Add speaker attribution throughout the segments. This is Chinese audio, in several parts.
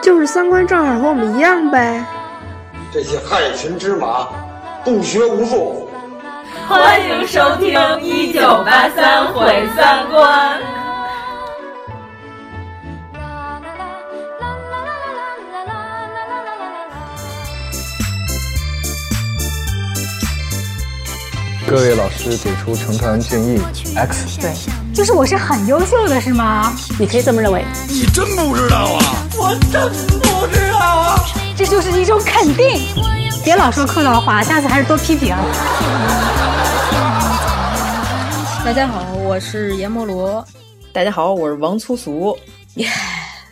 Speaker 1: 就是三观正好和我们一样呗。
Speaker 2: 这些害群之马，不学无术。
Speaker 3: 欢迎收听《一九八三毁三观》。
Speaker 4: 各位老师给出诚恳建议
Speaker 5: ，X 对，
Speaker 6: 就是我是很优秀的，是吗？
Speaker 5: 你可以这么认为。
Speaker 7: 你真不知道啊！
Speaker 3: 我真不知道啊！
Speaker 6: 这就是一种肯定，别老说客套话，下次还是多批评。啊
Speaker 8: 大家好，我是阎摩罗。
Speaker 5: 大家好，我是王粗俗。Yeah.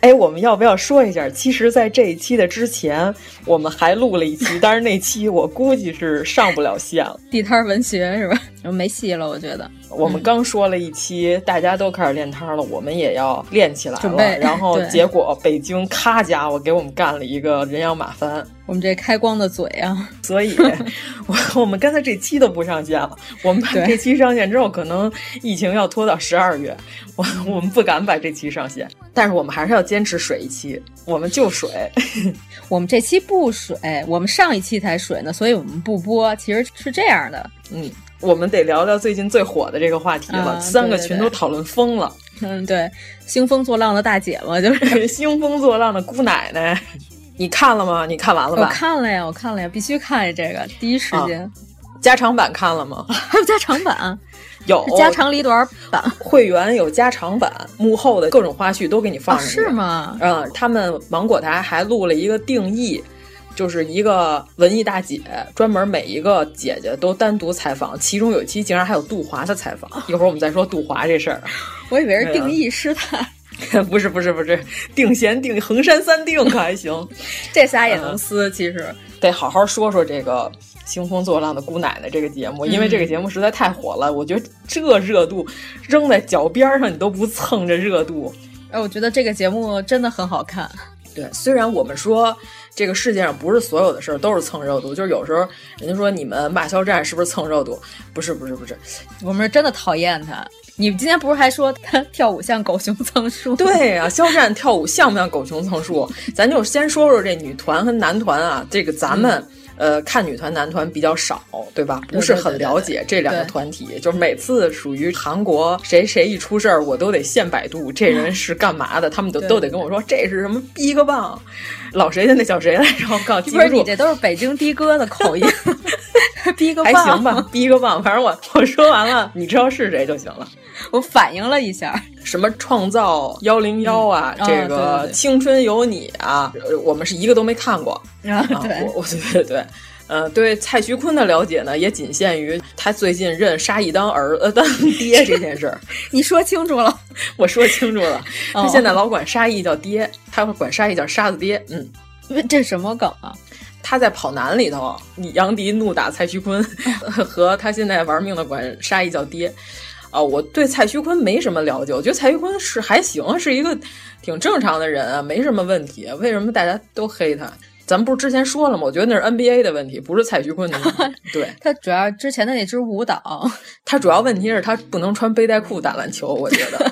Speaker 5: 哎，我们要不要说一下？其实，在这一期的之前，我们还录了一期，但是那 期我估计是上不了线了。
Speaker 8: 地摊文学是吧？ 没戏了，我觉得。
Speaker 5: 我们刚说了一期，嗯、大家都开始练摊了，我们也要练起来了。然后结果北京咔家伙给我们干了一个人仰马翻。
Speaker 8: 我们这开光的嘴啊，
Speaker 5: 所以，我我们干脆这期都不上线了。我们把这期上线之后，可能疫情要拖到十二月，我我们不敢把这期上线，但是我们还是要坚持水一期，我们就水。
Speaker 8: 我们这期不水，我们上一期才水呢，所以我们不播。其实是这样的，
Speaker 5: 嗯，我们得聊聊最近最火的这个话题了，啊、三个群都讨论疯了。
Speaker 8: 嗯，对，兴风作浪的大姐嘛，就是
Speaker 5: 兴风作浪的姑奶奶。你看了吗？你看完了吧？
Speaker 8: 我看了呀，我看了呀，必须看呀！这个第一时间、啊，哦
Speaker 5: 加长版看 了吗？
Speaker 8: 还有加长版，
Speaker 5: 有
Speaker 8: 加长里短版，
Speaker 5: 会员有加长版，幕后的各种花絮都给你放上
Speaker 8: 去、啊。是吗？
Speaker 5: 嗯，他们芒果台还录了一个定义，就是一个文艺大姐，专门每一个姐姐都单独采访，其中有一期竟然还有杜华的采访。一会儿我们再说杜华这事儿。
Speaker 8: 我以为是定义师太。
Speaker 5: 不是不是不是，定弦定横山三定可还行，
Speaker 8: 这仨也能撕。嗯、其实
Speaker 5: 得好好说说这个《兴风作浪的姑奶奶》这个节目，因为这个节目实在太火了。嗯、我觉得这热度扔在脚边上，你都不蹭这热度。
Speaker 8: 哎，我觉得这个节目真的很好看。
Speaker 5: 对，虽然我们说这个世界上不是所有的事儿都是蹭热度，就是有时候人家说你们骂肖战是不是蹭热度？不是，不是，不是，
Speaker 8: 我们是真的讨厌他。你们今天不是还说他跳舞像狗熊蹭树？
Speaker 5: 对呀、啊，肖战跳舞像不像狗熊蹭树？ 咱就先说说这女团和男团啊，这个咱们、嗯、呃看女团男团比较少，对吧？不是很了解这两个团体，对对对就是每次属于韩国谁谁一出事儿，我都得现百度这人是干嘛的，嗯、他们都都得跟我说这是什么逼个棒，老谁家那小谁来着？告
Speaker 8: 不是你这都是北京的哥的口 音。逼个
Speaker 5: 还行吧，逼个棒，反正我我说完了，你知道是谁就行了。
Speaker 8: 我反应了一下，
Speaker 5: 什么创造幺零幺啊，
Speaker 8: 嗯、
Speaker 5: 这个青春有你啊，
Speaker 8: 对对对
Speaker 5: 我们是一个都没 看过。
Speaker 8: 啊，对，
Speaker 5: 啊、我对对，呃，对蔡徐坤的了解呢，也仅限于他最近认沙溢当儿呃当爹这件事儿。
Speaker 8: 你说清楚了，
Speaker 5: 我说清楚了，哦、他现在老管沙溢叫爹，他会管沙溢叫沙子爹。嗯，
Speaker 8: 这什么梗啊？
Speaker 5: 他在《跑男》里头，杨迪怒打蔡徐坤， 和他现在玩命的管沙溢叫爹。啊、哦，我对蔡徐坤没什么了解，我觉得蔡徐坤是还行，是一个挺正常的人啊，没什么问题。为什么大家都黑他？咱不是之前说了吗？我觉得那是 NBA 的问题，不是蔡徐坤的问题。对
Speaker 8: 他主要之前的那支舞蹈，
Speaker 5: 他主要问题是他不能穿背带裤打篮球，我觉得。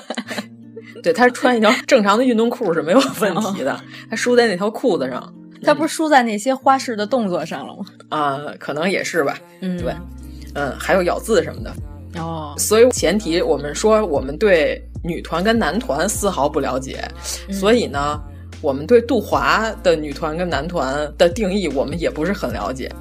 Speaker 5: 对他穿一条正常的运动裤是没有问题的，他输在那条裤子上。
Speaker 6: 嗯
Speaker 8: 他不是输在那些花式的动作上了吗？
Speaker 5: 啊、嗯呃，可能也是吧。
Speaker 8: 嗯，
Speaker 5: 对，嗯，还有咬字什么的。
Speaker 8: 哦，
Speaker 5: 所以前提我们说我们对女团跟男团丝毫不了解，嗯、所以呢，我们对杜华的女团跟男团的定义我们也不是很了解。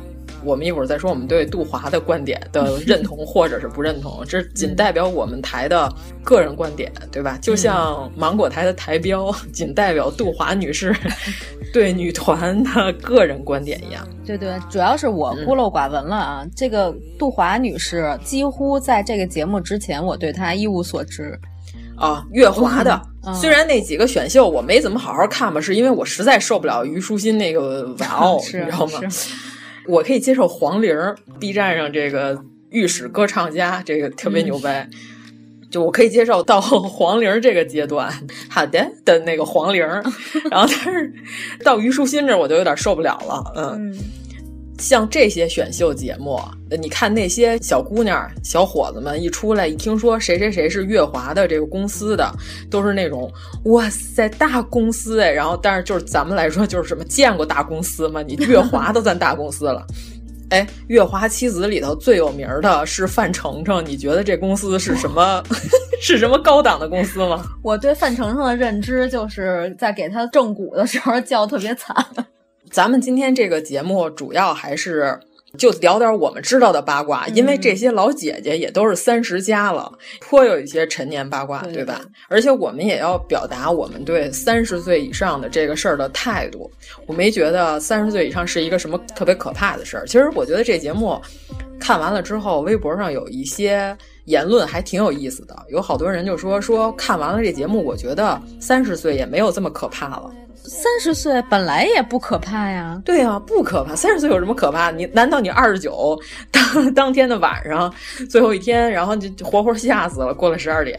Speaker 5: 我们一会儿再说我们对杜华的观点的认同或者是不认同，这仅代表我们台的个人观点，对吧？就像芒果台的台标仅代表杜华女士 对女团的个人观点一样。
Speaker 8: 对对，主要是我孤陋寡闻了啊！嗯、这个杜华女士几乎在这个节目之前，我对她一无所知。
Speaker 5: 啊，月华的。
Speaker 6: 嗯，
Speaker 5: 虽然那几个选秀我没怎么好好看吧，是因为我实在受不了虞书欣那个玩偶 你
Speaker 6: 是啊
Speaker 5: 知道吗？
Speaker 6: 是
Speaker 5: 我可以接受黄龄儿，B 站上这个御史歌唱家，这个特别
Speaker 6: 嗯
Speaker 5: 牛掰。就我可以接受到黄龄儿这个阶段，好的的那个黄 龄儿，然后但是到虞书欣这儿我就有点受不了了， 嗯，
Speaker 6: 嗯，
Speaker 5: 像这些选秀节目，呃你看那些小姑娘、小伙子们一出来，一听说谁谁谁是月华的这个公司的，都是那种哇塞大公司哎，然后但是就是咱们来说就是什么见过大公司吗？你月华都算大公司了。哎，月华七子里头最有名儿的是范丞丞，你觉得这公司是什么？ 是什么高档的公司吗？
Speaker 6: 我对范丞丞的认知就是在给他正骨的时候叫特别惨。
Speaker 5: 咱们今天这个节目主要还是就聊点我们知道的八卦，因为这些老姐姐也都是三十加了，颇有一些陈年八卦，
Speaker 6: 对
Speaker 5: 对吧？而且我们也要表达我们对三十岁以上的这个事儿的态度。我没觉得三十岁以上是一个什么特别可怕的事儿。其实我觉得这节目看完了之后，微博上有一些言论还挺有意思的，有好多人就说说看完了这节目，我觉得三十岁也没有这么可怕了。
Speaker 6: 三十岁本来也不可怕呀，
Speaker 5: 对啊，不可怕，三十岁有什么可怕？你难道你二十九当当天的晚上最后一天，然后就就活活吓死了？过了十二点，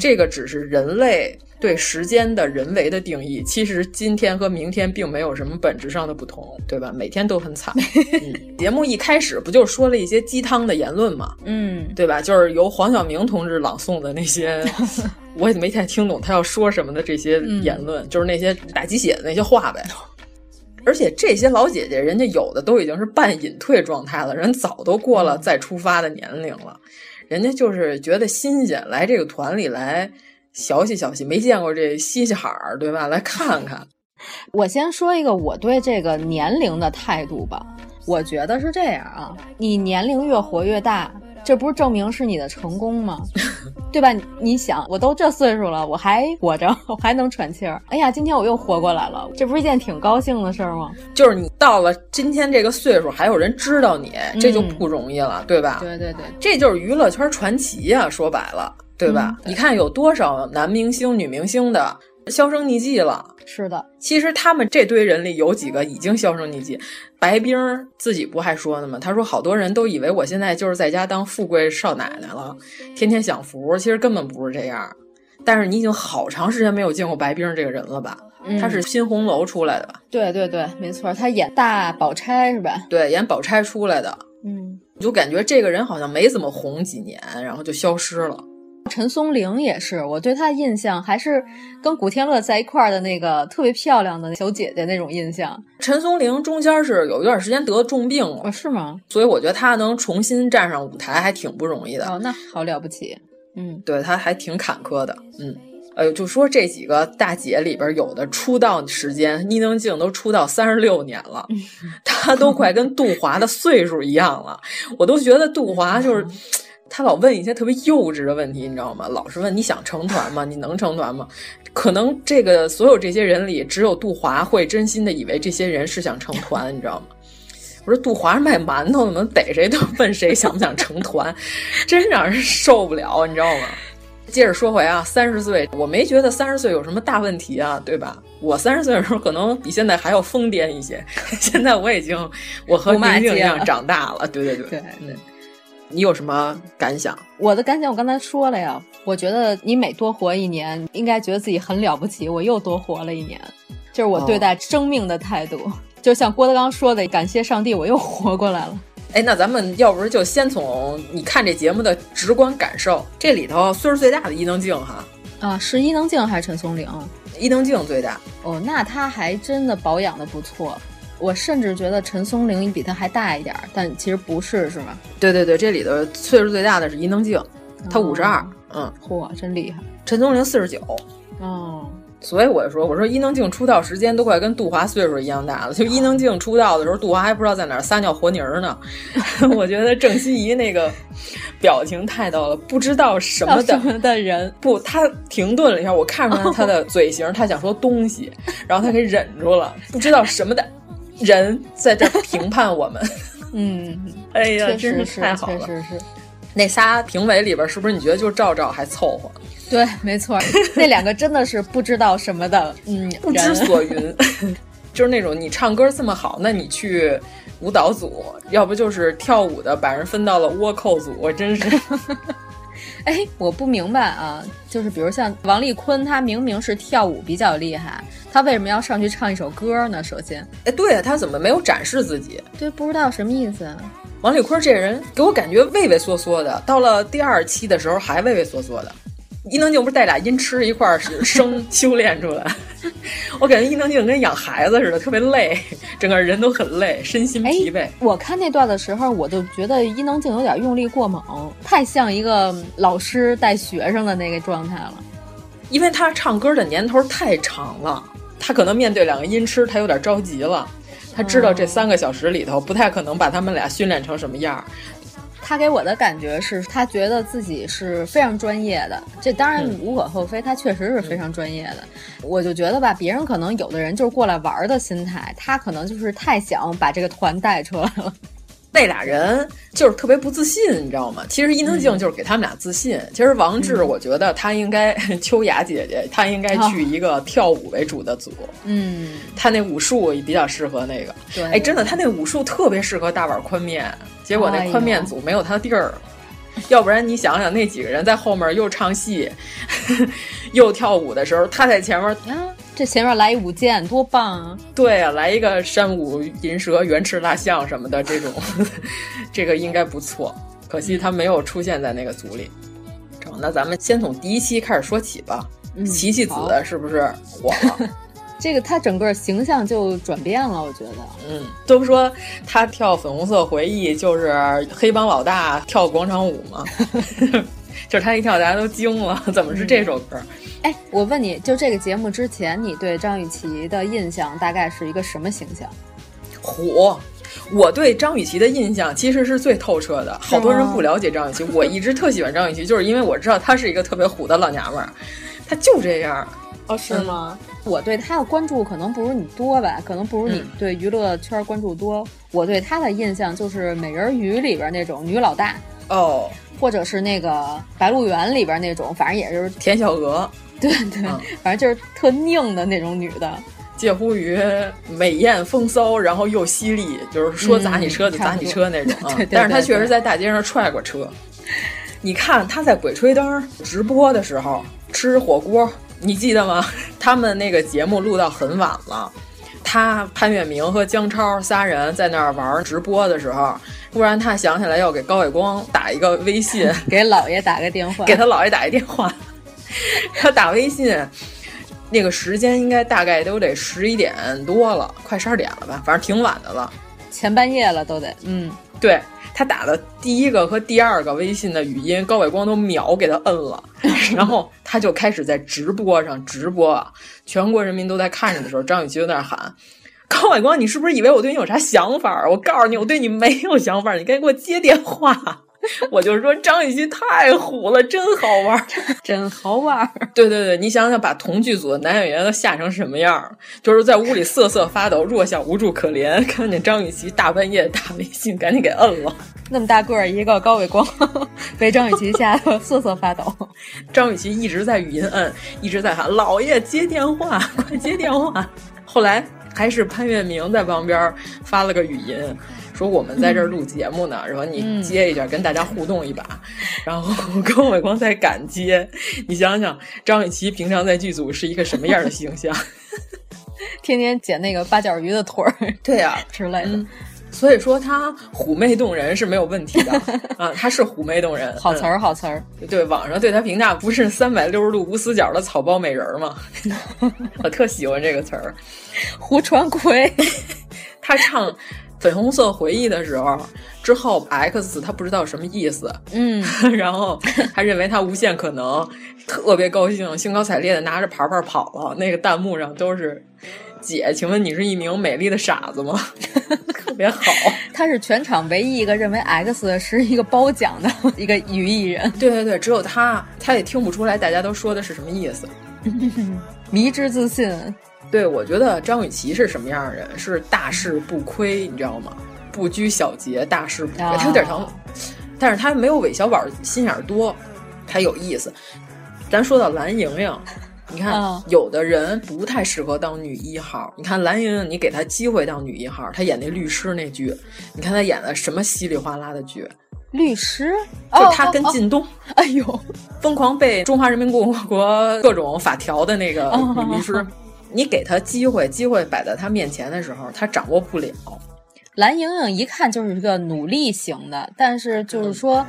Speaker 5: 这个只是人类对时间的人为的定义。其实今天和明天并没有什么本质上的不同，对吧？每天都很惨。嗯、节目一开始不就说了一些鸡汤的言论吗？
Speaker 6: 嗯，
Speaker 5: 对吧？就是由黄晓明同志朗诵的那些，我也没太听懂他要说什么的这些言论，就是那些打鸡血的那些话呗。而且这些老姐姐，人家有的都已经是半隐退状态了，人早都过了再出发的年龄了，人家就是觉得新鲜，来这个团里来学习学习，没见过这稀稀罕儿，对吧？来看看，
Speaker 6: 我先说一个我对这个年龄的态度吧，我觉得是这样啊，你年龄越活越大，这不是证明是你的成功吗？ 对吧？你想，我都这岁数了，我还活着，我还能喘气儿。哎呀，今天我又活过来了，这不是一件挺高兴的事儿吗？
Speaker 5: 就是你到了今天这个岁数，还有人知道你，这就不容易了，对吧？
Speaker 6: 对对对，
Speaker 5: 这就是娱乐圈传奇呀、说白了，对吧？你看有多少男明星、女明星的销声匿迹了？
Speaker 6: 是的，
Speaker 5: 其实他们这堆人里有几个已经销声匿迹。白冰儿自己不还说呢吗？他说好多人都以为我现在就是在家当富贵少奶奶了，天天享福，其实根本不是这样。但是你已经好长时间没有见过白冰儿这个人了吧？
Speaker 6: 嗯
Speaker 5: 他是新红楼出来的吧？
Speaker 6: 对对对，没错，他演大宝钗是吧？
Speaker 5: 对，演宝钗出来的。
Speaker 6: 嗯，
Speaker 5: 你就感觉这个人好像没怎么红几年，然后就消失了。
Speaker 6: 陈松伶也是，我对她的印象还是跟古天乐在一块儿的那个特别漂亮的小姐姐那种印象。
Speaker 5: 陈松伶中间是有一段时间得重病了
Speaker 6: 哦，，是吗？
Speaker 5: 所以我觉得她能重新站上舞台还挺不容易的。
Speaker 6: 哦，那好了不起。嗯，
Speaker 5: 对，她还挺坎坷的。嗯，呃，就说这几个大姐里边，有的出道时间，伊能静都出道三十六年了，她都快跟杜华的岁数一样了。我都觉得杜华就是。
Speaker 6: 嗯
Speaker 5: 她老问一些特别幼稚的问题，你知道吗？老是问你想成团吗？你能成团吗？可能这个所有这些人里，只有杜华会真心的以为这些人是想成团，你知道吗？我说杜华是卖馒头的吗？逮谁都问谁想不想成团，真让人受不了，你知道吗？接着说回啊，三十岁，我没觉得三十岁有什么大问题啊，对吧？我三十岁的时候可能比现在还要疯癫一些，现在我已经我和
Speaker 6: 不骂
Speaker 5: 宁
Speaker 6: 街
Speaker 5: 静一样
Speaker 6: 了
Speaker 5: 长大了，对对对
Speaker 6: 对
Speaker 5: 嗯，你有什么感想？
Speaker 6: 我的感想我刚才说了呀，我觉得你每多活一年，应该觉得自己很了不起，我又多活了一年，就是我对待生命的态度。就像郭德纲说的，感谢上帝，我又活过来了。
Speaker 5: 哎，那咱们要不是就先从你看这节目的直观感受，这里头岁数最大的伊能静哈，
Speaker 6: 啊，是伊能静还是陈松伶？
Speaker 5: 伊能静最大，
Speaker 6: 哦，那她还真的保养的不错。我甚至觉得陈松伶比她还大一点儿，但其实不是，是吗？
Speaker 5: 对对对，这里头岁数最大的是伊能静，她
Speaker 6: 哦
Speaker 5: 五十二，嗯，
Speaker 6: 嚯，真厉害！
Speaker 5: 陈松伶四十九。
Speaker 6: 哦，
Speaker 5: 所以我就说，我说伊能静出道时间都快跟杜华岁数一样大了。就伊能静出道的时候，杜华还不知道在哪儿撒尿和泥儿呢。 我觉得郑希怡那个表情太逗了，不知道什么
Speaker 6: 到
Speaker 5: 的
Speaker 6: 什么的人，
Speaker 5: 不，他停顿了一下，我看出来他的嘴型，他想说东 西，然后他给忍住了，不知道什么的人在这儿评判我们。
Speaker 6: 嗯，
Speaker 5: 哎呀，
Speaker 6: 确
Speaker 5: 真
Speaker 6: 实
Speaker 5: 是太好
Speaker 6: 确
Speaker 5: 了。
Speaker 6: 实是。
Speaker 5: 那仨评委里边，是不是你觉得就赵赵还凑合，
Speaker 6: 对， 没错儿，那两个真的是不知道什么的， 嗯，
Speaker 5: 不知
Speaker 6: 人
Speaker 5: 所云？ 就是那种你唱歌这么好，那你去舞蹈组，要不就是跳舞的把人分到了倭寇组，我真是
Speaker 6: 哎，我不明白啊，就是比如像王丽坤，她明明是跳舞比较厉害，她为什么要上去唱一首歌呢？首先，
Speaker 5: 哎，对啊，他怎么没有展示自己？
Speaker 6: 对，不知道什么意思啊。
Speaker 5: 王丽坤这人给我感觉畏畏缩缩的，到了第二期的时候还畏畏缩缩的。伊能静不是带俩音痴一块儿是生修炼出来？ 我感觉伊能静跟养孩子似的，特别累，整个人都很累，身心
Speaker 6: 哎
Speaker 5: 疲惫。，
Speaker 6: 我看那段的时候，我就觉得伊能静有点用力过猛，太像一个老师带学生的那个状态了。
Speaker 5: 因为他唱歌的年头太长了，他可能面对两个音痴，他有点着急了。他知道这三个小时里头不太可能把他们俩训练成什么样儿，
Speaker 6: 他给我的感觉是，他觉得自己是非常专业的，这当然
Speaker 5: 嗯
Speaker 6: 无可厚非，他确实是非常专业的。我就觉得吧，别人可能有的人就是过来玩儿的心态，他可能就是太想把这个团带出来了。
Speaker 5: 那俩人就是特别不自信，你知道吗？其实伊能静就是给他们俩自信。其实王志，我觉得他应该 秋雅姐姐，她应该去一个跳舞为主的组，
Speaker 6: 嗯，
Speaker 5: 她那武术也比较适合那个。
Speaker 6: 对，
Speaker 5: 哎，真的，她那武术特别适合大碗宽面，结果
Speaker 6: 哎
Speaker 5: 那
Speaker 6: 呦
Speaker 5: 宽面组没有她地儿。 要不然你想想，那几个人在后面又唱戏， 又跳舞的时候，她在前面，
Speaker 6: 啊，这前面来一舞剑多棒啊！
Speaker 5: 对啊，来一个山舞银蛇、圆翅大象什么的这种， 这个应该不错。可惜他没有出现在那个组里。整，那咱们先从第一期开始说起吧。
Speaker 6: 嗯
Speaker 5: 琪琪子
Speaker 6: 好
Speaker 5: 是不是火了？
Speaker 6: 这个他整个形象就转变了，我觉得。
Speaker 5: 嗯，都说他跳粉红色回忆就是黑帮老大跳广场舞 嘛，就是他一跳，大家都惊了，怎么是这首歌？
Speaker 6: 哎，我问你，就这个节目之前，你对张雨绮的印象大概是一个什么形象？
Speaker 5: 虎。我对张雨绮的印象其实是最透彻的，好多人不了解张雨绮。我一直特喜欢张雨绮，就是因为我知道她是一个特别虎的老娘们儿，她就这样。
Speaker 6: 哦，是吗？我对他的关注可能不如你多吧，可能不如你
Speaker 5: 嗯
Speaker 6: 对娱乐圈关注多。我对他的印象就是《美人鱼》里边那种女老大，
Speaker 5: 哦，
Speaker 6: 或者是那个《白鹿原》里边那种，反正也就是
Speaker 5: 田小娥
Speaker 6: 对对，
Speaker 5: 嗯
Speaker 6: 反正就是特拧的那种女的。
Speaker 5: 介乎于美艳风骚，然后又犀利，就是说砸你车
Speaker 6: 嗯
Speaker 5: 就
Speaker 6: 差
Speaker 5: 砸
Speaker 6: 不多
Speaker 5: 你车那种
Speaker 6: 对对
Speaker 5: 啊。
Speaker 6: 对
Speaker 5: 但是她确
Speaker 6: 对
Speaker 5: 实在大街上踹过车。你看她在《鬼吹灯》直播的时候吃火锅，你记得吗？他们那个节目录到很晚了。他潘粤明和姜超仨人在那儿玩直播的时候，突然他想起来要给高伟光打一个微信，
Speaker 6: 给姥爷打个电话，
Speaker 5: 给他姥爷打一电话，他打微信，那个时间应该大概都得十一点多了，快十二点了吧，反正挺晚的了。
Speaker 6: 前半夜了都得，嗯，
Speaker 5: 对他打的第一个和第二个微信的语音，高伟光都秒给他摁了，然后他就开始在直播上直播啊，全国人民都在看着的时候，张雨绮就在那儿喊。高伟光，你是不是以为我对你有啥想法儿？我告诉你，我对你没有想法儿，你该给我接电话。 我就说张雨绮太虎了，真好玩儿。
Speaker 6: 真好玩儿。
Speaker 5: 对对对，你想想，把同剧组的男演员都吓成什么样儿？就是在屋里瑟瑟发抖，弱小无助可怜。看见张雨绮大半夜打微信，赶紧给摁了。
Speaker 6: 那么大个儿一个高伟光，被张雨绮吓得瑟瑟发抖。
Speaker 5: 张雨绮一直在语音摁，一直在喊：“老爷接电话， 快接电话！”后来还是潘粤明在旁边发了个语音，说：“我们在这儿录节目呢，然后你接一下，跟大家互动一把。”然后高伟光才敢接。你想想，张雨绮平常在剧组是一个什么样的形象？
Speaker 6: 天天捡那个八角鱼的腿儿
Speaker 5: 对呀、
Speaker 6: 之类的，
Speaker 5: 嗯所以说他妩媚动人是没有 问题的啊，他是妩媚动人，
Speaker 6: 好词儿，好词儿。
Speaker 5: 嗯。对，网上对他评价不是三百六十度无死角的草包美人 儿吗？我特喜欢这个词儿。
Speaker 6: 胡传奎，
Speaker 5: 他唱《粉红色回忆》的时候，之后 X 他不知道什么意思，
Speaker 6: 嗯，
Speaker 5: 然后他认为他无限可能，特别高兴，兴高采烈的拿着牌牌跑了。那个弹幕上都是“姐，请问你是一名美丽的傻子吗？” 特别好。
Speaker 6: 他是全场唯一一个认为 X 是一个褒奖的一个女艺人，
Speaker 5: 对对对，只有他，他也听不出来大家都说的是什么意思。
Speaker 6: 迷之自信。
Speaker 5: 对，我觉得张雨绮是什么样的人？是大事不亏，你知道吗？不拘小节，大事不亏。
Speaker 6: 啊
Speaker 5: 她有点像，但是他没有韦小宝心眼儿多，他有意思。咱说到蓝莹莹，你看、
Speaker 6: 嗯
Speaker 5: 有的人不太适合当女一号，你看蓝莹莹，你给她机会当女一号，她演那律师那剧，你看她演的什么稀里哗啦的剧，
Speaker 6: 律师，
Speaker 5: 就
Speaker 6: 哦
Speaker 5: 她跟
Speaker 6: 哦哦
Speaker 5: 靳东。
Speaker 6: 哎呦，
Speaker 5: 疯狂被中华人民共和国各种法条的那
Speaker 6: 哦
Speaker 5: 个女律师，你给他机会，机会摆在他面前的时候，他掌握不了。
Speaker 6: 蓝莹莹一看就是个努力型的，但是就是说，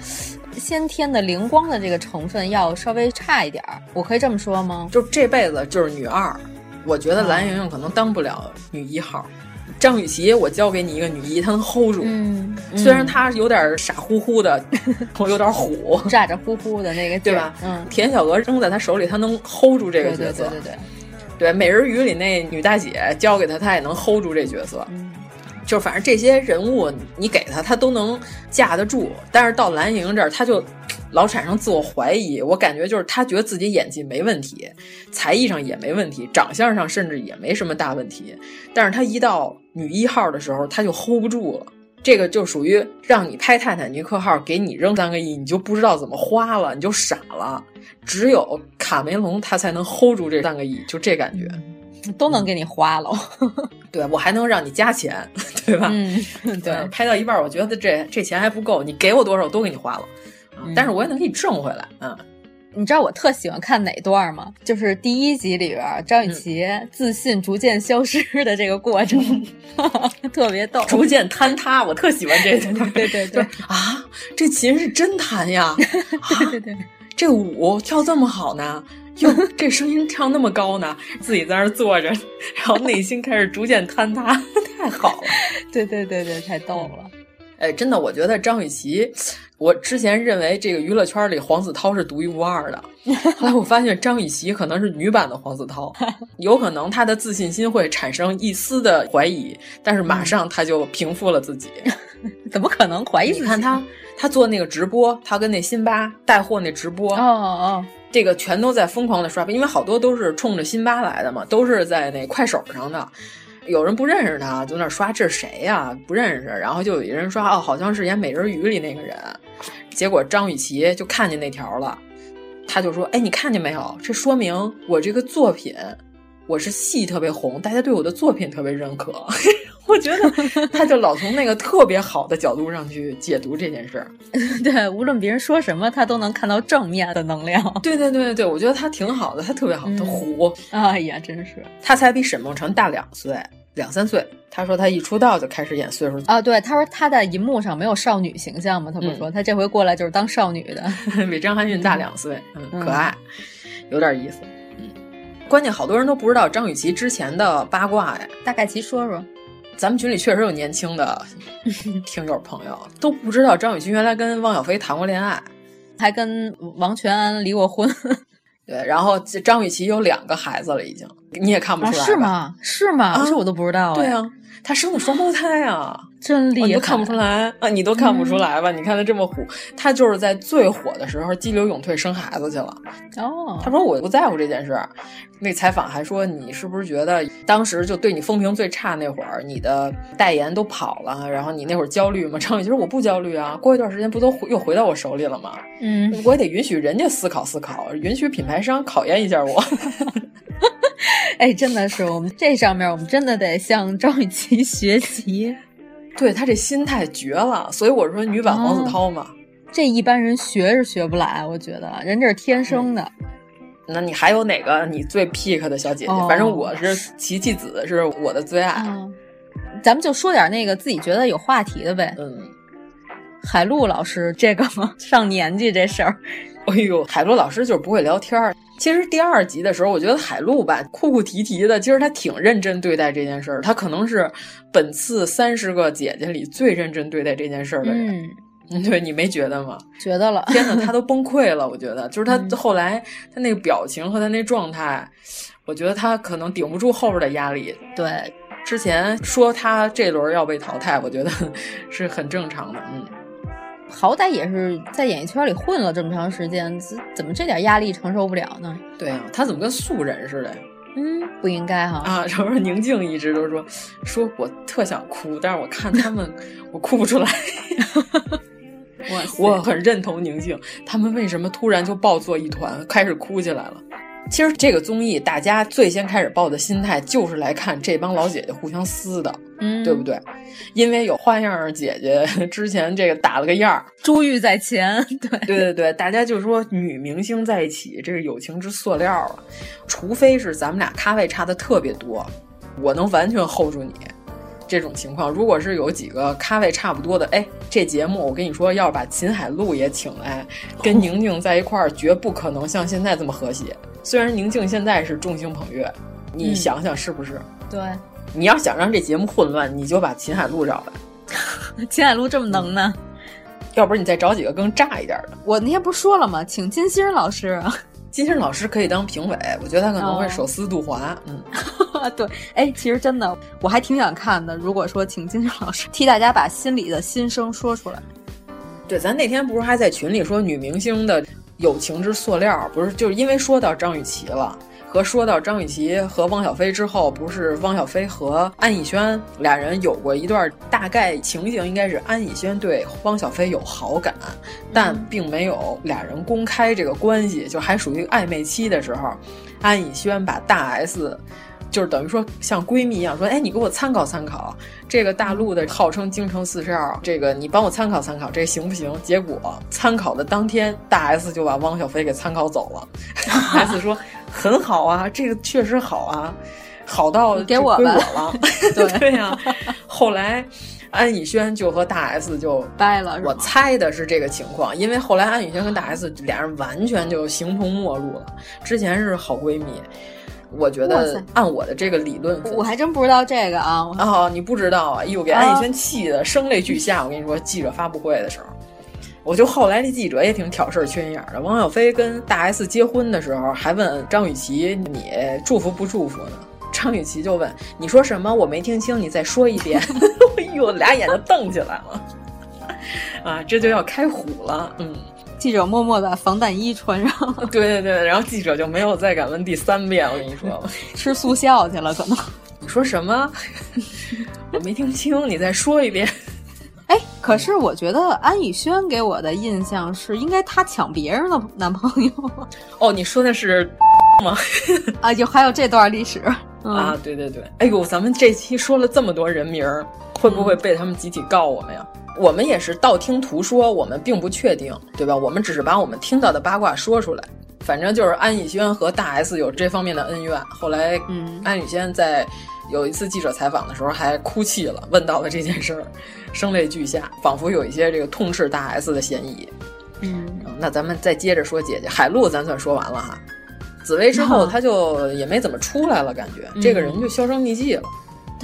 Speaker 6: 先天的灵光的这个成分要稍微差一点儿，我可以这么说吗？
Speaker 5: 就这辈子就是女二，我觉得蓝莹莹可能当不了女一号。张雨绮，我交给你一个女一，她能 hold 住。
Speaker 6: 嗯，
Speaker 5: 虽然她有点傻乎 乎的，我有点虎，
Speaker 6: 咋咋呼呼的那个劲
Speaker 5: 对
Speaker 6: 儿
Speaker 5: 吧？
Speaker 6: 嗯，
Speaker 5: 田小娥扔在她手里，她能 hold 住这
Speaker 6: 对
Speaker 5: 个
Speaker 6: 对对
Speaker 5: 角色。
Speaker 6: 对对，
Speaker 5: 对，美人鱼里那女大姐交给他，他也能 hold 住这角色。
Speaker 6: 嗯
Speaker 5: 就反正这些人物你给他，他都能架得住。但是到蓝莹这儿，他就老产生自我怀疑。我感觉就是他觉得自己演技没问题，才艺上也没问题，长相上甚至也没什么大问题。但是他一到女一号的时候，他就 hold 不住了。这个就属于让你拍泰坦尼克号，给你扔三个亿，你就不知道怎么花了，你就傻了。只有卡梅隆他才能 hold 住这三个亿，就这感觉。
Speaker 6: 嗯都能给你花了。
Speaker 5: 对我还能让你加钱， 对吧？
Speaker 6: 嗯，
Speaker 5: 对，
Speaker 6: 对，
Speaker 5: 拍到一半儿，我觉得这这钱还不够，你给我多少我都给你花了，啊
Speaker 6: 嗯
Speaker 5: 但是我也能给你挣回来，嗯，
Speaker 6: 你知道我特喜欢看哪段吗？就是第一集里边张雨绮自信逐渐消失的这个过程，特别逗。
Speaker 5: 逐渐坍塌，我特喜欢 这个。
Speaker 6: 对对对
Speaker 5: 啊，这琴是真弹呀，
Speaker 6: 对对对，
Speaker 5: 这舞跳这么好呢， 哟，这声音唱那么高呢，自己在那儿坐着，然后内心开始逐渐坍塌， 太好了。
Speaker 6: 对对对对，太逗了。
Speaker 5: 哎，真的，我觉得张雨绮，我之前认为这个娱乐圈里黄子韬是独一无二的，后来我发现张雨绮可能是女版的黄子韬，有可能她的自信心会产生一丝的怀疑，但是马上她就平复了自己。
Speaker 6: 怎么可能怀疑自
Speaker 5: 你
Speaker 6: 己？
Speaker 5: 看她，她做那个直播，她跟那辛巴带货那直播，
Speaker 6: 哦哦，
Speaker 5: 这个全都在疯狂的刷屏，因为好多都是冲着辛巴来的嘛，都是在那快手上的。有人不认识他，就在那刷这是谁呀、不认识。然后就有一人刷哦，好像是演《美人鱼》里那个人。结果张雨绮就看见那条了，他就说：“哎，你看见没有？这说明我这个作品，我是戏特别红，大家对我的作品特别认可。” 我觉得他就老从那个特别好的角度上去解读这件事儿。
Speaker 6: 对，无论别人说什么，他都能看到正面的能量。
Speaker 5: 对对对对对，我觉得他挺好的，他特别好，他
Speaker 6: 嗯
Speaker 5: 虎。
Speaker 6: 哎呀，真是
Speaker 5: 他才比沈梦辰大两岁，两三岁。他说他一出道就开始演岁数大，
Speaker 6: 啊！对，他说他在荧幕上没有少女形象嘛，他不是说、他这回过来就是当少女的。
Speaker 5: 比张含韵大 两岁，嗯，
Speaker 6: 嗯
Speaker 5: 可爱，有点意思。嗯，关键好多人都不知道张雨绮之前的八卦呀。
Speaker 6: 大概其说说，
Speaker 5: 咱们群里确实有年 轻的听友朋友都不知道张雨绮原来跟汪小菲谈过恋爱，
Speaker 6: 还跟王全安离过婚
Speaker 5: 对，然后这张雨绮有两个孩子了，已经你也看不出来、
Speaker 6: 啊是？吗？哦是吗？
Speaker 5: 啊
Speaker 6: 这我都不知道、
Speaker 5: 对
Speaker 6: 呀、
Speaker 5: 啊，她生的双胞胎啊。
Speaker 6: 真厉害，嗯
Speaker 5: 哦你都看不出。来啊，你都看不出来吧？你看他这么虎，他就是在最火的时候激流勇退生孩子去了。
Speaker 6: 哦
Speaker 5: 他，说我不在乎这件事儿。那采访还说你是不是觉得当时就对你风评最差那会儿，你的代言都跑了，然后你那会儿焦虑吗？张雨绮说我不焦虑啊，过一段时间不都回又回到我手里了吗？
Speaker 6: 嗯，
Speaker 5: 我也得允许人家思考思考，允许品牌商考验一下我。
Speaker 6: 哎，真的是我们这上面，我们真的得向张雨绮学习。
Speaker 5: 对他这心态绝了，所以我说女版黄子韬嘛。
Speaker 6: 这一般人学是学不来，我觉得人这是天生的。
Speaker 5: 那你还有哪个你最 pick 的小姐姐？
Speaker 6: 哦
Speaker 5: 反正我是琪琪子，是我的最爱。
Speaker 6: 嗯，咱们就说点那个自己觉得有话题的呗。
Speaker 5: 嗯，
Speaker 6: 海陆老师这个吗？上年纪这事儿，
Speaker 5: 哎呦，海璐老师就是不会聊天儿。其实第二集的时候，我觉得海璐吧，哭哭啼啼的，其实她挺认真对待这件事儿。她可能是本次三十个姐姐里最认真对待这件事儿的人。
Speaker 6: 嗯，
Speaker 5: 嗯， 对你没觉得吗？
Speaker 6: 觉得了，
Speaker 5: 天呐，她都崩溃了。我觉得，就是她
Speaker 6: 嗯
Speaker 5: 后来她那个表情和她那状态，我觉得她可能顶不住后边的压力，
Speaker 6: 对，
Speaker 5: 之前说他这轮要被淘汰，我觉得 是很正常的。嗯，
Speaker 6: 好歹也是在演艺圈里混了这么长时间，怎怎么这点压力承受不了呢？
Speaker 5: 对啊，他怎么跟素人似的呀？
Speaker 6: 嗯，不应该哈。
Speaker 5: 啊， 然后宁静一直都说， 说我特想哭，但是我看他们，我哭不出来。
Speaker 6: 哇塞
Speaker 5: 我很认同宁静，他们为什么突然就抱作一团，开始哭起来了？其实这个综艺，大家最先开始抱的心态就是来看这帮老姐姐互相撕的，
Speaker 6: 嗯
Speaker 5: 对不？对？因为有花样儿姐姐 之前这个打了个样儿，
Speaker 6: 珠玉在前，对，
Speaker 5: 对对对，大家就说女明星在一起，这是友情之塑料啊，除非是咱们俩咖位差的特别多，我能完全 hold 住你。这种情况，如果是有几个咖位差不多的，哎，这节目我跟你说，要是把秦海璐也请来，跟宁静在一块儿，绝不可能像现在这么和谐。虽然宁静现在是众星捧月，你
Speaker 6: 嗯
Speaker 5: 想想是不是？
Speaker 6: 对，
Speaker 5: 你要想让这节目混乱，你就把秦海璐找来，
Speaker 6: 秦海璐这么能呢？
Speaker 5: 要不然你再找几个更炸一点的。
Speaker 6: 我那天不是说了吗？请金星老师。
Speaker 5: 金星老师可以当评委，我觉得他可能会
Speaker 6: 哦
Speaker 5: 手撕杜华。嗯，
Speaker 6: 对，哎，其实真的我还挺想看的。如果说请金星老师替大家把心里的心声说出来，
Speaker 5: 对，咱那天不是还在群里说女明星的友情之塑料，不是就是因为说到张雨绮了。和说到张雨绮和汪小菲之后，不是汪小菲和安以轩俩人有过一段大概情形，应该是安以轩对汪小菲有好感，但并没有俩人公开这个关系，就还属于暧昧期的时候，安以轩把大 S 就是等于说像闺蜜一样说，哎，你给我参考参考这个大陆的号称京城四十二，这个你帮我参考参考，这行不行？结果参考的当天，大 S 就把汪小菲给参考走 了。大 S 说很好啊，这个确实好啊，好到
Speaker 6: 你给
Speaker 5: 就
Speaker 6: 我
Speaker 5: 归
Speaker 6: 吧
Speaker 5: 我了。
Speaker 6: 对啊
Speaker 5: 对呀、后来安以轩就和大 S 就
Speaker 6: 掰了是
Speaker 5: 我
Speaker 6: 吗？
Speaker 5: 猜的是这个情况，因为后来安以轩跟大 S 俩人完全就形同陌路了。之前是好闺蜜，我觉
Speaker 6: 哇
Speaker 5: 得
Speaker 6: 塞
Speaker 5: 按我的这个理论分析
Speaker 6: 我还真不知道这个啊，我
Speaker 5: 哦，你不知道啊！哎呦，给安以轩气的声泪俱下。我跟你说，记者发布会的时候，我就后来那记者也挺挑事儿、缺心眼儿的。王小飞跟大 S 结婚的时候，还问张雨绮：“你祝福不祝福呢？”张雨绮就问：“你说什么？我没听清，你再说一遍。” 哎呦，俩眼睛瞪起来了。啊，这就要开虎了，嗯，
Speaker 6: 记者默默把防弹衣穿上，
Speaker 5: 对对对，然后记者就没有再敢问第三遍。我跟你说，
Speaker 6: 吃速效去了，可能。
Speaker 5: 你说什么？ 我没听清，你再说一遍。
Speaker 6: 哎，可是我觉得安以轩给我的印象是，应该她抢别人的男朋友
Speaker 5: 哦，你说的是
Speaker 6: 啊，就还有这段历史。嗯、
Speaker 5: 啊，对对对，哎呦，咱们这期说了这么多人名儿，会不
Speaker 6: 嗯
Speaker 5: 会被他们集体告我们呀？我们也是道听途说，我们并不确定，对吧？我们只是把我们听到的八卦说出来。反正就是安以轩和大 S 有这方面的恩怨。后来，
Speaker 6: 嗯
Speaker 5: 安以轩在有一次记者采访的时候还哭泣了，问到了这件事儿，声泪俱下，仿佛有一些这个痛斥大 S 的嫌疑。
Speaker 6: 嗯，
Speaker 5: 嗯那咱们再接着说姐姐海璐，咱算说完了哈。紫薇之后，
Speaker 6: 嗯
Speaker 5: 她就也没怎么出来了，感觉、
Speaker 6: 嗯
Speaker 5: 这个人就销声匿迹了。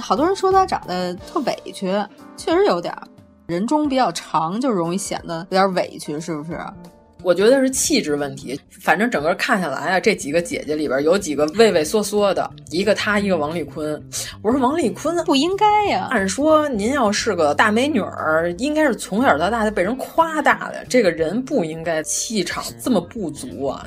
Speaker 6: 好多人说她长得特委屈，确实有点儿，人中比较长，就容易显得有点委屈，是不是？
Speaker 5: 我觉得是气质问题，反正整个看下来啊，这几个姐姐里边有几个畏畏缩缩的，一个她，一个王丽坤。我说王丽坤，
Speaker 6: 不应该呀、
Speaker 5: 按说您要是个大美女儿，应该是从小到大就被人夸大的，这个人不应该气场这么不足啊。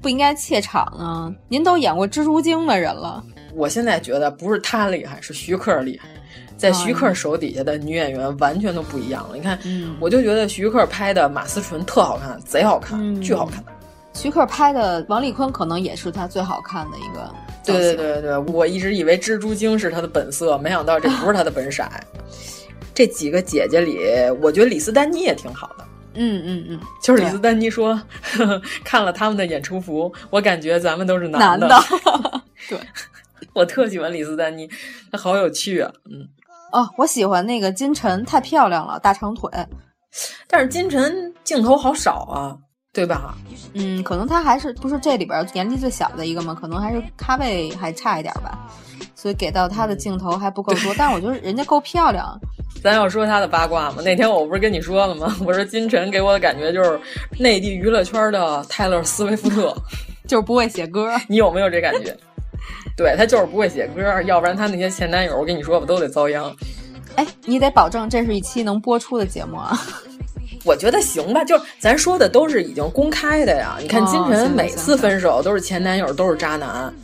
Speaker 6: 不应该怯场啊！您都演过蜘蛛精的人了，
Speaker 5: 我现在觉得不是她厉害，是徐克厉害。
Speaker 6: 嗯
Speaker 5: 在徐克手底下的女演员完全都不一样了。你看，
Speaker 6: 哦嗯
Speaker 5: 我就觉得徐克拍的马思纯特好看，贼好看，
Speaker 6: 嗯
Speaker 5: 巨好看。
Speaker 6: 徐克拍的王丽坤可能也是他最好看的一个造型。
Speaker 5: 对对对对，我一直以为蜘蛛精是他的本色，没想到这不是他的本色。这几个姐姐里，我觉得李斯丹妮也挺好的。
Speaker 6: 嗯嗯嗯，
Speaker 5: 就是
Speaker 6: 对
Speaker 5: 李斯丹妮说， 呵呵看了他们的演出服，我感觉咱们都是
Speaker 6: 男
Speaker 5: 的。
Speaker 6: 的， 对。
Speaker 5: 我特喜欢李斯丹妮，她好有趣啊。嗯，
Speaker 6: 哦，我喜欢那个金晨，太漂亮了，大长腿。
Speaker 5: 但是金晨镜头好少啊，对吧？
Speaker 6: 嗯，可能她还是不是这里边年龄最小的一个嘛，可能还是咖位还差一点吧，所以给到她的镜头还不够 多。但我觉得人家够漂亮，
Speaker 5: 咱要说她的八卦嘛，那天我不是跟你说了吗？ 我说金晨给我的感觉就是内地娱乐圈的泰勒·斯威夫 特。
Speaker 6: 就是不会写歌。
Speaker 5: 你有没有这感觉？对他就是不会写歌，要不然他那些前男友，我跟你说吧，都得遭殃。
Speaker 6: 哎，你得保证这是一期能播出的节目啊。
Speaker 5: 我觉得行吧，就是咱说的都是已经公开的呀。你看
Speaker 6: 哦
Speaker 5: 金
Speaker 6: 行
Speaker 5: 晨
Speaker 6: 行
Speaker 5: 每次分手都是前男友，都是 渣男，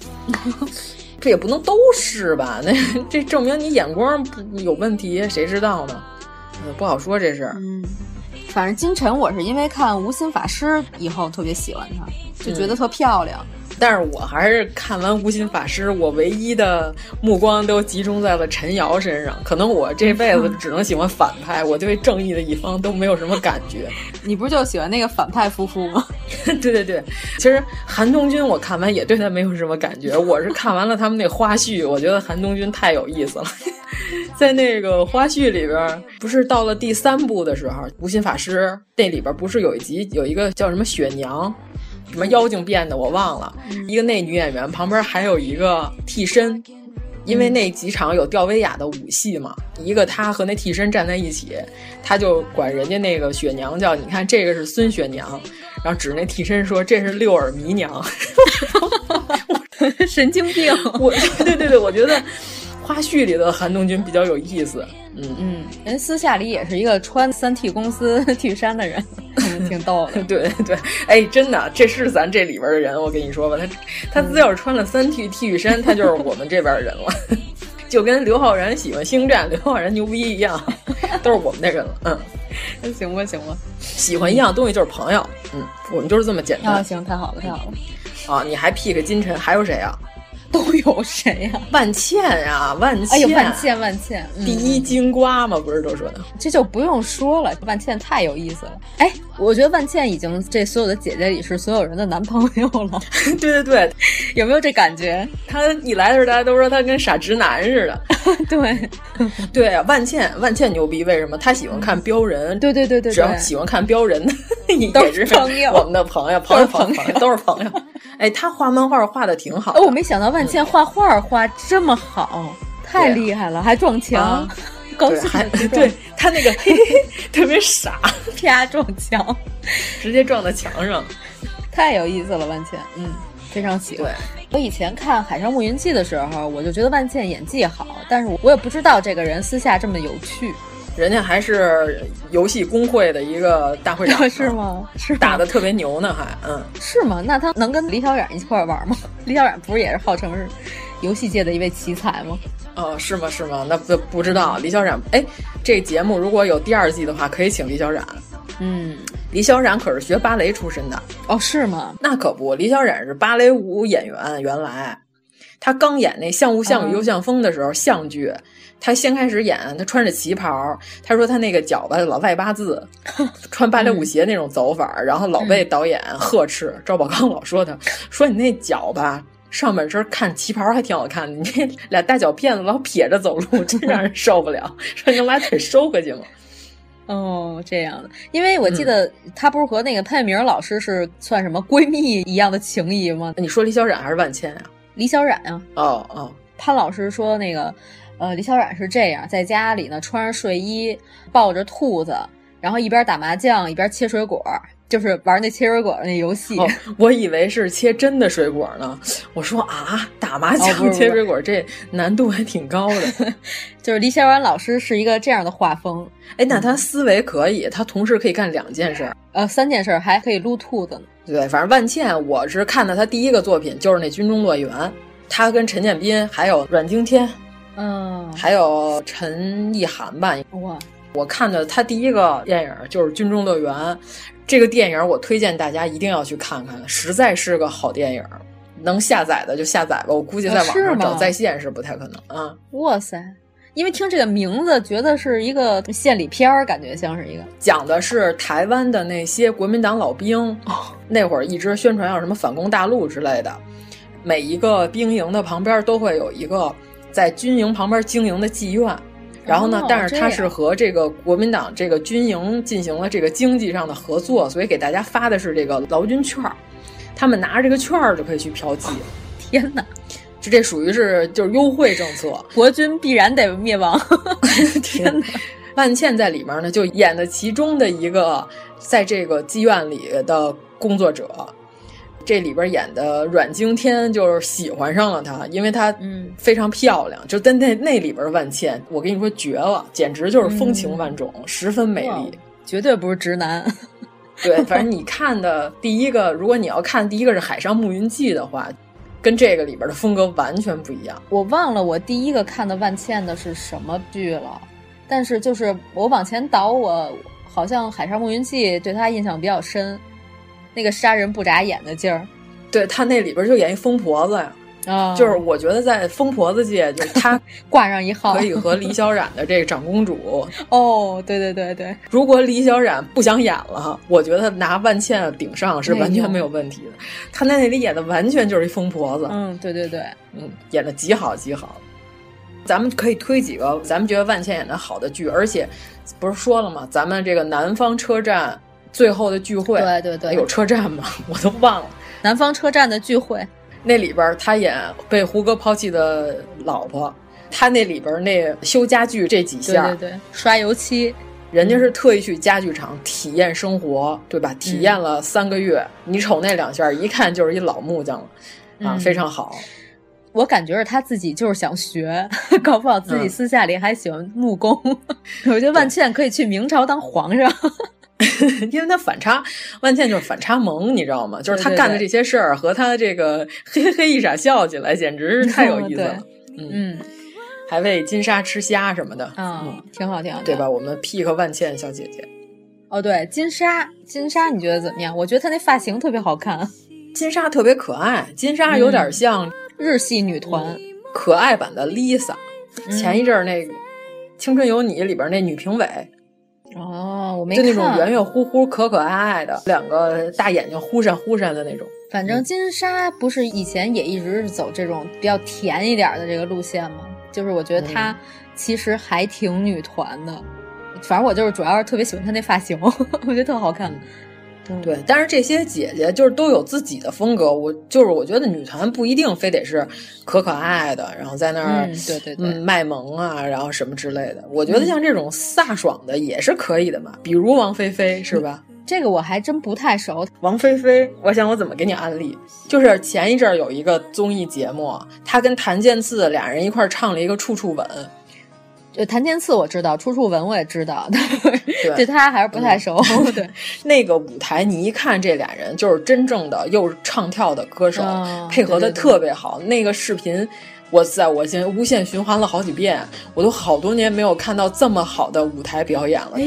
Speaker 5: 这也不能都是吧？ 那这证明你眼光不有问题，谁知道呢？呃不好说这事儿。
Speaker 6: 嗯，反正金晨，我是因为看无心法师以后特别喜欢她，就觉得特漂亮。
Speaker 5: 但是我还是看完《无心法师》，我唯一的目光都集中在了陈瑶身上。可能我这辈子只能喜欢反派，我对正义的一方都没有什么感觉。
Speaker 6: 你不是就喜欢那个反派夫妇吗？
Speaker 5: 对对对，其实韩东君我看完也对他没有什么感觉，我是看完了他们那花絮，我觉得韩东君太有意思了。 在那个花絮里边，不是到了第三部的时候，《无心法师》那里边不是有一集有一个叫什么雪娘，什么妖精变的我忘了，一个那女演员旁边还有一个替身。因为那几场有吊威亚的武戏嘛，一个他和那替身站在一起，他就管人家那个雪娘叫，你看这个是孙雪娘，然后指那替身说这是六耳迷娘，
Speaker 6: 神经病。
Speaker 5: 我对对对，我觉得花絮里的韩东君比较有意思，嗯，
Speaker 6: 嗯，人私下里也是一个穿三 T 公司 T 衫的人，嗯挺逗的。
Speaker 5: 对对，哎，真的，这是咱这里边的人，我跟你说吧，他他只要是穿了三 T 替恤衫，他就是我们这边人了， 就跟刘昊然喜欢星战，刘昊然牛逼一样，都是我们那人了，嗯，
Speaker 6: 行吧，行吧，
Speaker 5: 喜欢一样东西就是朋友，嗯，我们就是这么简单
Speaker 6: 啊，行，太好了，太好了。
Speaker 5: 啊，你还 pick 金晨，还有谁啊？
Speaker 6: 都有谁呀、
Speaker 5: 万茜啊，万茜， 啊
Speaker 6: 哎呦，万茜，万茜，嗯
Speaker 5: 第一金瓜嘛，不是都说的？
Speaker 6: 这就不用说了，万茜太有意思了。哎，我觉得万茜已经这所有的姐姐里是所有人的男朋友了，
Speaker 5: 对对对，
Speaker 6: 有没有这感觉？
Speaker 5: 他一来的时候，大家都说他跟傻直男似的。
Speaker 6: 对，
Speaker 5: 对，啊万茜，万茜牛逼，为什么？她喜欢看标人，
Speaker 6: 对对对对
Speaker 5: 只要
Speaker 6: 对，
Speaker 5: 喜欢看标人 的
Speaker 6: 都
Speaker 5: 也
Speaker 6: 是
Speaker 5: 是
Speaker 6: 朋友
Speaker 5: 我们的朋友，朋
Speaker 6: 都
Speaker 5: 友
Speaker 6: 是朋友
Speaker 5: 朋友都是朋 友。哎，她画漫画画的挺好的
Speaker 6: 哦，我没想到万茜画画画这么好，太
Speaker 5: 对啊
Speaker 6: 厉害了，还撞墙，
Speaker 5: 啊
Speaker 6: 高
Speaker 5: 对，
Speaker 6: 兴
Speaker 5: 还
Speaker 6: 地撞
Speaker 5: 对她那个 嘿嘿嘿特别傻，
Speaker 6: 啪撞墙，
Speaker 5: 直接撞到墙上。
Speaker 6: 太有意思了，万茜，嗯，非常喜欢。我以前看《海上牧云记》的时候，我就觉得万茜演技好，但是我也不知道这个人私下这么有趣，
Speaker 5: 人家还是游戏工会的一个大会长 呢，
Speaker 6: 是吗？嗯是吗
Speaker 5: 啊打的特别牛呢，还嗯，
Speaker 6: 是吗？那他能跟李小冉一块儿玩吗？李小冉不是也是号称是游戏界的一位奇才吗？
Speaker 5: 哦，是吗？是吗？那不不知道李小冉，哎，这节目如果有第二季的话，可以请李小冉。
Speaker 6: 嗯，
Speaker 5: 李小冉可是学芭蕾出身的，
Speaker 6: 哦，是吗？
Speaker 5: 那可不，李小冉是芭蕾舞演员，原来。她刚演那《像雾像雨又像风》的时候，像剧，她先开始演，她穿着旗袍，她说她那个脚吧老外八字，穿芭蕾舞鞋那种走法儿，然后老被导演呵斥，赵宝刚老说她，说你那脚吧。上半身看旗袍还挺好看的，你这俩大脚片子老撇着走路，真让人受不了。说你能把腿收回去吗？
Speaker 6: 哦，这样的，因为
Speaker 5: 嗯
Speaker 6: 我记得她不是和那个潘粤明老师是算什么闺蜜一样的情谊吗？
Speaker 5: 你说李小冉还是万茜呀、
Speaker 6: 李小冉啊，
Speaker 5: 哦哦，
Speaker 6: 潘老师说那个，呃，李小冉是这样，在家里呢穿着睡衣，抱着兔子，然后一边打麻将一边切水果，就是玩那切水果的那游戏。
Speaker 5: 哦，我以为是切真的水果呢。我说啊，打麻
Speaker 6: 哦不是
Speaker 5: 将
Speaker 6: 不是
Speaker 5: 切水果、这难度还挺高 的。
Speaker 6: 就是李小冉老师是一个这样的画风，
Speaker 5: 哎，那他思维可以，他同时可以干两件事儿。
Speaker 6: 呃，三件事儿还可以撸兔子呢。
Speaker 5: 对，反正万茜，啊我是看到他第一个作品就是那《军中乐园》，他跟陈建斌、还有阮经天、
Speaker 6: 嗯，
Speaker 5: 还有陈意涵吧，
Speaker 6: 哇，
Speaker 5: 我看的他第一个电影就是《军中乐园》，这个电影我推荐大家一定要去看看，实在是个好电影。能下载的就下载吧，我估计在
Speaker 6: 啊
Speaker 5: 网
Speaker 6: 是
Speaker 5: 上找
Speaker 6: 吗
Speaker 5: 在线是不太可能啊。
Speaker 6: 哇塞！因为听这个名字，觉得是一个献礼片儿，感觉像是一个
Speaker 5: 讲的是台湾的那些国民党老兵，
Speaker 6: 哦
Speaker 5: 那会儿一直宣传要什么反攻大陆之类的。每一个兵营的旁边都会有一个在军营旁边经营的妓院，然后呢
Speaker 6: 哦，
Speaker 5: 但是它
Speaker 6: 这
Speaker 5: 是
Speaker 6: 样
Speaker 5: 和这个国民党这个军营进行了这个经济上的合作，所以给大家发的是这个劳军券儿，他们拿着这个券儿就可以去嫖妓，
Speaker 6: 天哪！
Speaker 5: 就这属于是就是优惠政策。
Speaker 6: 国军必然得灭亡。 天哪！
Speaker 5: 万茜在里面呢，就演的其中的一个在这个妓院里的工作者。这里边演的阮经天就是喜欢上了她，因为她
Speaker 6: 嗯
Speaker 5: 非常漂亮，就在那那里边万茜，我跟你说绝了，简直就是风情万种，十分美
Speaker 6: 嗯哇哦
Speaker 5: 丽。
Speaker 6: 绝对不是直男。
Speaker 5: 对，反正你看的第一个，如果你要看第一个是《海上牧云记》的话，跟这个里边的风格完全不一样。
Speaker 6: 我忘了我第一个看的万茜的是什么剧了，但是就是我往前倒我，我好像海上牧云记对他印象比较深，那个杀人不眨眼的劲儿
Speaker 5: 对他那里边就演一疯婆子呀，
Speaker 6: 啊
Speaker 5: 就是我觉得在疯婆子界，就是他
Speaker 6: 挂上一号
Speaker 5: 可以和李小冉的这个长公主，
Speaker 6: 哦，对对对对，
Speaker 5: 如果李小冉不想演了，我觉得拿万茜顶上是完全没有问题的。她在那里演的完全就是一疯婆子，
Speaker 6: 嗯，对对对，
Speaker 5: 嗯，演的极好极好。咱们可以推几个咱们觉得万茜演的好的剧，而且不是说了吗？咱们这个南方车站最后的聚会，
Speaker 6: 对对对
Speaker 5: 有车站吗？ 我都忘了。
Speaker 6: 南方车站的聚会，
Speaker 5: 那里边儿他演被胡歌抛弃的老婆，他那里边儿那修家具这几
Speaker 6: 对
Speaker 5: 下，
Speaker 6: 对对，刷油漆，
Speaker 5: 人家是特意去家具厂体验生活，对吧？
Speaker 6: 嗯
Speaker 5: 体验了三个月，你瞅那两下，一看就是一老木匠了，啊，
Speaker 6: 嗯
Speaker 5: 非常好。
Speaker 6: 我感觉是他自己就是想学， 搞不好自己
Speaker 5: 嗯
Speaker 6: 私下里还喜欢木工。 我觉得万茜可以去明朝当皇上。
Speaker 5: 因为他反差，万茜就是反差萌，你知道吗？就是他
Speaker 6: 对对
Speaker 5: 干的
Speaker 6: 对
Speaker 5: 这些事儿和他这个 嘿嘿一傻笑起来，简直是太有意思了。嗯，
Speaker 6: 嗯
Speaker 5: 还喂金莎吃虾什么的，
Speaker 6: 啊、
Speaker 5: 嗯，
Speaker 6: 挺好挺好，
Speaker 5: 对吧？？我们 pick 万茜小姐姐，
Speaker 6: 哦，对，金莎，金莎，你觉得怎么样？我觉得她那发型特别好看，
Speaker 5: 金莎特别可爱，金莎
Speaker 6: 嗯
Speaker 5: 有点像
Speaker 6: 日系女团。
Speaker 5: 可爱版的 Lisa。
Speaker 6: 嗯
Speaker 5: 前一阵儿那个《青春有你》里边那女评委，
Speaker 6: 哦，我没
Speaker 5: 就
Speaker 6: 看
Speaker 5: 那种圆圆乎乎、可可爱爱的，两个大眼睛忽闪忽闪的那种。
Speaker 6: 反正金莎不是以前也一直是走这种比较甜一点的这个路线吗？就是我觉得她
Speaker 5: 嗯
Speaker 6: 其实还挺女团的，反正我就是主要是特别喜欢她那发型， 我觉得特好看。
Speaker 5: 嗯
Speaker 6: 嗯
Speaker 5: 对，但是这些姐姐就是都有自己的风格。我就是我觉得女团不一定非得是可可爱爱的，然后在那儿
Speaker 6: 嗯，对对嗯对，
Speaker 5: 嗯卖萌啊，然后什么之类的。我觉得像这种飒爽的也是可以的嘛，比如王菲菲 是吧？
Speaker 6: 这个我还真不太熟。
Speaker 5: 王菲菲，我想我怎么给你安利？就是前一阵儿有一个综艺节目，她跟谭健次俩人一块儿唱了一个《处处吻》，
Speaker 6: 呃，谭健次我知道，楚楚文我也知道，
Speaker 5: 对嗯
Speaker 6: 对她还是不太熟。 对，
Speaker 5: 那个舞台，你一看这俩人就是真正的又是唱跳的歌手，
Speaker 6: 嗯
Speaker 5: 配合
Speaker 6: 对
Speaker 5: 的
Speaker 6: 对对
Speaker 5: 特别好。那个视频，我在我现在无限循环了好几遍，我都好多年没有看到这么好的舞台表演了。
Speaker 6: 哎，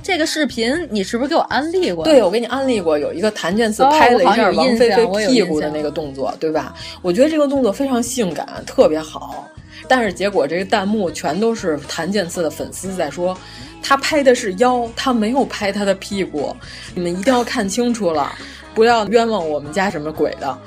Speaker 6: 这个视频你是不是给我安利过？
Speaker 5: 对，我给你安利过，有一个谭健次
Speaker 6: 哦
Speaker 5: 拍了一
Speaker 6: 我好
Speaker 5: 下
Speaker 6: 像有
Speaker 5: 王
Speaker 6: 印
Speaker 5: 菲
Speaker 6: 象
Speaker 5: 菲
Speaker 6: 我有
Speaker 5: 屁
Speaker 6: 印
Speaker 5: 股的
Speaker 6: 象
Speaker 5: 那个动作，对吧？我觉得这个动作非常性感，特别好。但是结果这个弹幕全都是谭健次的粉丝在说，他拍的是腰，他没有拍他的屁股，你们一定要看清楚了，不要冤枉我们家什么鬼的。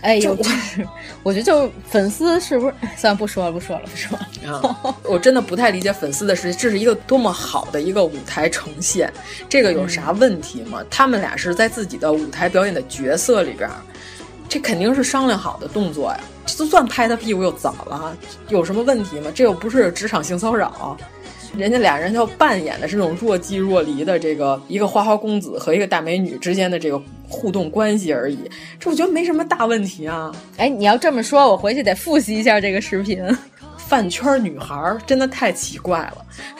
Speaker 6: 哎呦，
Speaker 5: 就
Speaker 6: 真是， 我觉得就是粉丝是不是？算了，不说了，不说了，不说了。
Speaker 5: 啊， 我真的不太理解粉丝的事情，这是一个多么好的一个舞台呈现，这个有啥问题吗？他们俩是在自己的舞台表演的角色里边儿，这肯定是商量好的动作呀。这就算拍他屁股又咋了？有什么问题吗？这又不是职场性骚扰，人家俩人要扮演的是这种若即若离的这个一个花花公子和一个大美女之间的这个互动关系而已，这我觉得没什么大问题啊。
Speaker 6: 哎，你要这么说，我回去得复习一下这个视频。
Speaker 5: 饭圈女孩儿真的太奇怪了。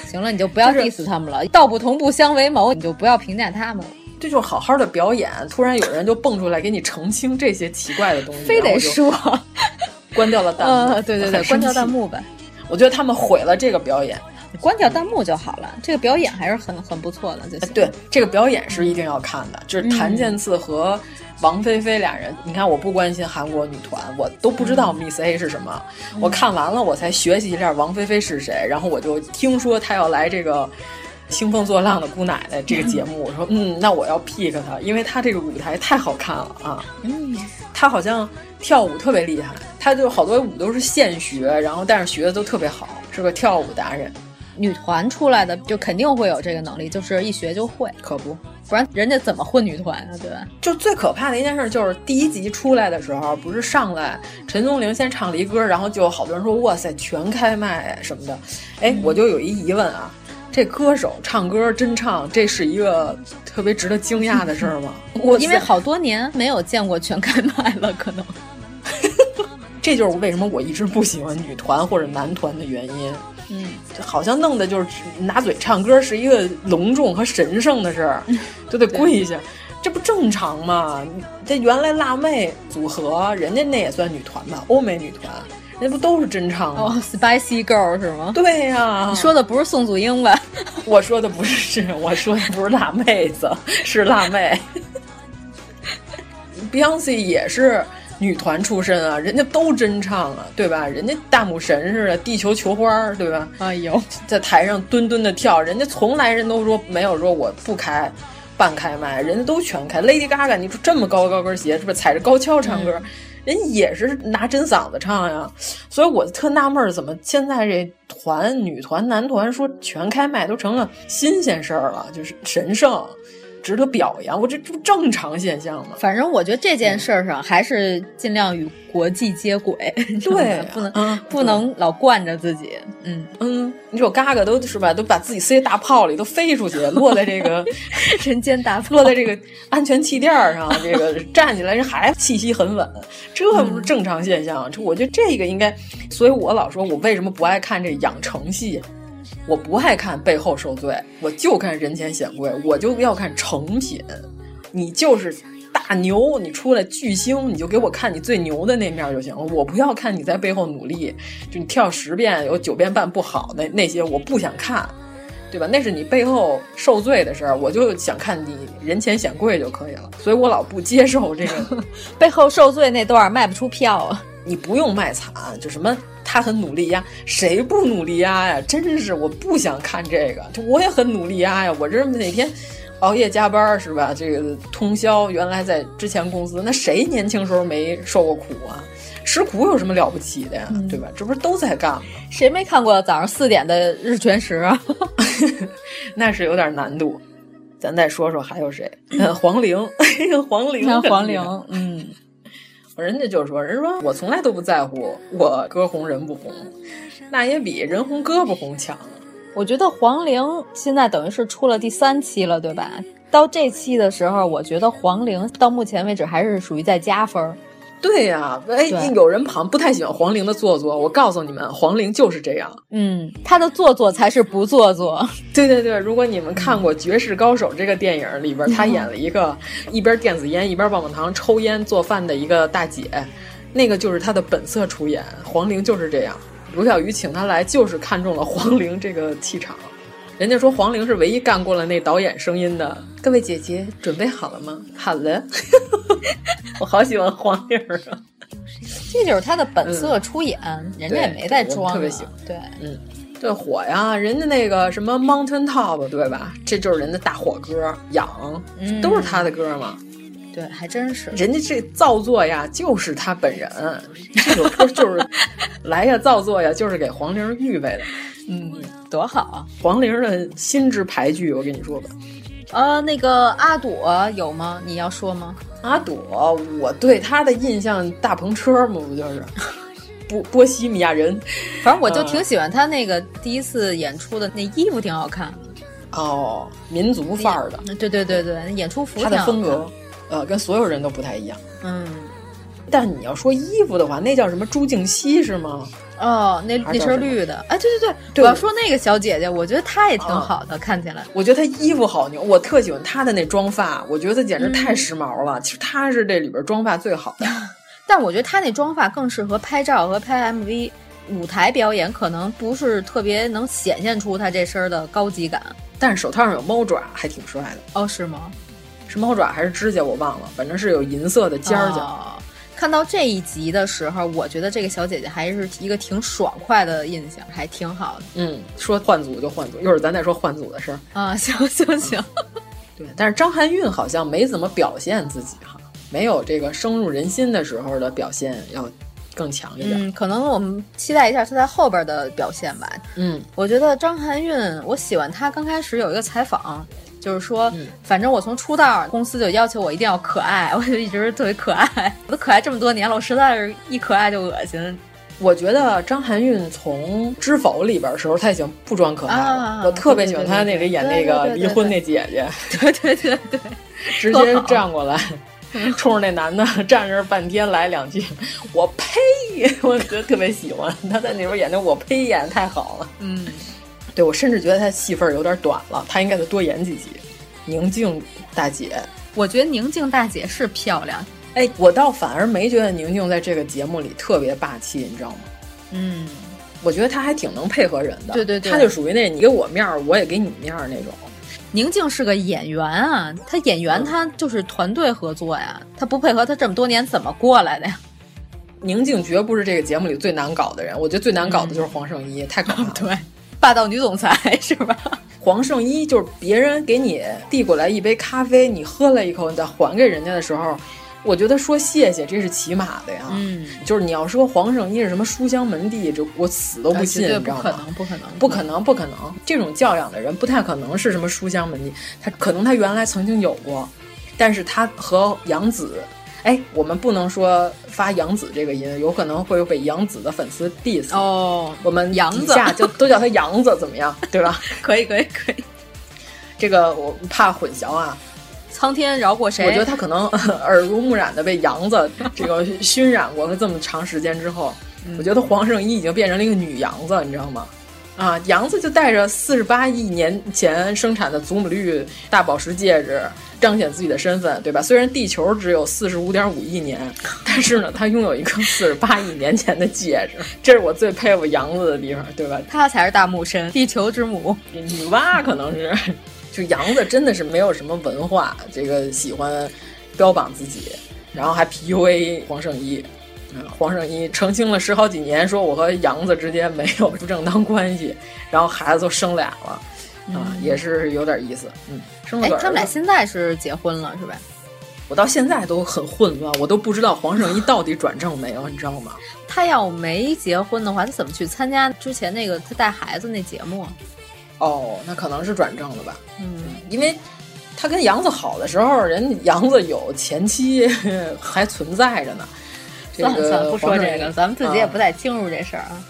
Speaker 6: 行了，你就不要
Speaker 5: 就是
Speaker 6: diss 他们了，道不同不相为谋，你就不要评价他们了。
Speaker 5: 这就是好好的表演，突然有人就蹦出来给你澄清这些奇怪的东西，
Speaker 6: 非
Speaker 5: 然
Speaker 6: 得
Speaker 5: 后就
Speaker 6: 说，
Speaker 5: 关掉了弹幕。
Speaker 6: 呃，对对
Speaker 5: 我 很
Speaker 6: 对，
Speaker 5: 生
Speaker 6: 关掉
Speaker 5: 气
Speaker 6: 弹。幕呗，
Speaker 5: 我觉得他们毁了这个表演。
Speaker 6: 关掉弹幕就好了。这个表演还是很很不错的，就
Speaker 5: 哎
Speaker 6: 行。
Speaker 5: 对，这个表演是一定要看的，就是谭健次和王菲菲俩人。你看，我不关心韩国女团，我都不知道 Miss A 是什么。我看完了，我才学习一下王菲菲是谁，然后我就听说她要来这个。兴风作浪的姑奶奶这个节目，我说嗯，那我要 pick 她，因为她这个舞台太好看了啊。
Speaker 6: 嗯，
Speaker 5: 他好像跳舞特别厉害，他就好多舞都是现学，然后但是学的都特别好，是个跳舞达人，
Speaker 6: 女团出来的就肯定会有这个能力，就是一学就会，
Speaker 5: 可不。
Speaker 6: 不然人家怎么混女团啊，对吧？
Speaker 5: 就最可怕的一件事就是第一集出来的时候，不是上来陈松伶先唱了一歌，然后就有好多人说哇塞全开麦什么的，哎，我就有一疑问啊，这歌手唱歌真唱，这是一个特别值得惊讶的事儿吗？我
Speaker 6: 因为好多年没有见过全开麦了，可能。
Speaker 5: 这就是为什么我一直不喜欢女团或者男团的原因。
Speaker 6: 嗯，
Speaker 5: 好像弄的就是拿嘴唱歌是一个隆重和神圣的 事儿，就得跪下，这不正常吗？这原来辣妹组合，人家那也算女团吧，欧美女团，那不都是真唱吗？
Speaker 6: 哦，Spicy Girl 是吗？
Speaker 5: 对呀、
Speaker 6: 你说的不是宋祖英吧？
Speaker 5: 我说的不是， 我说的不是辣妹子， 是辣妹。Beyonce 也是女团出身啊，人家都真唱啊，对吧？人家大母神似的，地球球花儿，对吧？
Speaker 6: 哎呦，
Speaker 5: 在台上蹲蹲的跳，人家从来人都说没有说我不开半开麦，人家都全开。Lady Gaga，你说这么高高跟鞋是不是踩着高跷唱歌？人也是拿真嗓子唱呀，所以我特纳闷儿，怎么现在这团女团、男团说全开麦都成了新鲜事儿了，就是神圣，值得表扬。我这这不正常现象吗？
Speaker 6: 反正我觉得这件事儿上还是尽量与国际接轨，
Speaker 5: 对啊
Speaker 6: 不能、
Speaker 5: 嗯
Speaker 6: 不能老惯着自己。嗯，
Speaker 5: 嗯，你说我嘎嘎都是吧，都把自己塞大炮里，都飞出去，落在这个
Speaker 6: 人间大炮
Speaker 5: 落在这个安全气垫儿上，这个站起来人还气息很稳，这不是正常现象。这我觉得这个应该，所以我老说我为什么不爱看这养成戏，啊我不爱看背后受罪，我就看人前显贵，我就要看成品。你就是大牛，你出来巨星，你就给我看你最牛的那面儿就行了。我不要看你在背后努力，就你跳十遍有九遍半不好那那些，我不想看，对吧？那是你背后受罪的事儿，我就想看你人前显贵就可以了。所以我老不接受这个，
Speaker 6: 背后受罪那段儿卖不出票啊。
Speaker 5: 你不用卖惨，就什么他很努力呀，谁不努力呀呀？真是我不想看这个，就我也很努力呀呀，我这哪天。熬夜加班是吧？这个通宵，原来在之前公司，那谁年轻时候没受过苦啊？吃苦有什么了不起的呀？对吧？这不是都在干吗？
Speaker 6: 谁没看过早上四点的日全食 啊？
Speaker 5: 那是有点难度。咱再说说还有谁？ 呃黄龄， 黄龄，
Speaker 6: 看黄龄，嗯，
Speaker 5: 人家就说，人说我从来都不在乎我歌红人不红，那也比人红歌不红强。
Speaker 6: 我觉得黄龄现在等于是出了第三期了，对吧？到这期的时候，我觉得黄龄到目前为止还是属于在加分儿。
Speaker 5: 对呀、哎
Speaker 6: 对，
Speaker 5: 有人好像不太喜欢黄龄的做作，我告诉你们，黄龄就是这样。
Speaker 6: 嗯，她的做作才是不做作。
Speaker 5: 对对对，如果你们看过《绝世高手》这个电影里边，她演了一个一边电子烟一边棒棒糖抽烟做饭的一个大姐，那个就是她的本色出演。黄龄就是这样，刘晓瑜请她来就是看中了黄龄这个气场。人家说黄龄是唯一干过了那导演声音的。各位姐姐，准备好了吗？好了，我好喜欢黄龄啊。
Speaker 6: 这就是她的本色出演，人家也没在
Speaker 5: 嗯对我
Speaker 6: 装。啊
Speaker 5: 特别喜欢。
Speaker 6: 对，
Speaker 5: 对火呀，人家那个什么 Mountain Top，对吧？这就是人家大火歌，痒，
Speaker 6: 嗯
Speaker 5: 都是他的歌嘛。
Speaker 6: 对，还真是。
Speaker 5: 人家这造作呀，就是他本人，这首歌就是来呀造作呀，就是给黄龄预备的。
Speaker 6: 嗯，多好啊！
Speaker 5: 黄龄的心之牌局，我跟你说吧。
Speaker 6: 呃，那个阿朵有吗？你要说吗？
Speaker 5: 阿朵，我对她的印象，大篷车嘛，不就是？波波西米亚人
Speaker 6: 反正我
Speaker 5: 呃
Speaker 6: 就挺喜欢她那个第一次演出的那衣服，挺好看。
Speaker 5: 哦，民族范儿的，
Speaker 6: 对对对对，演出服
Speaker 5: 她的
Speaker 6: 挺好看
Speaker 5: 风格，呃，跟所有人都不太一样。
Speaker 6: 嗯，
Speaker 5: 但你要说衣服的话，那叫什么朱静熙是吗？
Speaker 6: 哦，那
Speaker 5: 还
Speaker 6: 那
Speaker 5: 是叫
Speaker 6: 身
Speaker 5: 什么
Speaker 6: 绿的，哎，对对对，
Speaker 5: 对
Speaker 6: 我要说那个小姐姐，我觉得她也挺
Speaker 5: 啊
Speaker 6: 好的，看起来。
Speaker 5: 我觉得她衣服好牛，我特喜欢她的那妆发，我觉得简直太时髦了。其实她是这里边妆发最好的，
Speaker 6: 但我觉得她那妆发更适合拍照和拍 MV，舞台表演可能不是特别能显现出她这身儿的高级感。
Speaker 5: 但是手套上有猫爪，还挺帅的。
Speaker 6: 哦，是吗？
Speaker 5: 是猫爪还是指甲我忘了，反正是有银色的尖儿角。
Speaker 6: 哦看到这一集的时候，我觉得这个小姐姐还是一个挺爽快的印象，还挺好的
Speaker 5: 嗯，说换组就换组，一会儿咱再说换组的事儿。
Speaker 6: 啊。行行行，
Speaker 5: 对，但是张含韵好像没怎么表现自己哈，没有这个深入人心的时候的表现要更强一点。
Speaker 6: 嗯，可能我们期待一下她在后边的表现吧。
Speaker 5: 嗯
Speaker 6: 我觉得张含韵，我喜欢她刚开始有一个采访，就是说，
Speaker 5: 嗯
Speaker 6: 反正我从出道公司就要求我一定要可爱，我就一直特别可爱， 我都可爱这么多年了，我实在是一可爱就恶心。
Speaker 5: 我觉得张含韵从《知否》里边的时候，她已经不装可爱了。
Speaker 6: 啊
Speaker 5: 我特别喜欢她
Speaker 6: 对
Speaker 5: 那
Speaker 6: 对对
Speaker 5: 里演
Speaker 6: 对
Speaker 5: 那
Speaker 6: 对
Speaker 5: 个
Speaker 6: 对对
Speaker 5: 离婚那姐姐，
Speaker 6: 对对对对，
Speaker 5: 直接站过来，冲着那男的站着半天来两句，我呸！ 我觉得特别喜欢她在那边演的我呸演得太好了。
Speaker 6: 嗯，
Speaker 5: 对我甚至觉得她戏份儿有点短了，她应该再多演几集。宁静大姐，
Speaker 6: 我觉得宁静大姐是漂亮，
Speaker 5: 哎，我倒反而没觉得宁静在这个节目里特别霸气，你知道吗？
Speaker 6: 嗯，
Speaker 5: 我觉得他还挺能配合人的。
Speaker 6: 对对对
Speaker 5: 他就属于那你给我面儿，我也给你面儿那种。
Speaker 6: 宁静是个演员啊，他演员他就是团队合作呀，他不配合他这么多年怎么过来的 呀？
Speaker 5: 宁静绝不是这个节目里最难搞的人，我觉得最难搞的就是黄圣依，太搞 了。
Speaker 6: 对，霸道女总裁是吧？
Speaker 5: 黄圣依就是别人给你递过来一杯咖啡，你喝了一口，你再还给人家的时候，我觉得说谢谢这是起码的呀。
Speaker 6: 嗯，
Speaker 5: 就是你要说黄圣依是什么书香门第，这我死都不信，
Speaker 6: 啊绝对
Speaker 5: 你
Speaker 6: 不
Speaker 5: 知道
Speaker 6: 可
Speaker 5: 吗？
Speaker 6: 能，不可能，
Speaker 5: 不可能，不可能！这种教养的人不太可能是什么书香门第，他可能他原来曾经有过，但是他和杨紫，哎，我们不能说发杨紫这个音，有可能会被杨紫的粉丝 diss。
Speaker 6: 哦，
Speaker 5: 我们
Speaker 6: 杨子
Speaker 5: 底下就都叫他杨子，怎么样？对吧？
Speaker 6: 可以，可以，可以。
Speaker 5: 这个我怕混淆啊，
Speaker 6: 苍天饶过谁？
Speaker 5: 我觉得他可能 耳濡目染的被杨子 这个熏染过了这么长时间之后，我觉得黄圣依已经变成了一个女杨子，你知道吗？啊，杨子就带着四十八亿年前生产的祖母绿大宝石戒指，彰显自己的身份，对吧？虽然地球只有四十五点五亿年，但是呢，他拥有一个四十八亿年前的戒指，这是我最佩服杨子的地方，对吧？
Speaker 6: 他才是大木神，地球之母。
Speaker 5: 女娲可能是， 就杨子真的是没有什么文化，这个喜欢标榜自己，然后还 PUA 黄圣依。嗯黄圣依澄清了十好几年，说我和杨子之间没有不正当关系， 然后孩子都生俩了，啊、也是有点意思。嗯，生了
Speaker 6: 哎
Speaker 5: 个，儿
Speaker 6: 他们俩
Speaker 5: 子
Speaker 6: 现在是结婚了是吧？
Speaker 5: 我到现在都很混乱，我都不知道黄圣依到底转正没有，你知道吗？
Speaker 6: 他要没结婚的话，他怎么去参加之前那个他带孩子那节目？
Speaker 5: 哦，那可能是转正了吧。
Speaker 6: 嗯，
Speaker 5: 因为他跟杨子好的时候，人杨子有前妻还存在着呢。这
Speaker 6: 算了算了，
Speaker 5: 个
Speaker 6: 不说
Speaker 5: 黄圣
Speaker 6: 这个，
Speaker 5: 依
Speaker 6: 咱们自己也不
Speaker 5: 啊
Speaker 6: 太清楚这事儿啊。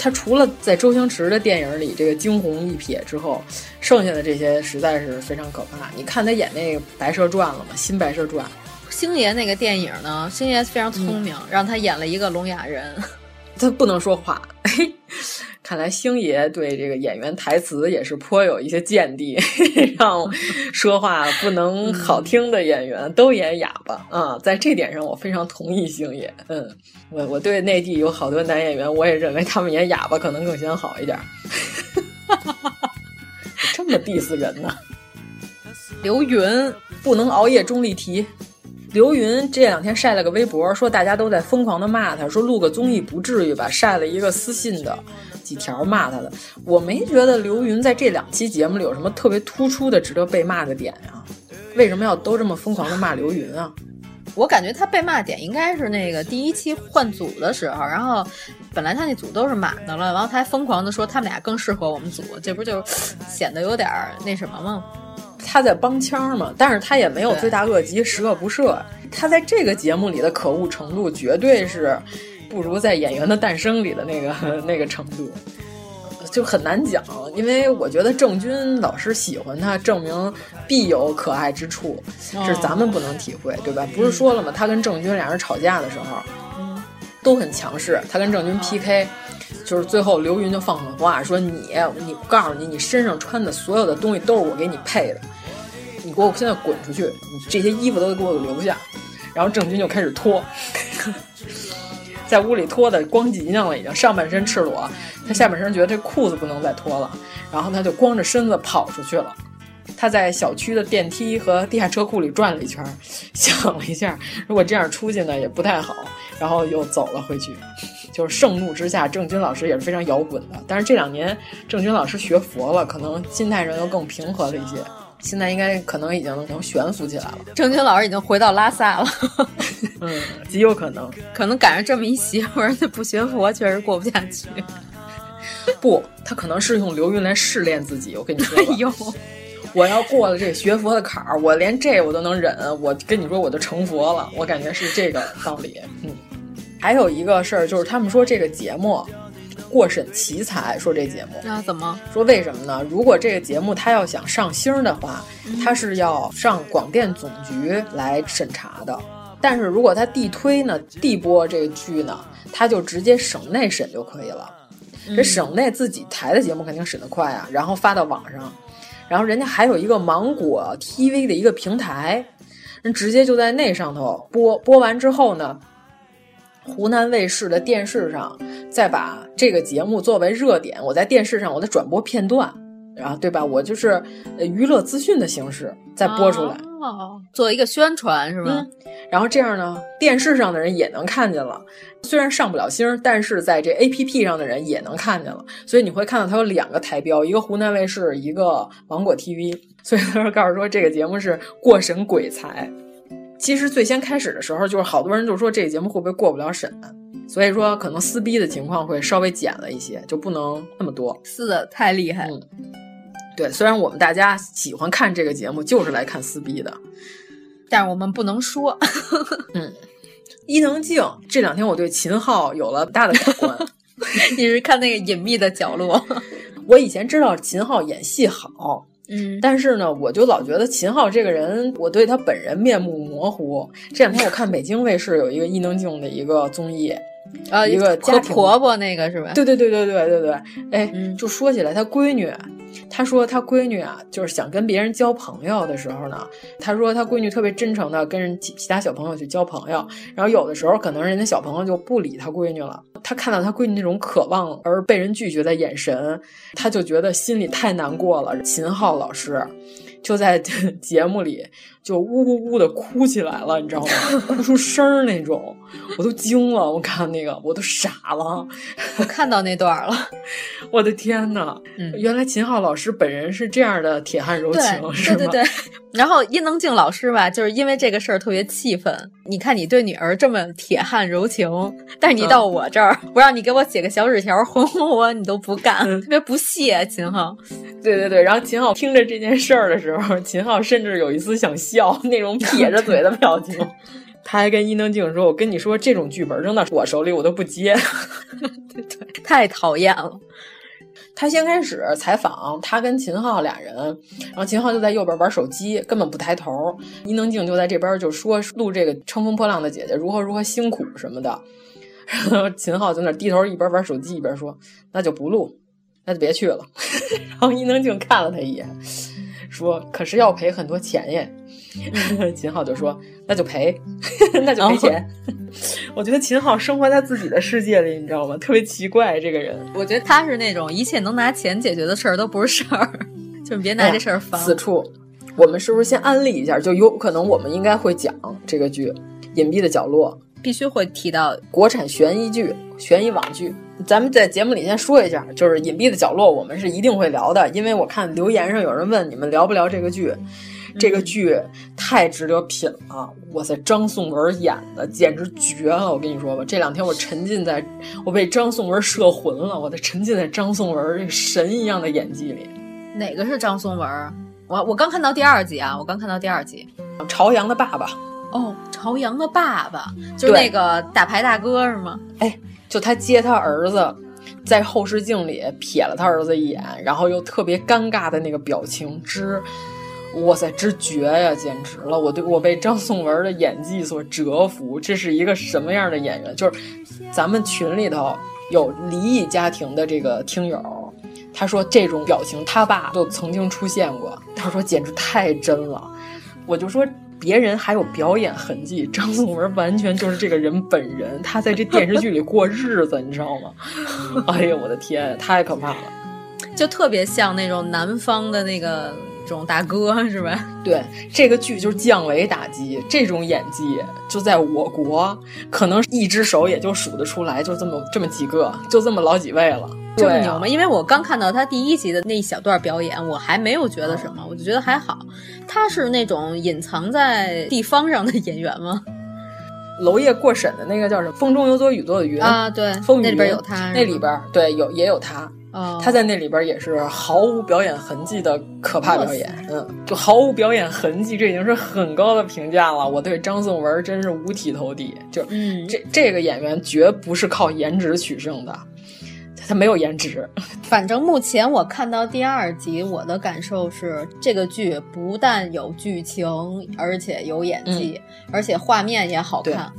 Speaker 5: 他除了在周星驰的电影里这个惊鸿一瞥之后，剩下的这些实在是非常可怕。你看他演那个《白蛇传》了吗？《新白蛇传》
Speaker 6: 星爷那个电影呢，星爷非常聪明，让他演了一个聋哑人。
Speaker 5: 他不能说话。 看来星爷对这个演员台词也是颇有一些见地， 让说话不能好听的演员都演哑巴啊、在这点上，我非常同意星爷。嗯，我我对内地有好多男演员，我也认为他们演哑巴可能更显好一点。 这么 diss 人呢？
Speaker 6: 刘云，
Speaker 5: 不能熬夜钟丽缇。刘云这两天晒了个微博，说大家都在疯狂的骂他，说录个综艺不至于吧？晒了一个私信的几条骂他的，我没觉得刘云在这两期节目里有什么特别突出的值得被骂的点啊？为什么要都这么疯狂的骂刘云啊？
Speaker 6: 我感觉他被骂点应该是那个第一期换组的时候，然后本来他那组都是满的了，然后他还疯狂的说他们俩更适合我们组，这不就显得有点儿那什么吗？
Speaker 5: 他在帮腔嘛，但是他也没有罪大恶极、十恶不赦。他在这个节目里的可恶程度，绝对是不如在《演员的诞生》里的那个 那个程度，就很难讲。因为我觉得郑钧老师喜欢他，证明必有可爱之处，是咱们不能体会，对吧？不是说了吗？他跟郑钧俩人吵架的时候，都很强势，他跟郑钧 PK。就是最后刘云就放狠话说你你我告诉你，你身上穿的所有的东西都是我给你配的，你给我现在滚出去，你这些衣服都给我留下。然后郑钧就开始脱， 在屋里脱的光脊上了，已经上半身赤裸，他下半身觉得这裤子不能再脱了，然后他就光着身子跑出去了。他在小区的电梯和地下车库里转了一圈， 想了一下，如果这样出去呢也不太好，然后又走了回去。就是盛怒之下，郑钧老师也是非常摇滚的。但是这两年郑钧老师学佛了，可能心态上又更平和了一些。现在应该可能已经能悬浮起来了，
Speaker 6: 郑钧老师已经回到拉萨了，
Speaker 5: 嗯，极有可能。
Speaker 6: 可能赶上这么一媳妇儿，那不学佛确实过不下去。
Speaker 5: 不，他可能是用刘云来试炼自己。我跟你说
Speaker 6: 哎
Speaker 5: 吧，
Speaker 6: 呦，
Speaker 5: 我要过了这学佛的坎儿，我连这我都能忍，我跟你说我就成佛了。我感觉是这个道理。嗯，还有一个事儿就是他们说这个节目过审奇才，说这节目
Speaker 6: 那怎么？
Speaker 5: 说为什么呢？如果这个节目它要想上星儿的话，它是要上广电总局来审查的。但是如果它地推呢，地播这个剧呢，它就直接省内审就可以了。这省内自己台的节目肯定审得快啊，然后发到网上，然后人家还有一个芒果 TV 的一个平台，人直接就在那上头播，播完之后呢，湖南卫视的电视上，再把这个节目作为热点，我在电视上我再转播片段，然后对吧？我就是呃娱乐资讯的形式再播出来，
Speaker 6: 哦，做一个宣传是吧？
Speaker 5: 嗯然后这样呢，电视上的人也能看见了。虽然上不了星儿，但是在这 A P P 上的人也能看见了。所以你会看到它有两个台标，一个湖南卫视，一个芒果 T V。所以他就告诉说这个节目是过审鬼才。其实最先开始的时候，就是好多人就说这个节目会不会过不了审，所以说可能撕逼的情况会稍微减了一些，就不能那么多。
Speaker 6: 撕的太厉害了，
Speaker 5: 对，虽然我们大家喜欢看这个节目，就是来看撕逼的。
Speaker 6: 但是我们不能说。
Speaker 5: 伊能静这两天我对秦昊有了大的改观。
Speaker 6: 你是看那个隐秘的角落，
Speaker 5: 我以前知道秦昊演戏好，
Speaker 6: 嗯，
Speaker 5: 但是呢，我就老觉得秦昊这个人，我对他本人面目模糊。这两天我看北京卫视有一个伊能静的一个综艺，
Speaker 6: 呃，
Speaker 5: 一个家
Speaker 6: 和
Speaker 5: 庭
Speaker 6: 婆婆那个是吧？
Speaker 5: 对对对对对对对，哎，
Speaker 6: 嗯
Speaker 5: 就说起来他闺女，他说他闺女啊，就是想跟别人交朋友的时候呢，他说他闺女特别真诚的跟人其其他小朋友去交朋友，然后有的时候可能人家小朋友就不理他闺女了，他看到他闺女那种渴望而被人拒绝的眼神，他就觉得心里太难过了。秦昊老师。就在 节目里，就呜呜呜的哭起来了，你知道吗？哭出声儿那种，我都惊了。我看那个，我都傻了。
Speaker 6: 我看到那段了。
Speaker 5: 我的天呐，
Speaker 6: 嗯
Speaker 5: 原来秦昊老师本人是这样的铁汉柔情， 是
Speaker 6: 对
Speaker 5: 吗？
Speaker 6: 对对对。然后伊能静老师吧，就是因为这个事儿特别气愤。你看你对女儿这么铁汉柔情，但是你
Speaker 5: 嗯
Speaker 6: 到我这儿，我让你给我写个小纸条哄哄我，你都不干，
Speaker 5: 嗯
Speaker 6: 特别不屑秦昊。
Speaker 5: 对对对然后秦昊听着这件事儿的时候，秦昊甚至有一丝想笑那种撇着嘴的 表情。他还跟伊能静说：“我跟你说，这种剧本扔到我手里，我都不接。”
Speaker 6: 太讨厌了。
Speaker 5: 他先开始采访，他跟秦昊俩人，然后秦昊就在右边玩手机，根本不抬头。伊能静就在这边就说录这个《乘风破浪的姐姐》如何如何辛苦什么的， 然后秦昊在那低头一边玩手机一边说：“那就不录，那就别去了。” 然后伊能静看了他一眼，说：“可是要赔很多钱耶。” 秦昊就说：“那就赔， 那就赔钱。 我觉得秦昊生活在自己的世界里，你知道吗？特别奇怪，这个人。
Speaker 6: 我觉得他是那种一切能拿钱解决的事儿都不是事儿， 就是
Speaker 5: 哎
Speaker 6: 别拿这事儿烦。
Speaker 5: 嗯此处，我们是不是先安利一下？就有可能我们应该会讲这个剧《隐蔽的角落》，
Speaker 6: 必须会提到
Speaker 5: 国产悬疑剧、悬疑网剧。咱们在节目里先说一下，就是《隐蔽的角落》，我们是一定会聊的，因为我看留言上有人问你们聊不聊这个剧。
Speaker 6: 嗯
Speaker 5: 这个剧太值得品了！哇塞，张颂文演的简直绝了！我跟你说吧，这两天我沉浸在，我被张颂文摄魂了，我在沉浸在张颂文这神一样的演技里。
Speaker 6: 哪个是张颂文儿？啊我我刚看到第二集啊，我刚看到第二集。
Speaker 5: 朝阳的爸爸，
Speaker 6: 哦，朝阳的爸爸就是
Speaker 5: 对
Speaker 6: 那个打牌大哥是吗？
Speaker 5: 就他接他儿子，在后视镜里瞥了他儿子一眼，然后又特别尴尬的那个表情之，哇塞，之绝呀，简直了！我对我被张颂文的演技所折服，这是一个什么样的演员？就是咱们群里头有离异家庭的这个听友。他说这种表情，他爸就曾经出现过。他说简直太真了，我就说别人还有表演痕迹，张颂文完全就是这个人本人，他在这电视剧里过日子，你知道吗？ 哎呀，我的天，太可怕了。
Speaker 6: 就特别像那种南方的那个那种大哥是吧？
Speaker 5: 对这个剧就是降维打击，这种演技就在我国，可能一只手也就数得出来，就这么这么几个，就这么老几位了，
Speaker 6: 这么
Speaker 5: 对啊
Speaker 6: 牛吗？因为我刚看到他第一集的那一小段表演，我还没有觉得什么，我就觉得还好。他是那种隐藏在地方上的演员吗？
Speaker 5: 娄烨过审的那个叫什么？风中有朵雨做的云
Speaker 6: 啊，对，
Speaker 5: 风雨
Speaker 6: 那里边
Speaker 5: 云
Speaker 6: 有他，
Speaker 5: 那里边儿对有也有他，
Speaker 6: 哦，
Speaker 5: 他在那里边也是毫无表演痕迹的可怕表演，嗯，就毫无表演痕迹，这已经是很高的评价了。我对张颂文真是五体投地，就
Speaker 6: 嗯，
Speaker 5: 这这个演员绝不是靠颜值取胜的，他没有颜值，
Speaker 6: 反正目前我看到第二集，我的感受是，这个剧不但有剧情，而且有演
Speaker 5: 嗯
Speaker 6: 技，而且画面也好看。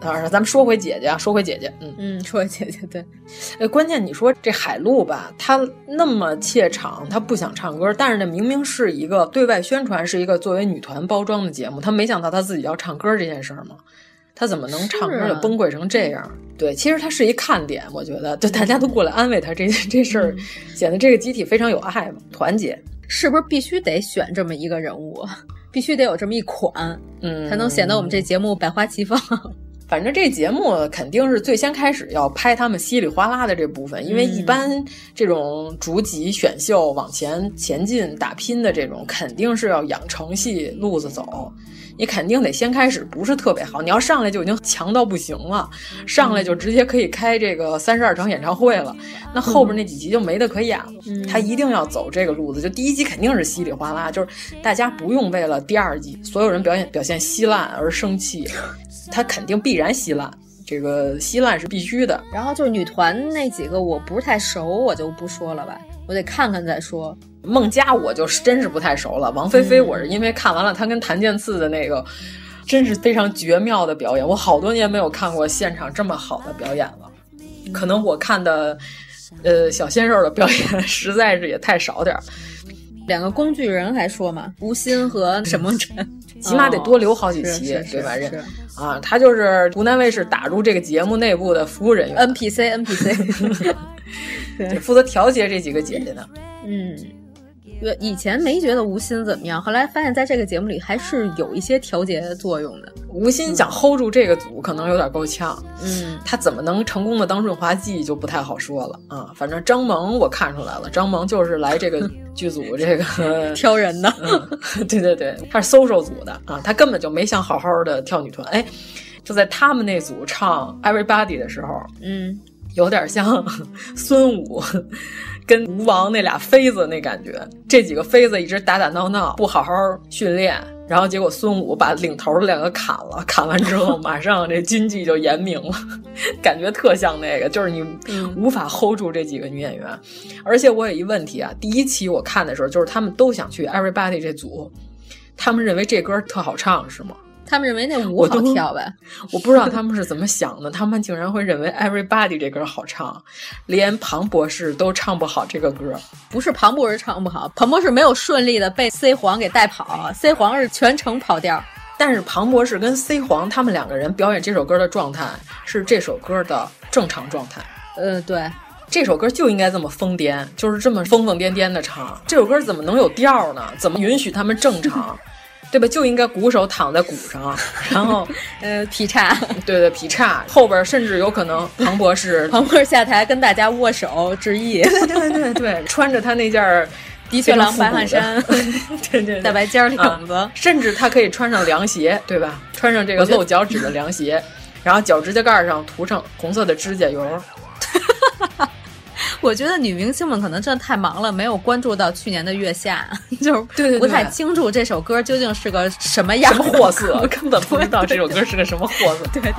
Speaker 5: 啊，咱们说回姐姐啊，说回姐姐，嗯，
Speaker 6: 嗯， 说姐姐对，
Speaker 5: 哎，关键你说这海璐吧，她那么怯场，她不想唱歌，但是呢，明明是一个对外宣传，是一个作为女团包装的节目，她没想到她自己要唱歌这件事儿嘛。他怎么能唱歌
Speaker 6: 是
Speaker 5: 就
Speaker 6: 啊
Speaker 5: 崩溃成这样？对，其实他是一看点，我觉得，就大家都过来安慰他这这事儿，
Speaker 6: 嗯
Speaker 5: 显得这个集体非常有爱嘛，团结，
Speaker 6: 是不是必须得选这么一个人物，必须得有这么一款，
Speaker 5: 嗯，
Speaker 6: 才能显得我们这节目百花齐放？
Speaker 5: 反正这节目肯定是最先开始要拍他们稀里哗啦的这部分，因为一般这种逐级选秀往前前进打拼的这种，肯定是要养成系路子走。你肯定得先开始不是特别好，你要上来就已经强到不行了，上来就直接可以开这个三十二场演唱会了，那后边那几集就没得可演了。他一定要走这个路子，就第一集肯定是稀里哗啦，就是大家不用为了第二季所有人表演表现稀烂而生气，他肯定必然稀烂，这个稀烂是必须的。
Speaker 6: 然后就是女团那几个，我不是太熟，我就不说了吧，我得看看再说。
Speaker 5: 孟佳我就真是不太熟了，王菲菲我是因为看完了她跟谭健次的那个，真是非常绝妙的表演，我好多年没有看过现场这么好的表演了，可能我看的。呃，小鲜肉的表演 实在是也太少点儿，
Speaker 6: 两个工具人还说嘛，吴昕和
Speaker 5: 嗯
Speaker 6: 沈梦辰，
Speaker 5: 起码得多留好几期，
Speaker 6: 哦是是
Speaker 5: 对吧？
Speaker 6: 是
Speaker 5: 人
Speaker 6: 是
Speaker 5: 啊，他就是湖南卫视打入这个节目内部的服务人员，
Speaker 6: NPC NPC，
Speaker 5: 对负责调节这几个姐姐呢。
Speaker 6: 嗯。我以前没觉得吴昕怎么样，后来发现在这个节目里还是有一些调节作用的。
Speaker 5: 吴昕想 hold 住这个组，可能有点够呛。
Speaker 6: 嗯，
Speaker 5: 她怎么能成功的当润滑剂就不太好说了啊。反正张萌我看出来了，张萌就是来这个剧组这个
Speaker 6: 挑人的，
Speaker 5: 嗯， 对对对，他是 social 组的啊，他根本就没想好好的跳女团。哎，就在他们那组唱 Everybody 的时候，
Speaker 6: 嗯，
Speaker 5: 有点像孙武跟吴王那俩妃子那感觉。这几个妃子一直打打闹闹，不好好训练，然后结果孙武把领头的两个砍了，砍完之后马上这军纪就严明了，感觉特像那个，就是你无法 hold 住这几个女演员。而且我有一问题啊，第一期我看的时候，就是他们都想去 Everybody 这组。他们认为这歌特好唱是吗？
Speaker 6: 他们认为那舞
Speaker 5: 我都
Speaker 6: 好跳呗，
Speaker 5: 我不知道他们是怎么想的，他们竟然会认为《Everybody》这歌好唱，连庞博士都唱不好这个歌。
Speaker 6: 不是庞博士唱不好，庞博士没有顺利的被 C 黄给带跑，C 黄是全程跑调。
Speaker 5: 但是庞博士跟 C 黄他们两个人表演这首歌的状态是这首歌的正常状态。
Speaker 6: 呃，对，
Speaker 5: 这首歌就应该这么疯癫，就是这么疯疯癫癫的唱。这首歌怎么能有调呢？怎么允许他们正常？对吧？就应该鼓手躺在鼓上，然后
Speaker 6: 呃，劈叉，
Speaker 5: 对对劈叉，后边甚至有可能庞博士
Speaker 6: 庞博士下台跟大家握手致意，
Speaker 5: 对对对对，穿着他那件儿
Speaker 6: 的确狼 白汗
Speaker 5: 非常
Speaker 6: 衫
Speaker 5: 复古的 对对对，
Speaker 6: 大白尖儿领子，
Speaker 5: 啊甚至他可以穿上凉鞋，对吧？穿上这个露脚趾的凉鞋，然后脚指甲盖上涂上红色的指甲油。
Speaker 6: 我觉得女明星们可能真的太忙了，没有关注到去年的月下， 就是
Speaker 5: 对对对
Speaker 6: 不太清楚这首歌究竟是个什么样
Speaker 5: 什么货色， 我根本不知道这首
Speaker 6: 是。对对
Speaker 5: 歌是个什么货色。对对，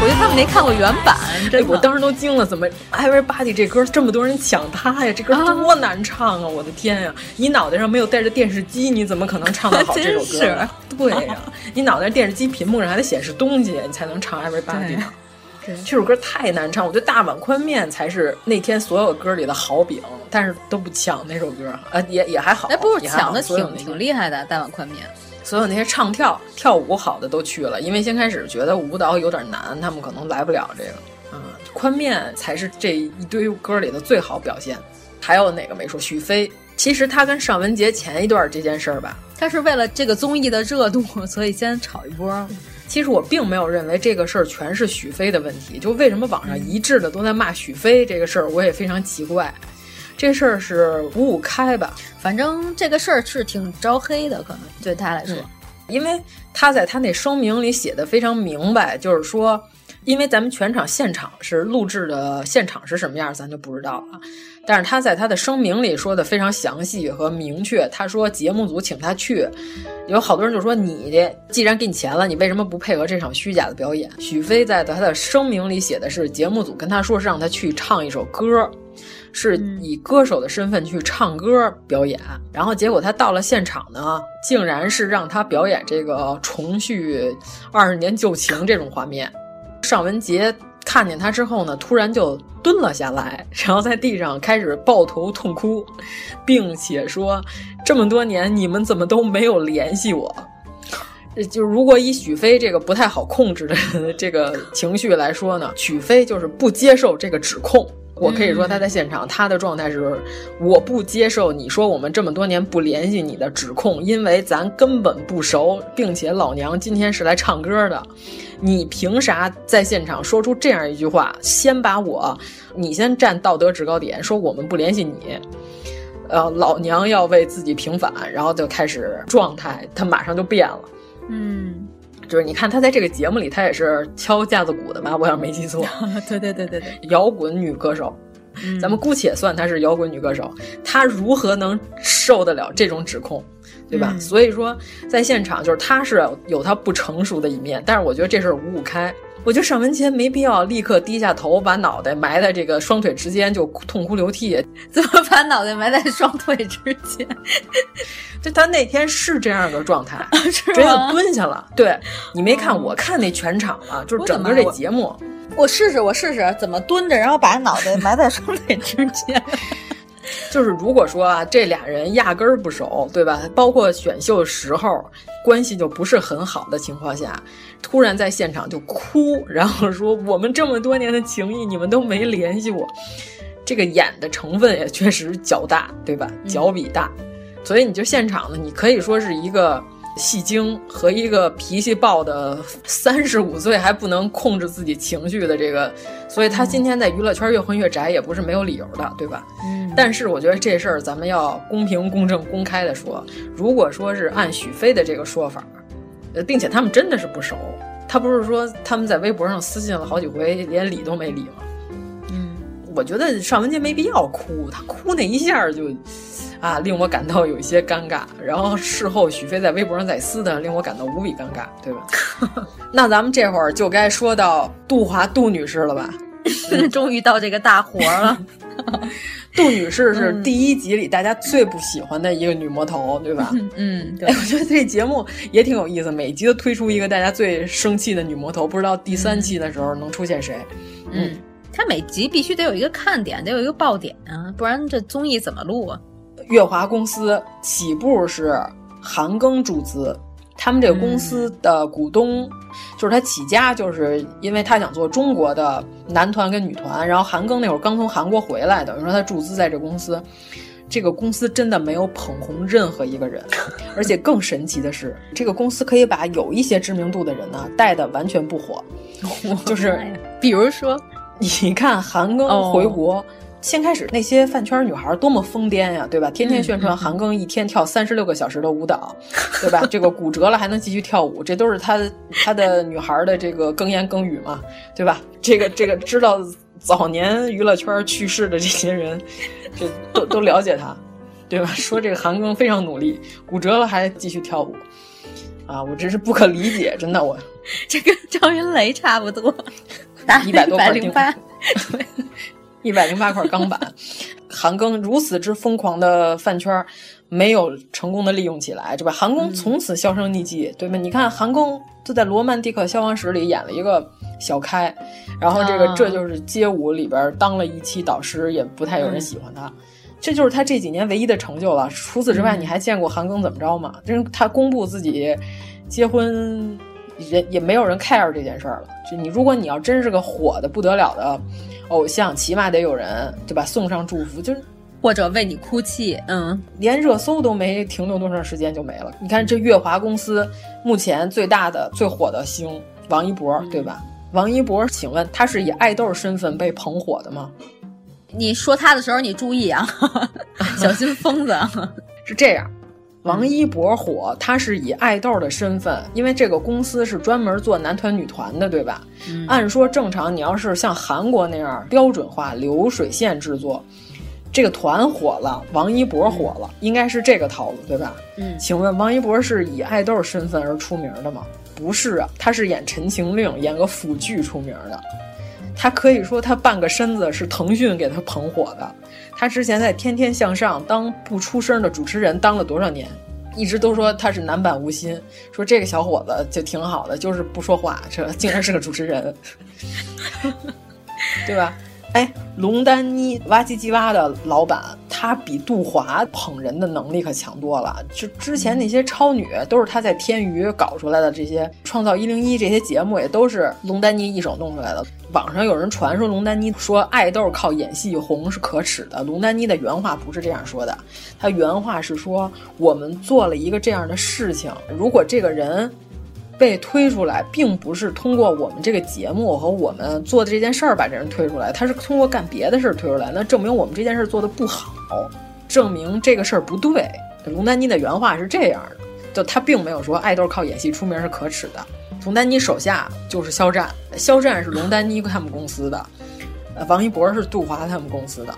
Speaker 6: 我觉得他们没看过原版，
Speaker 5: 这
Speaker 6: 真
Speaker 5: 我
Speaker 6: 的。
Speaker 5: 当时都惊了，怎么 Everybody 这歌这么多人抢它呀？这歌
Speaker 6: 啊
Speaker 5: 多难唱啊！我的天呀，你脑袋上没有带着电视机，你怎么可能唱得好
Speaker 6: 真
Speaker 5: 这首歌呢？对 呀、你脑袋电视机屏幕上还得显示东西，你才能唱 Everybody 呢。
Speaker 6: 对
Speaker 5: 这首歌太难唱，我觉得大碗宽面才是那天所有歌里的好饼，但是都不抢那首歌，啊，也也还好。
Speaker 6: 哎，不是
Speaker 5: 也还好
Speaker 6: 抢的
Speaker 5: 所有
Speaker 6: 挺
Speaker 5: 那些
Speaker 6: 挺厉害的，大碗宽面。
Speaker 5: 所有那些唱跳跳舞好的都去了，因为先开始觉得舞蹈有点难，他们可能来不了这个。嗯，宽面才是这一堆歌里的最好表现。还有哪个没说？许飞，其实他跟尚雯婕前一段这件事儿吧，
Speaker 6: 他是为了这个综艺的热度，所以先炒一波。
Speaker 5: 其实我并没有认为这个事儿全是许飞的问题，就为什么网上一致的都在骂许飞这个事儿，我也非常奇怪。这事儿是五五开吧？
Speaker 6: 反正这个事儿是挺招黑的，可能对他来说。
Speaker 5: 因为他在他那声明里写的非常明白，就是说，因为咱们全场现场是录制的，现场是什么样咱就不知道了。但是他在他的声明里说的非常详细和明确，他说节目组请他去，有好多人就说你既然给你钱了，你为什么不配合这场虚假的表演？许飞在他的声明里写的是，节目组跟他说是让他去唱一首歌。是以歌手的身份去唱歌表演，然后结果他到了现场呢，竟然是让他表演这个重续二十年旧情这种画面。尚雯婕看见他之后呢，突然就蹲了下来，然后在地上开始抱头痛哭，并且说：“这么多年你们怎么都没有联系我？” 就如果以许飞这个不太好控制的这个情绪来说呢，许飞就是不接受这个指控。我可以说他在现场，他的状态是：我不接受你说我们这么多年不联系你的指控，因为咱根本不熟，并且老娘今天是来唱歌的，你凭啥在现场说出这样一句话？先把我，你先站道德制高点，说我们不联系你，呃，老娘要为自己平反，然后就开始状态，他马上就变了。
Speaker 6: 嗯，
Speaker 5: 就是你看他在这个节目里，他也是敲架子鼓的吧？我要没记错，
Speaker 6: 对对对对对，嗯
Speaker 5: 摇滚女歌手，咱们姑且算她是摇滚女歌手，她如何能受得了这种指控，对吧？
Speaker 6: 嗯
Speaker 5: 所以说，在现场就是她是有她不成熟的一面，但是我觉得这事儿五五开。我觉得尚雯婕没必要立刻低下头，把脑袋埋在这个双腿之间就痛哭流涕。
Speaker 6: 怎么把脑袋埋在双腿之间？
Speaker 5: 就她那天是这样的 状态，
Speaker 6: 啊是
Speaker 5: 直接
Speaker 6: 吗哦
Speaker 5: 就蹲下了。对你没看，我看那全场了，就是整个这
Speaker 6: 我的妈
Speaker 5: 节目。
Speaker 6: 我试试，我试试怎么蹲着，然后把脑袋埋在双腿之间。
Speaker 5: 就是如果说啊，这俩人压根儿不熟，对吧？包括选秀时候关系就不是很好的情况下，突然在现场就哭，然后说我们这么多年的情谊，你们都没联系我，这个演的成分也确实较大，对吧？脚比大，所以你就现场呢，你可以说是一个。戏精和一个脾气暴的三十五岁还不能控制自己情绪的这个，所以他今天在娱乐圈越混越宅也不是没有理由的，对吧？但是我觉得这事儿咱们要公平、公正、公开的说。如果说是按许飞的这个说法，呃，并且他们真的是不熟，他不是说他们在微博上私信了好几回，连理都没理吗？嗯，我觉得尚雯婕没必要哭，她哭那一下就啊令我感到有一些尴尬。然后事后许飞在微博上再撕的，令我感到无比尴尬，对吧？ 那咱们这会儿就该说到杜华杜女士了吧？嗯
Speaker 6: 终于到这个大活儿了， 嗯
Speaker 5: 杜女士是第一集里大家最不喜欢的一个女魔头，对吧？
Speaker 6: 嗯，对
Speaker 5: 哎，我觉得这节目也挺有意思，每集都推出一个大家最生气的女魔头，不知道第三期的时候能出现谁。
Speaker 6: 嗯，他每集必须得有一个看点，得有一个爆点啊，不然这综艺怎么录啊？
Speaker 5: 月华公司起步是韩庚注资，他们这个公司的股东、就是他起家，就是因为他想做中国的男团跟女团，然后韩庚那会儿刚从韩国回来的，等于说他注资在这公司。这个公司真的没有捧红任何一个人，而且更神奇的是，这个公司可以把有一些知名度的人呢带的完全不火，就是
Speaker 6: 比如说，
Speaker 5: 你看韩庚回国。先开始那些饭圈女孩多么疯癫呀，对吧？天天宣传韩庚一天跳三十六个小时的舞蹈，对吧？这个骨折了还能继续跳舞，这都是他他的女孩的这个更言更语嘛，对吧？这个这个知道早年娱乐圈去世的这些人，这都都了解他，对吧？说这个韩庚非常努力，骨折了还继续跳舞，啊，我真是不可理解，真的我
Speaker 6: 这跟张云雷差不 多，打
Speaker 5: 一百多块
Speaker 6: 零八，
Speaker 5: 一百零八块钢板。韩庚如此之疯狂的饭圈儿，没有成功的利用起来，对吧？韩庚
Speaker 6: 嗯
Speaker 5: 从此销声匿迹，对吧？你看韩庚就在《罗曼蒂克消亡史》里演了一个小开，然后这个
Speaker 6: 啊
Speaker 5: 《这就是街舞》里边当了一期导师，也不太有人喜欢他。这就是他这几年唯一的成就了。除此之外，你还见过韩庚怎么着吗？就是他公布自己结婚，人也没有人 care 这件事儿了。就你，如果你要真是个火的不得了的偶像，起码得有人对吧送上祝福，就是
Speaker 6: 或者为你哭泣，嗯，
Speaker 5: 连热搜都没停留多长时间就没了。你看这月华公司目前最大的、最火的星王一博，对吧？王一博，请问他是以爱豆身份被捧火的吗？
Speaker 6: 你说他的时候你注意啊， 小心疯子啊！
Speaker 5: 是这样，王一博火，他是以爱豆的身份，因为这个公司是专门做男团女团的，对吧？按说正常，你要是像韩国那样标准化流水线制作，这个团火了，王一博火了，应该是这个套路，对吧？
Speaker 6: 嗯
Speaker 5: 请问王一博是以爱豆身份而出名的吗？不是啊，他是演《陈情令》演个腐剧出名的。他可以说他半个身子是腾讯给他捧火的。他之前在《天天向上》当不出声的主持人当了多少年？一直都说他是男版吴昕，说这个小伙子就挺好的，就是不说话，这竟然是个主持人， 对吧？哎，龙丹妮哇唧唧哇的老板，他比杜华捧人的能力可强多了。就之前那些超女，都是他在天娱搞出来的，这些《创造一零一》这些节目也都是龙丹妮一手弄出来的。网上有人传说龙丹妮说爱豆靠演戏红是可耻的，龙丹妮的原话不是这样说的，她原话是说我们做了一个这样的事情，如果这个人被推出来，并不是通过我们这个节目和我们做的这件事儿把这人推出来，他是通过干别的事儿推出来，那证明我们这件事儿做的不好，证明这个事儿不对。龙丹妮的原话是这样的，就他并没有说爱豆靠演戏出名是可耻的。龙丹妮手下就是肖战，肖战是龙丹妮他们公司的，呃，王一博是杜华他们公司的，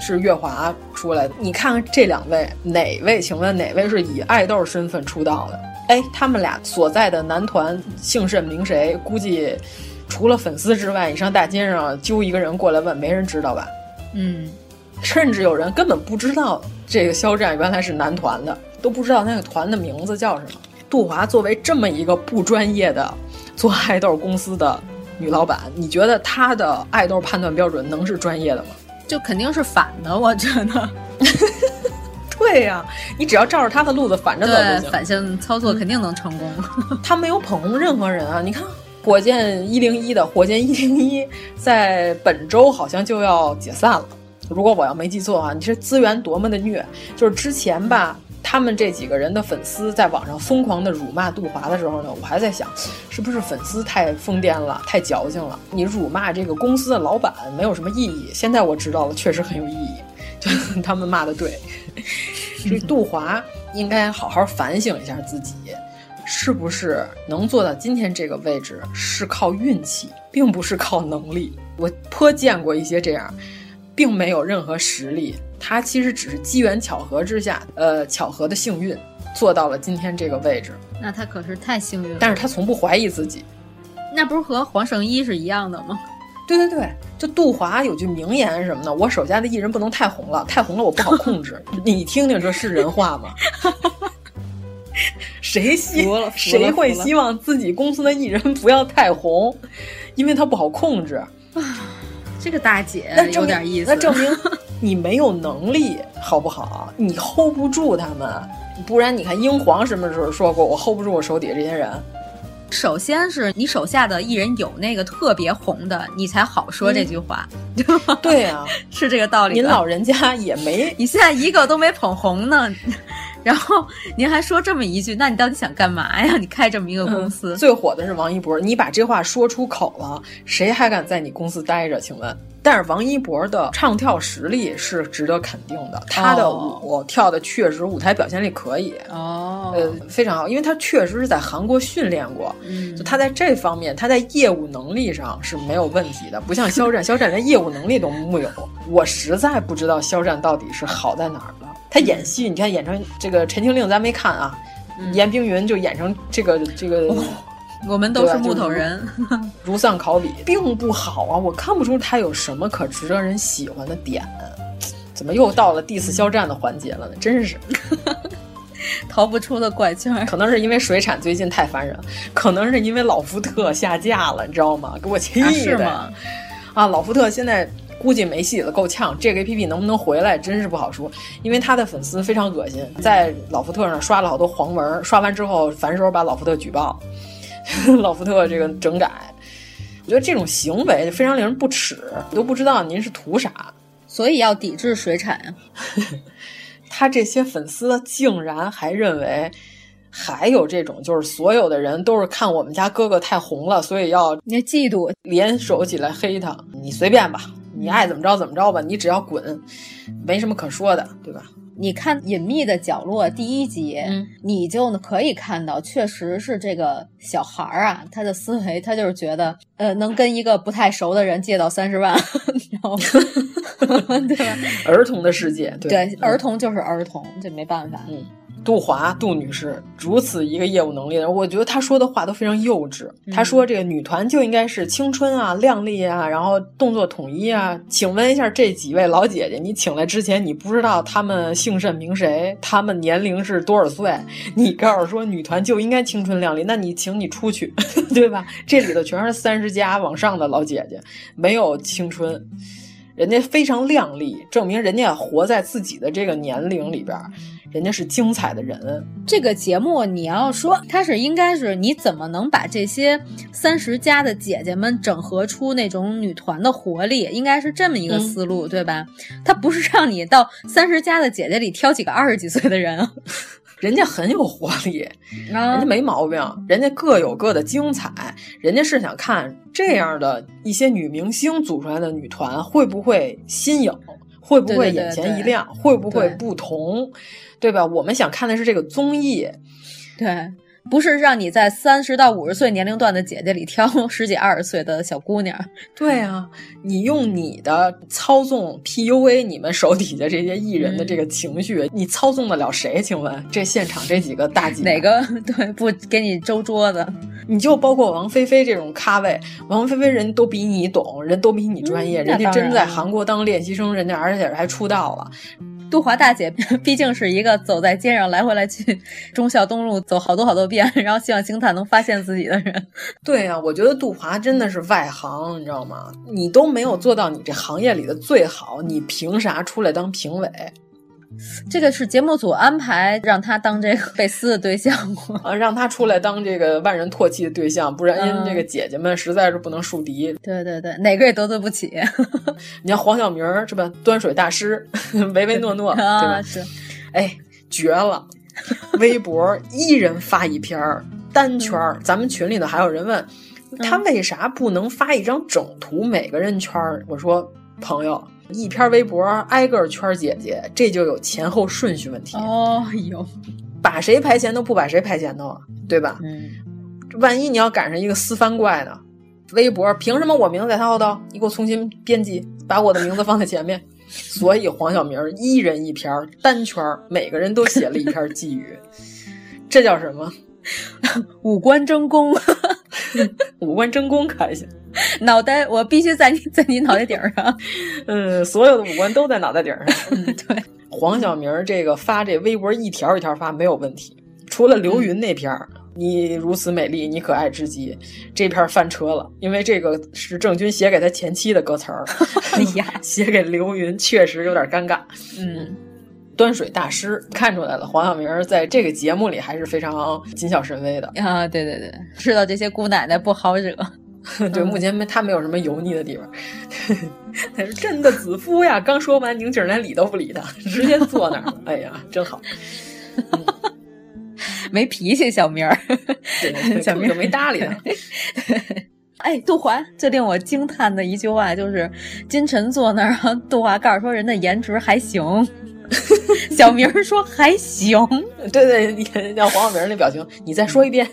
Speaker 5: 是月华出来的。你看看这两位，哪位？请问哪位是以爱豆身份出道的？哎，他们俩所在的男团姓甚名谁？估计除了粉丝之外，你上大街上揪一个人过来问，没人知道吧？
Speaker 6: 嗯，
Speaker 5: 甚至有人根本不知道这个肖战原来是男团的，都不知道那个团的名字叫什么。杜华作为这么一个不专业的做爱豆公司的女老板，你觉得她的爱豆判断标准能是专业的吗？
Speaker 6: 就肯定是反的，我觉得。
Speaker 5: 对呀、你只要照着她的路子反着走就
Speaker 6: 对
Speaker 5: 行，。
Speaker 6: 反向操作肯定能成 功。
Speaker 5: 他没有捧红任何人啊！你看，火箭一零一的火箭一零一在本周好像就要解散了。如果我要没记错啊，你这资源多么的虐！就是之前吧，他们这几个人的粉丝在网上疯狂的辱骂杜华的时候呢，我还在想，是不是粉丝太疯癫了，太矫情了？你辱骂这个公司的老板没有什么意义。现在我知道了，确实很有意义。 就是他们骂的对， 所以杜华应该好好反省一下自己，是不是能做到今天这个位置是靠运气，并不是靠能力。我颇见过一些这样，并没有任何实力，他其实只是机缘巧合之下，呃，巧合的幸运做到了今天这个位置，
Speaker 6: 那他可是太幸运了。
Speaker 5: 但是他从不怀疑自己。
Speaker 6: 那不是和黄圣依是一样的吗？
Speaker 5: 对对对，就杜华有句名言是什么呢？我手下的艺人不能太红了，太红了我不好 控制。你听听，这是人话吗？ 谁希
Speaker 6: 服了服了
Speaker 5: 谁会
Speaker 6: 服了
Speaker 5: 希望自己公司的艺人不要太红，因为他不好控制。
Speaker 6: 这个大姐哎
Speaker 5: 那证
Speaker 6: 有
Speaker 5: 明
Speaker 6: 点意思。
Speaker 5: 那证明你没有能力，好不好？你 hold 不住他们，不然你看英皇什么时候说过我 hold 不住我手底下这些人？
Speaker 6: 首先是你手下的艺人有那个特别红的，你才好说这句话， 对吧？
Speaker 5: 对啊，
Speaker 6: 是这个道理吧。
Speaker 5: 嗯您老人家也没
Speaker 6: 你现在一个都没捧红呢， 然后您还说这么一句，那你到底想干嘛呀？你开这么
Speaker 8: 嗯
Speaker 6: 一个公司，
Speaker 5: 最火的是王一博，你把这话说出口了，谁还敢在你公司待着？请问？但是王一博的唱跳实力是值得肯定的，他的
Speaker 6: 哦
Speaker 5: 舞跳的确实舞台表现力可以，
Speaker 6: 哦
Speaker 5: 呃，非常好，因为他确实是在韩国训练过，
Speaker 6: 嗯
Speaker 5: 就他在这方面，他在业务能力上是没有问题的，不像肖战，肖战连业务能力都木有。我实在不知道肖战到底是好在哪儿了。他演戏，你看演成这个《陈情令》，咱没看啊，严冰云就演成这个这个。
Speaker 6: 嗯哦我们
Speaker 8: 啊
Speaker 6: 都是木头人，
Speaker 5: 如丧考妣，并不好啊！我看不出他有什么可值得人喜欢的点，怎么又到了 diss 肖战的环节了呢？真是，
Speaker 6: 逃不出的怪圈儿。
Speaker 5: 可能是因为水产最近太烦人，可能是因为老福特下架了，你知道吗？给我气的、
Speaker 6: 啊是吗？
Speaker 5: 啊，老福特现在估计没戏了，够呛。这个 A P P 能不能回来，真是不好说，因为他的粉丝非常恶心，在老福特上刷了好多黄文儿，刷完之后反手把老福特举报， 老福特这个整改。我觉得这种行为非常令人不齿，我都不知道您是图啥。
Speaker 6: 所以要抵制水产啊！
Speaker 5: 他这些粉丝竟然还认为还有这种，就是所有的人都是看我们家哥哥太红了，所以要
Speaker 6: 你嫉妒
Speaker 5: 联手起来黑他。你随便吧，你爱怎么着怎么着吧，你只要滚，没什么可说的，对吧？
Speaker 6: 你看《隐秘的角落》第一集，
Speaker 5: 嗯
Speaker 6: 你就可以看到，确实是这个小孩儿啊，他的思维，他就是觉得，呃，能跟一个不太熟的人借到三十万， 然后，对吧？
Speaker 5: 儿童的世界，对
Speaker 6: 对，
Speaker 5: 嗯
Speaker 6: 儿童就是儿童，这没办法。
Speaker 5: 杜华杜女士如此一个业务能力的人，我觉得她说的话都非常幼稚。她说这个女团就应该是青春啊、靓丽啊，然后动作统一啊。请问一下，这几位老姐姐，你请来之前，你不知道她们姓甚名谁，她们年龄是多少岁？你告诉说女团就应该青春靓丽，那你请你出去， 对吧？这里头全是三十加往上的老姐姐，没有青春。人家非常靓丽，证明人家活在自己的这个年龄里边儿，人家是精彩的人。
Speaker 6: 这个节目你要说它是应该是你怎么能把这些三十加的姐姐们整合出那种女团的活力，应该是这么一
Speaker 5: 嗯
Speaker 6: 个思路，对吧？它不是让你到三十加的姐姐里挑几个二十几岁的人啊，
Speaker 5: 人家很有活力，人
Speaker 6: 啊
Speaker 5: 家没毛病，人家各有各的精彩，人家是想看这样的一些女明星组出来的女团会不会新颖，会不
Speaker 6: 对对
Speaker 5: 会
Speaker 6: 对
Speaker 5: 眼前一亮，会不会
Speaker 6: 对
Speaker 5: 不同，对吧？我们想看的是这个综艺，
Speaker 6: 对，不是让你在三十到五十岁年龄段的姐姐里挑十几二十岁的小姑娘。
Speaker 5: 对啊，你用你的操纵 PUA 你们手底下这些艺
Speaker 6: 嗯
Speaker 5: 人的这个情绪，你操纵得了谁？请问这现场这几个大姐，啊
Speaker 6: 哪个 对不给你周桌子？
Speaker 5: 你就包括王菲菲这种咖位，王菲菲人都比你懂，人都比你专
Speaker 6: 嗯
Speaker 5: 业，人
Speaker 6: 那
Speaker 5: 家
Speaker 6: 当
Speaker 5: 真
Speaker 6: 然
Speaker 5: 在
Speaker 6: 了
Speaker 5: 韩国当练习生，人家而且还出道了。
Speaker 6: 杜华大姐 毕竟是一个走在街上来回来去忠孝东路走好多好多遍， 然后希望星探能发现自己的人。
Speaker 5: 对啊，我觉得杜华真的是外行，你知道吗？你都没有做到你这行业里的最好，你凭啥出来当评委？
Speaker 6: 这个是节目组安排让她当这个被撕的对象吗？
Speaker 5: 啊，让他出来当这个万人唾弃的对象，不然因
Speaker 6: 嗯
Speaker 5: 这个姐姐们实在是不能树敌，
Speaker 6: 对对对，哪个也得罪不起
Speaker 5: 你像黄晓明儿是吧？端水大师， 唯唯诺诺，对吧
Speaker 6: 啊！？是，
Speaker 5: 哎，绝了！微博一人发一篇儿，单圈儿。咱们群里头还有人问，他为啥不能发一张整图，每个人圈儿？我说朋友，一篇微博挨个儿圈儿姐姐，这就有前后顺序问题，
Speaker 6: 哦有，
Speaker 5: 把谁排前头不把谁排前头啊，对吧？
Speaker 6: 嗯，
Speaker 5: 万一你要赶上一个私翻怪呢？微博凭什么我名字在他后头？你给我重新编辑，把我的名字放在前面。所以黄晓明儿一人一篇儿单圈儿，每个人都写了一篇儿寄语，这叫什么？
Speaker 6: 五官争功，
Speaker 5: 五官争功开心。
Speaker 6: 脑袋我必须在你在你脑袋顶儿 上。
Speaker 5: 嗯，所有的五官都在脑袋顶上。嗯，对。黄晓明儿这个发这微博一条一条发没有问题，除了刘云那篇儿，你如此美丽，你可爱至极，这篇儿翻车了，因为这个是郑钧写给他前妻的歌词儿。
Speaker 6: 哎呀，
Speaker 5: 写给刘云确实有点尴尬。
Speaker 6: 嗯，
Speaker 5: 端水大师看出来了，黄晓明儿在这个节目里还是非常谨小慎微的。
Speaker 6: 啊，对对对，知道这些姑奶奶不好惹。
Speaker 5: 对，
Speaker 6: 嗯
Speaker 5: 目前没他没有什么油腻的地方。 他是朕的子夫呀！刚说完，宁静连理都不理他，直接坐那儿了。 哎呀，真好，
Speaker 6: 没脾气，小明儿。
Speaker 5: 对对对
Speaker 6: 小明
Speaker 5: 根本就没搭理他。
Speaker 6: 哎，杜华，最令我惊叹的一句话就是，金晨坐那儿，然后杜华告诉说人的颜值还 行，小明儿说还行，
Speaker 5: 对对，你看像黄晓明儿那表情，你再说一遍，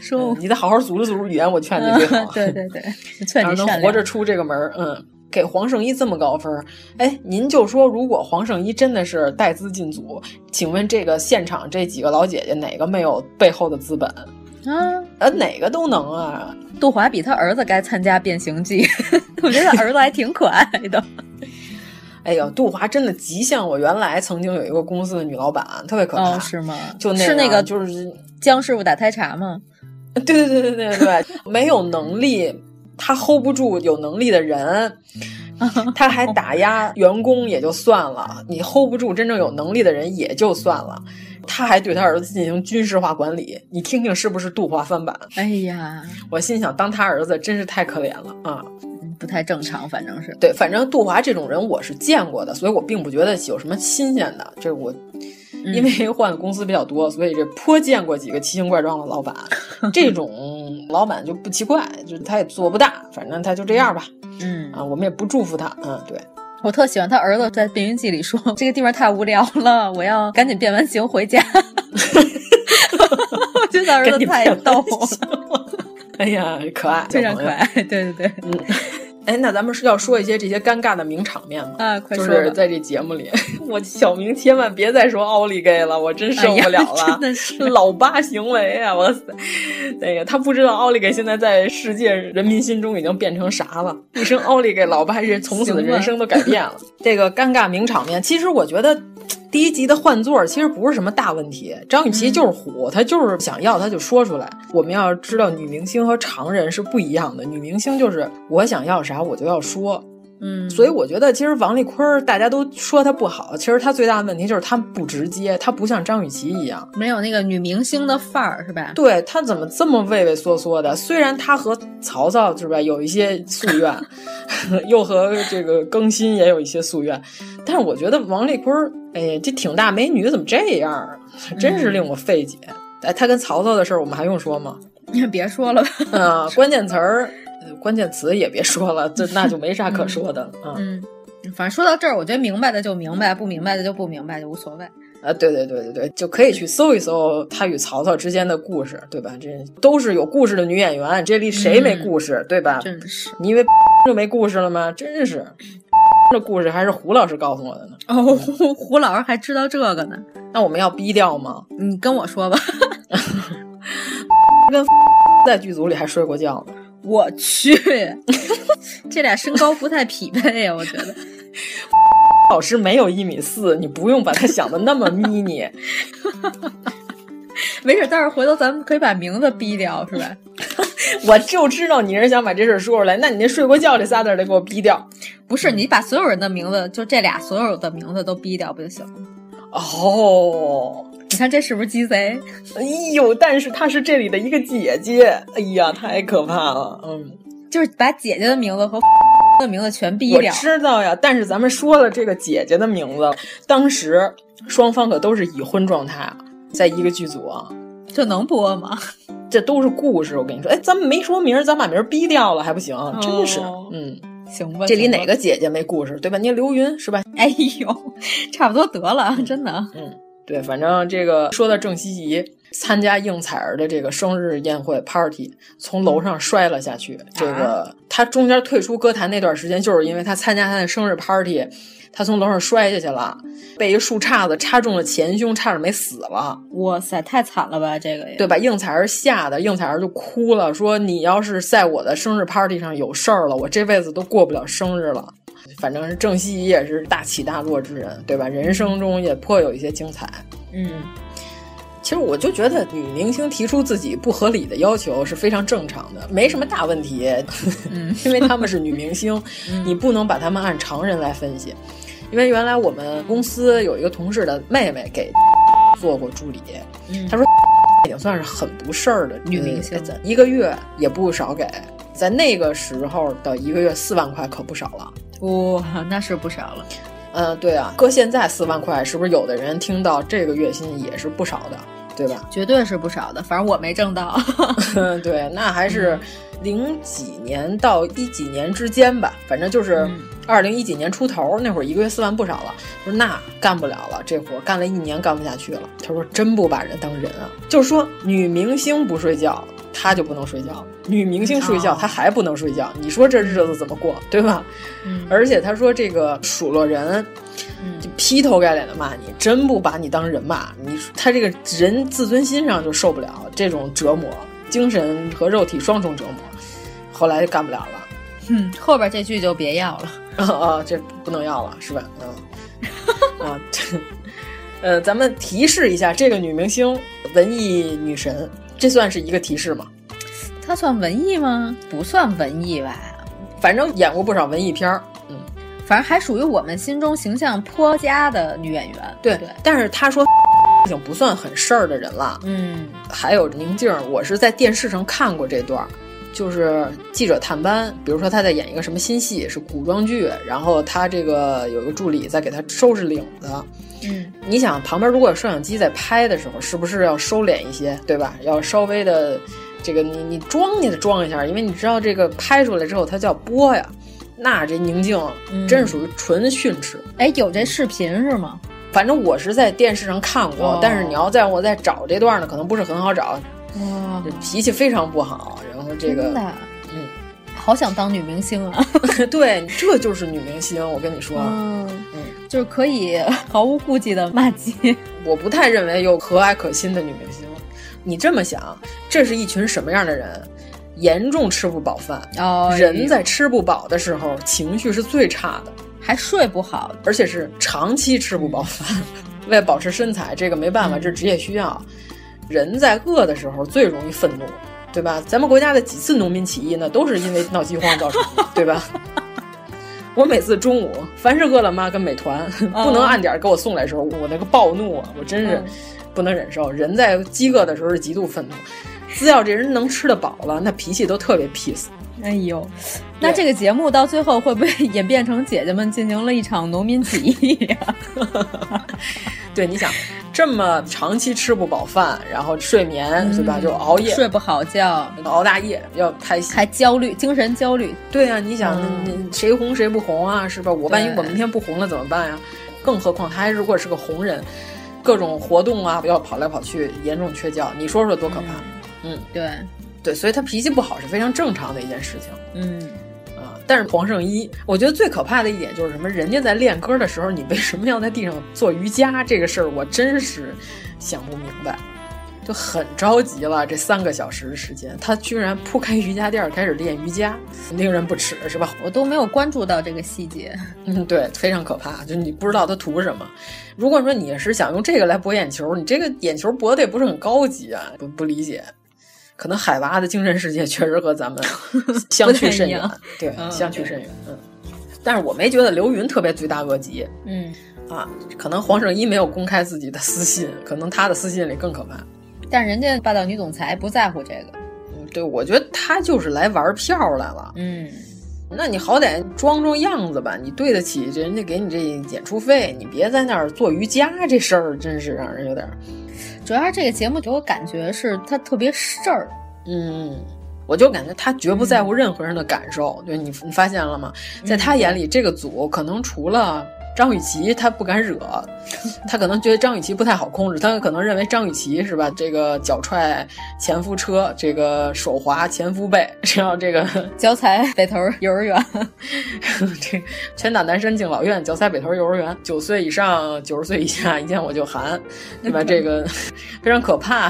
Speaker 6: 说我
Speaker 5: 你再好好组织组织语言，我劝你最好。
Speaker 6: 哦嗯对对对，劝
Speaker 5: 要
Speaker 6: 你
Speaker 5: 是能
Speaker 6: 善
Speaker 5: 活
Speaker 6: 良
Speaker 5: 着。出这个门儿，嗯，给黄圣依这么高分儿，哎，您就说如果黄圣依真的是带资进组，请问这个现场这几个老姐姐哪个没有背后的资本？
Speaker 6: 啊，
Speaker 5: 呃，哪个都能啊！
Speaker 6: 杜华比他儿子该参加变形记， 我觉得他儿子还挺可爱的。
Speaker 5: 哎呦，杜华真的极像我原来曾经有一个公司的女老板，特别可怕，
Speaker 6: 哦，是吗？
Speaker 5: 就那
Speaker 6: 是那个
Speaker 5: 就是
Speaker 6: 江师傅打胎茶吗？
Speaker 5: 对对对对对 对，没有能力，他 hold 不住有能力 的人，他还打压员工也就算了，你 hold 不住真正有能力的人也就算了，他还对他儿子进行军事化管理，你听听是不是度化翻版？
Speaker 6: 哎呀，
Speaker 5: 我心想，当他儿子真是太可怜了啊！
Speaker 6: 不太正常，反正是。
Speaker 5: 对，反正杜华这种人我是见过的，所以我并不觉得有什么新鲜的，这我
Speaker 6: 嗯
Speaker 5: 因为换的公司比较多，所以这颇见过几个奇形怪状的老板。这种老板就不奇怪，就是他也做不大，反正他就这样吧。
Speaker 6: 嗯，
Speaker 5: 啊，我们也不祝福他。嗯，对，
Speaker 6: 我特喜欢他儿子在变形记里说：“这个地方太无聊了，我要赶紧变完形回家。” 我觉得儿
Speaker 5: 跟
Speaker 6: 子
Speaker 5: 你
Speaker 6: 太
Speaker 5: 开玩
Speaker 6: 逗
Speaker 5: 笑
Speaker 6: 了，
Speaker 5: 哎呀，可爱，
Speaker 6: 非常
Speaker 5: 小
Speaker 6: 可
Speaker 5: 朋友。
Speaker 6: 爱。对对对，
Speaker 5: 哎，那咱们是要说一些这些尴尬的名场面吗？
Speaker 6: 啊，快
Speaker 5: 就
Speaker 6: 说吧。
Speaker 5: 是在这节目里， 我小明千万别再说奥利给了，我真受不了了，
Speaker 6: 哎呀真的 是
Speaker 5: 老八行为啊！哇塞，那个他不知道奥利给现在在世界人民心中已经变成啥了，一声奥利给，老八人从此
Speaker 6: 行吧
Speaker 5: 人生都改变了。这个尴尬名场面，其实我觉得。第一集的换座其实不是什么大问题，张雨绮就是虎，她就是想要，她就说出来。我们要知道，女明星和常人是不一样的，女明星就是我想要啥我就要说，
Speaker 6: 嗯，
Speaker 5: 所以我觉得，其实王丽坤儿大家都说她不好，其实她最大的问题就是她不直接，她不像张雨绮一样。
Speaker 6: 没有那个女明星的范儿是吧？
Speaker 5: 对她怎么这么畏畏缩缩的？虽然她和曹操是吧有一些夙愿， 又和这个更新也有一些夙愿，但是我觉得王丽坤儿，哎呀，这挺大美女怎么这样啊？真
Speaker 6: 嗯
Speaker 5: 是令我费解。哎，她跟曹操的事儿我们还用说吗？
Speaker 6: 你也别说了吧。
Speaker 5: 嗯、关键词儿、呃关键词也别说了，这那就没啥可说的了啊。
Speaker 6: 嗯，反正说到这儿，我觉得明白的就明白，不明白的就不明白，就无所谓。
Speaker 5: 啊，对对对对对，就可以去搜一搜她与曹操之间的故事，对吧？这都是有故事的女演员，这里谁没故事，对吧？
Speaker 6: 嗯真是
Speaker 5: 你以为就没故事了吗？真是，的故事还是胡老师告诉我的呢。
Speaker 6: 哦，胡胡老师还知道这个呢。
Speaker 5: 那我们要逼掉吗？
Speaker 6: 你跟我说吧，
Speaker 5: 在剧组里还睡过觉呢。
Speaker 6: 我去， 这俩身高不太匹配啊呀、我觉得。
Speaker 5: 老师没有一米四，你不用把他想的那么迷你。
Speaker 6: 没事，待会儿回头咱们可以把名字逼掉，是吧？
Speaker 5: 我就知道你是想把这事儿说出来，那你那睡过觉这仨字儿得给我逼掉。
Speaker 6: 不是，你把所有人的名字，就这俩所有的名字都逼掉不就行了？
Speaker 5: 哦，
Speaker 6: 你看这是不是鸡贼？
Speaker 5: 哎呦，但是她是这里的一个姐姐，哎呀，太可怕了，嗯。
Speaker 6: 就是把姐姐的名字和 的名字全逼
Speaker 5: 我
Speaker 6: 掉。
Speaker 5: 知道呀，但是咱们说了这个姐姐的名字，当时双方可都是已婚状态啊，在一个剧组啊，
Speaker 6: 这能播吗？
Speaker 5: 这都是故事。我跟你说，哎，咱们没说名儿，咱把名儿逼掉了还不行，真是，
Speaker 6: 哦
Speaker 5: 嗯，
Speaker 6: 行吧，
Speaker 5: 这里
Speaker 6: 行吧
Speaker 5: 哪个？姐姐没故事，对吧？你看刘云是吧？
Speaker 6: 哎呦，差不多得了，真的。
Speaker 5: 对，反正这个说到郑希怡参加应采儿的这个生日宴会 party，从楼上摔了下去。这个她中间退出歌坛那段时间，就是因为她参加她的生日 party，她从楼上摔下去了，被一树杈子插中了前胸，差点没死了，
Speaker 6: 哇塞，太惨了吧，这个也
Speaker 5: 对吧？应采儿吓得，应采儿就哭了，说你要是在我的生日 party 上有事儿了，我这辈子都过不了生日了。反正是郑希怡也是大起大落之人，对吧？人生中也颇有一些精彩。
Speaker 6: 嗯，
Speaker 5: 其实我就觉得女明星提出自己不合理的要求是非常正常的，没什么大问题。
Speaker 6: 嗯
Speaker 5: 因为她们是女明星，你不能把她们按常人来分析。因为原来我们公司有一个同事的妹妹给做过助理，
Speaker 6: 嗯
Speaker 5: 她说 已经算是很不事儿的
Speaker 6: 女明星
Speaker 5: 呃一个月也不少给。在那个时候的一个月四万块可不少了，
Speaker 6: 哇，那是不少了。
Speaker 5: 嗯，对啊，搁现在四万块，是不是有的人听到这个月薪也是不少的，对吧？
Speaker 6: 绝对是不少的，反正我没挣到。
Speaker 5: 嗯， 对，那还是零几年到一几年之间吧，反正就是
Speaker 6: 嗯
Speaker 5: 二零一几年出头那会儿，一个月四万不少了。我说那干不了了，这活儿干了一年干不下去了。他说真不把人当人啊，就是说女明星不睡觉，她就不能睡觉；女明星睡觉，
Speaker 6: 哦
Speaker 5: 她还不能睡觉。你说这日子怎么过，对吧？
Speaker 6: 嗯
Speaker 5: 而且他说这个数落人，
Speaker 6: 嗯
Speaker 5: 就劈头盖脸的骂你，真不把你当人骂你，他这个人自尊心上就受不了这种折磨，精神和肉体双重折磨，后来就干不了了。
Speaker 6: 嗯，后边这句就别要了。
Speaker 5: 啊啊，这不能要了，是吧？嗯，啊， 这，呃，咱们提示一下这个女明星，文艺女神，这算是一个提示吗？
Speaker 6: 它算文艺吗？不算文艺吧，
Speaker 5: 反正演过不少文艺片儿，嗯，
Speaker 6: 反正还属于我们心中形象颇佳的女演员。
Speaker 5: 对。
Speaker 6: 对，
Speaker 5: 但是她说 已经不算很事儿的人了，
Speaker 6: 嗯
Speaker 5: 还有宁静儿，我是在电视上看过这段儿，就是记者探班，比如说他在演一个什么新戏，是古装剧，然后他这个有一个助理在给他收拾领子。
Speaker 6: 嗯，
Speaker 5: 你想旁边如果有摄影机在拍的时候，是不是要收敛一些，对吧？要稍微的这个你你装你得装一下，因为你知道这个拍出来之后它叫播呀。那这宁静
Speaker 6: 嗯
Speaker 5: 真是属于纯训斥。
Speaker 6: 哎，有这视频是吗？
Speaker 5: 反正我是在电视上看过，
Speaker 6: 哦
Speaker 5: 但是你要再让我再找这段呢，可能不是很好找，
Speaker 6: 哇，
Speaker 5: 脾气非常不好。然后这
Speaker 6: 真
Speaker 5: 个，
Speaker 6: 的，啊嗯好想当女明星啊！
Speaker 5: 对，这就是女明星。我跟你说，
Speaker 6: 嗯， 就是可以 毫无顾忌的骂街。
Speaker 5: 我不太认为有和蔼可亲的女明星。你这么想，这是一群什么样的人？严重吃不饱饭。
Speaker 6: 哦
Speaker 5: 人在吃不饱的时候，情绪是最差的，
Speaker 6: 还睡不好，
Speaker 5: 而且是长期吃不饱饭。为了保持身材，这个没办法，这是职业需要。人在饿的时候最容易愤怒，对吧？咱们国家的几次农民起义呢，都是因为闹饥荒造成的，对吧？ 我每次中午，凡是饿了么跟美团不能按点儿给我送来的时候，我那个暴怒啊，我真是不能忍受。人在饥饿的时候是极度愤怒，只要这人能吃得饱了，那脾气都特别 peace。
Speaker 6: 哎呦，那这个节目到最后会不会演变成姐姐们进行了一场农民起义呀、
Speaker 5: 对，你想这么长期吃不饱饭，然后睡眠、对吧？就熬夜，
Speaker 6: 嗯睡不好觉，
Speaker 5: 熬大夜要拍戏。
Speaker 6: 还焦虑，精神焦虑。
Speaker 5: 对啊，你想、
Speaker 6: 嗯
Speaker 5: 你你谁红谁不红啊？是吧？我万一
Speaker 6: 对
Speaker 5: 我明天不红了怎么办呀、更何况他还如果是个红人，各种活动啊要跑来跑去，严重缺觉，你说说多可怕？
Speaker 6: 嗯对，
Speaker 5: 对，所以他脾气不好是非常正常的一件事情。
Speaker 6: 嗯，
Speaker 5: 啊，但是黄圣依，我觉得最可怕的一点就是什么？人家在练歌的时候，你为什么要在地上做瑜伽？这个事儿我真是想不明白，就很着急了。这三个小时的时间，他居然铺开瑜伽垫儿开始练瑜伽，令人不齿，是吧？
Speaker 6: 我都没有关注到这个细节。
Speaker 5: 嗯，对，非常可怕，就你不知道他图什么。如果说你是想用这个来博眼球，你这个眼球博的也不是很高级啊，不不理解。可能海娃的精神世界确实和 咱们相去甚远
Speaker 6: 不太，
Speaker 5: 对，
Speaker 6: 嗯
Speaker 5: 相去甚远。嗯，但是我没觉得刘云特别罪大恶极
Speaker 6: 嗯，
Speaker 5: 啊，可能黄圣依没有公开自己的私信，可能他的私信里更可怕。
Speaker 6: 但人家霸道女总裁不在乎这个。
Speaker 5: 嗯，对，我觉得他就是来玩票来了。
Speaker 6: 嗯，
Speaker 5: 那你好歹装装样子吧，你对得起人家给你这演出费，你别在那儿做瑜伽这事儿，真是让人有点儿……
Speaker 6: 主要是这个节目给我感觉是它特别事儿。
Speaker 5: 嗯，我就感觉他绝不在乎任何人的感受。对你，你发现了吗？在他眼里，这个组可能除了张雨绮，他不敢惹，他可能觉得张雨绮不太好控制，他可能认为张雨绮是吧？这个脚踹前夫车，这个手滑前夫背，然后这个
Speaker 6: 脚踩北头幼儿园，
Speaker 5: 这拳打南山敬老院，脚踩北头幼儿园，九岁以上九十岁以下，一见我就寒，对吧？这个非常可怕，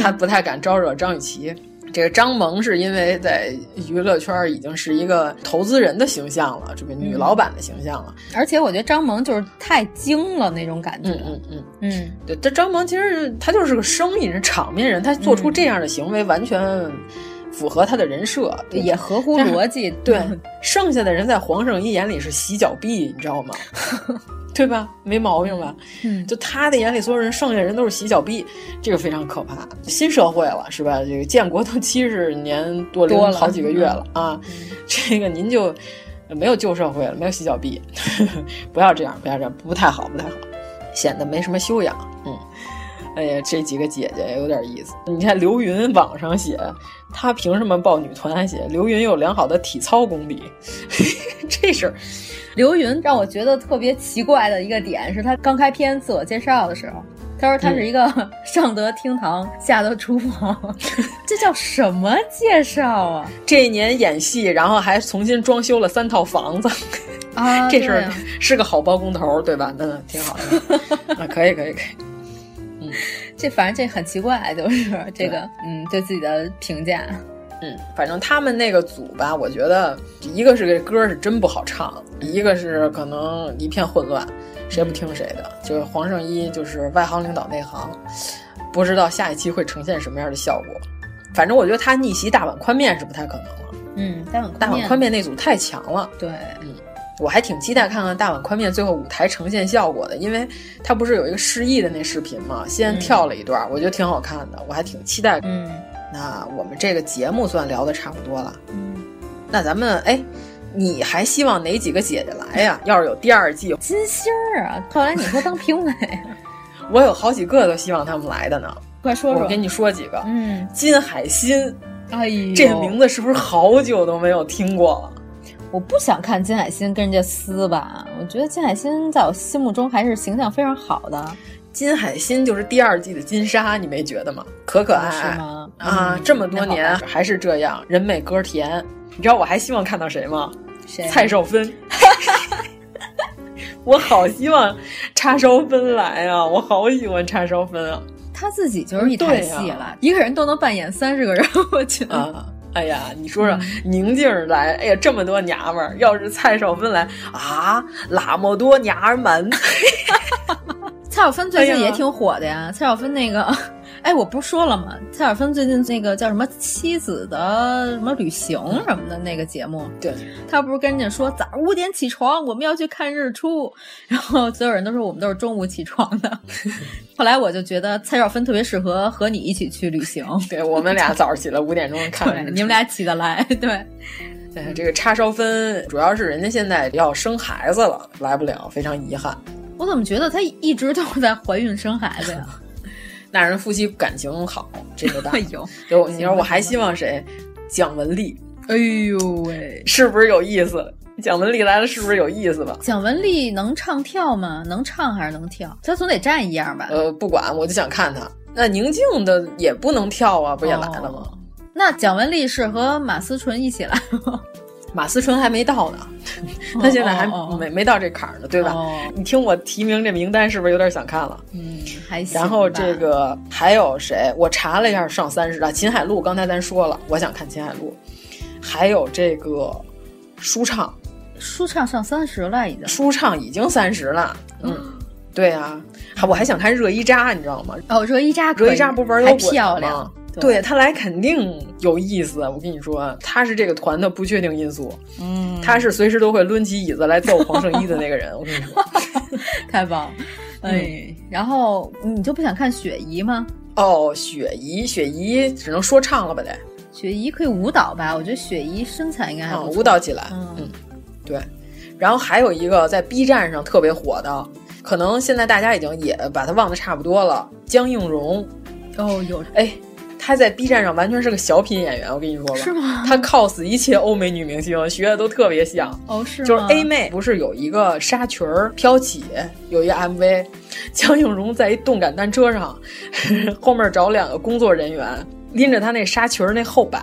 Speaker 5: 他不太敢招惹张雨绮。这个张萌是因为在娱乐圈已经是一个投资人的形象了，这个女老板的形象了。
Speaker 6: 而且我觉得张萌就是太精了那种感觉。
Speaker 5: 嗯嗯嗯，
Speaker 6: 嗯
Speaker 5: 对，这张萌其实他就是个生意人、场面人，他做出这样的行为完全符合他的人设，
Speaker 6: 也合乎逻辑。
Speaker 5: 对，剩下的人在黄圣依眼里是洗脚婢，你知道吗？ 对吧？没毛病吧？
Speaker 6: 嗯
Speaker 5: 就他的眼里，所有人剩下的人都是洗脚婢，这个非常可怕。新社会了，是吧？这个建国都七十年多
Speaker 6: 多了
Speaker 5: 好几个月了啊，这个您就没有旧社会了，没有洗脚婢， 不要这样，不要这样，不太好，不太好，显得没什么修养。嗯，哎呀，这几个姐姐有点意思。你看刘云网上写，她凭什么报女团？还写刘云有良好的体操功底， 这事儿
Speaker 6: 刘云让我觉得特别奇怪的一个点是，他刚开篇自我介绍的时候，他说他
Speaker 5: 嗯
Speaker 6: 是一个 上得厅堂，下得厨房， 这叫什么介绍啊？
Speaker 5: 这一年演戏，然后还重新装修了三套房子，
Speaker 6: 啊
Speaker 5: 这事
Speaker 6: 对
Speaker 5: 儿
Speaker 6: 啊
Speaker 5: 是个好包工头，对吧？嗯，挺好 的，啊，可以，可以，可以。
Speaker 6: 这反正这很奇怪，就是这个
Speaker 5: 对
Speaker 6: 嗯，对自己的评价，
Speaker 5: 嗯，反正他们那个组吧，我觉得一个是这歌是真不好唱，一个是可能一片混乱，谁
Speaker 6: 嗯
Speaker 5: 不听谁的。就是黄圣依就是外行领导内行，不知道下一期会呈现什么样的效果。反正我觉得他逆袭大碗宽面是不太可能了，
Speaker 6: 嗯，大碗
Speaker 5: 大碗宽面那组太强了。
Speaker 6: 对，
Speaker 5: 我还挺期待看看大碗宽面最后舞台呈现效果的，因为他不是有一个示意的那视频嘛，先跳了一段，我觉得挺好看的，我还挺期待
Speaker 6: 嗯，
Speaker 5: 那我们这个节目算聊的差不多了。那咱们哎，你还希望哪几个姐姐 来呀？要是有第二季，
Speaker 6: 金星儿啊， 后来你说当评委，
Speaker 5: 我有好几个都希望他们来的呢。
Speaker 6: 快说
Speaker 5: 我
Speaker 6: 说
Speaker 5: 给。你说几个，
Speaker 6: 嗯，
Speaker 5: 金海心
Speaker 6: 哎呦，
Speaker 5: 这个名字是不是好久都没有听过了？
Speaker 6: 我不想看金海心跟人家撕吧，我觉得金海心在我心目中还是形象非常好的，
Speaker 5: 金海心就是第二季的金莎，你没觉得吗？可可爱
Speaker 6: 哦是
Speaker 5: 爱
Speaker 6: 吗？
Speaker 5: 哎啊，
Speaker 6: 嗯
Speaker 5: 这么多
Speaker 6: 那
Speaker 5: 年
Speaker 6: 好吧
Speaker 5: 还是这样，人美歌甜。你知道我还希望看到谁吗？
Speaker 6: 谁啊
Speaker 5: 蔡少芬。 我好希望叉烧芬来啊！我好喜欢叉烧芬啊！
Speaker 6: 他自己就是一台戏
Speaker 5: 对
Speaker 6: 了，
Speaker 5: 啊
Speaker 6: 嗯一个人都能扮演三十个人，我觉得。
Speaker 5: 啊，哎呀，你说
Speaker 6: 嗯
Speaker 5: 说，宁静儿来，哎呀，这么多娘们儿，要是蔡少芬来啊，那么多娘们，
Speaker 6: 蔡少芬最近
Speaker 5: 哎呀
Speaker 6: 也挺火的呀，蔡少芬那个，哎，我不是说了吗？蔡少芬最近那个叫什么《妻子的什么旅行》什么的那个节目，
Speaker 5: 嗯对，
Speaker 6: 她不是跟人家说早上五点起床，我们要去看日出， 然后所有人都说我们都是中午起床的。 后来我就觉得蔡少芬特别适合和你一起去旅行，
Speaker 5: 对我们俩早上起来五点钟 看日
Speaker 6: 对，
Speaker 5: 出，
Speaker 6: 你们俩起得来， 对。
Speaker 5: 哎这个叉烧分主要是人家现在要生孩子了，来不了，非常遗憾。
Speaker 6: 我怎么觉得她一直都在怀孕生孩子呀？
Speaker 5: 那人夫妻感情好，这个 大
Speaker 6: 哎。呦，
Speaker 5: 对，我你说我还希望谁？蒋雯丽
Speaker 6: 哎呦喂！
Speaker 5: 是不是有意思？蒋雯丽来了是不是有意思吧？
Speaker 6: 蒋雯丽能唱跳吗？能唱还是能跳？她总得站一样吧？
Speaker 5: 呃，不管，我就想看她。那宁静的也不能跳啊，不也来了吗？
Speaker 6: 哦那蒋雯丽是和马思纯一起来吗？
Speaker 5: 马思纯还没到呢，她现在还没、
Speaker 6: 哦哦哦
Speaker 5: 没到这坎儿呢，对吧？
Speaker 6: 哦
Speaker 5: 你听我提名这名单，是不是有点想看了？
Speaker 6: 嗯，还行吧。
Speaker 5: 然后这个还有谁？我查了一下，上三十啊，秦海璐，刚才咱说了，我想看秦海璐，还有这个舒畅，
Speaker 6: 舒畅上三十了已经。
Speaker 5: 舒畅已经三十了，嗯，对啊，还我还想看热依扎，你知道吗？
Speaker 6: 哦，热依扎可以，
Speaker 5: 热依扎不是玩摇
Speaker 6: 还
Speaker 5: 滚的吗
Speaker 6: 漂亮，
Speaker 5: 对，她来肯定有意思，我跟你说，她是这个团的不确定因素，
Speaker 6: 嗯，
Speaker 5: 她是随时都会抡起椅子来揍黄圣依的那个人，我跟你 说。
Speaker 6: 太棒了。哎，然后你就不想看雪姨吗？
Speaker 5: 哦，雪姨，雪姨只能说唱了吧得，
Speaker 6: 雪姨可以舞蹈吧？我觉得雪姨身材应该还
Speaker 5: 啊，
Speaker 6: 哎不错
Speaker 5: 舞蹈起来，
Speaker 6: 嗯
Speaker 5: 嗯，对。然后还有一个在 B 站上特别火的，可能现在大家已经也把它忘得差不多了。江映蓉，
Speaker 6: 哦，有
Speaker 5: 哎，她在 B 站上完全是个小品演员，我跟你说吧，
Speaker 6: 是吗
Speaker 5: 她 cos 一切欧美女明星，学的都特别像。
Speaker 6: 哦是吗
Speaker 5: 就是 A 妹不是有一个纱裙儿飘起，有一个 MV，江 映蓉在一动感单车上，后面找两个工作人员，拎着她那纱裙儿那后摆，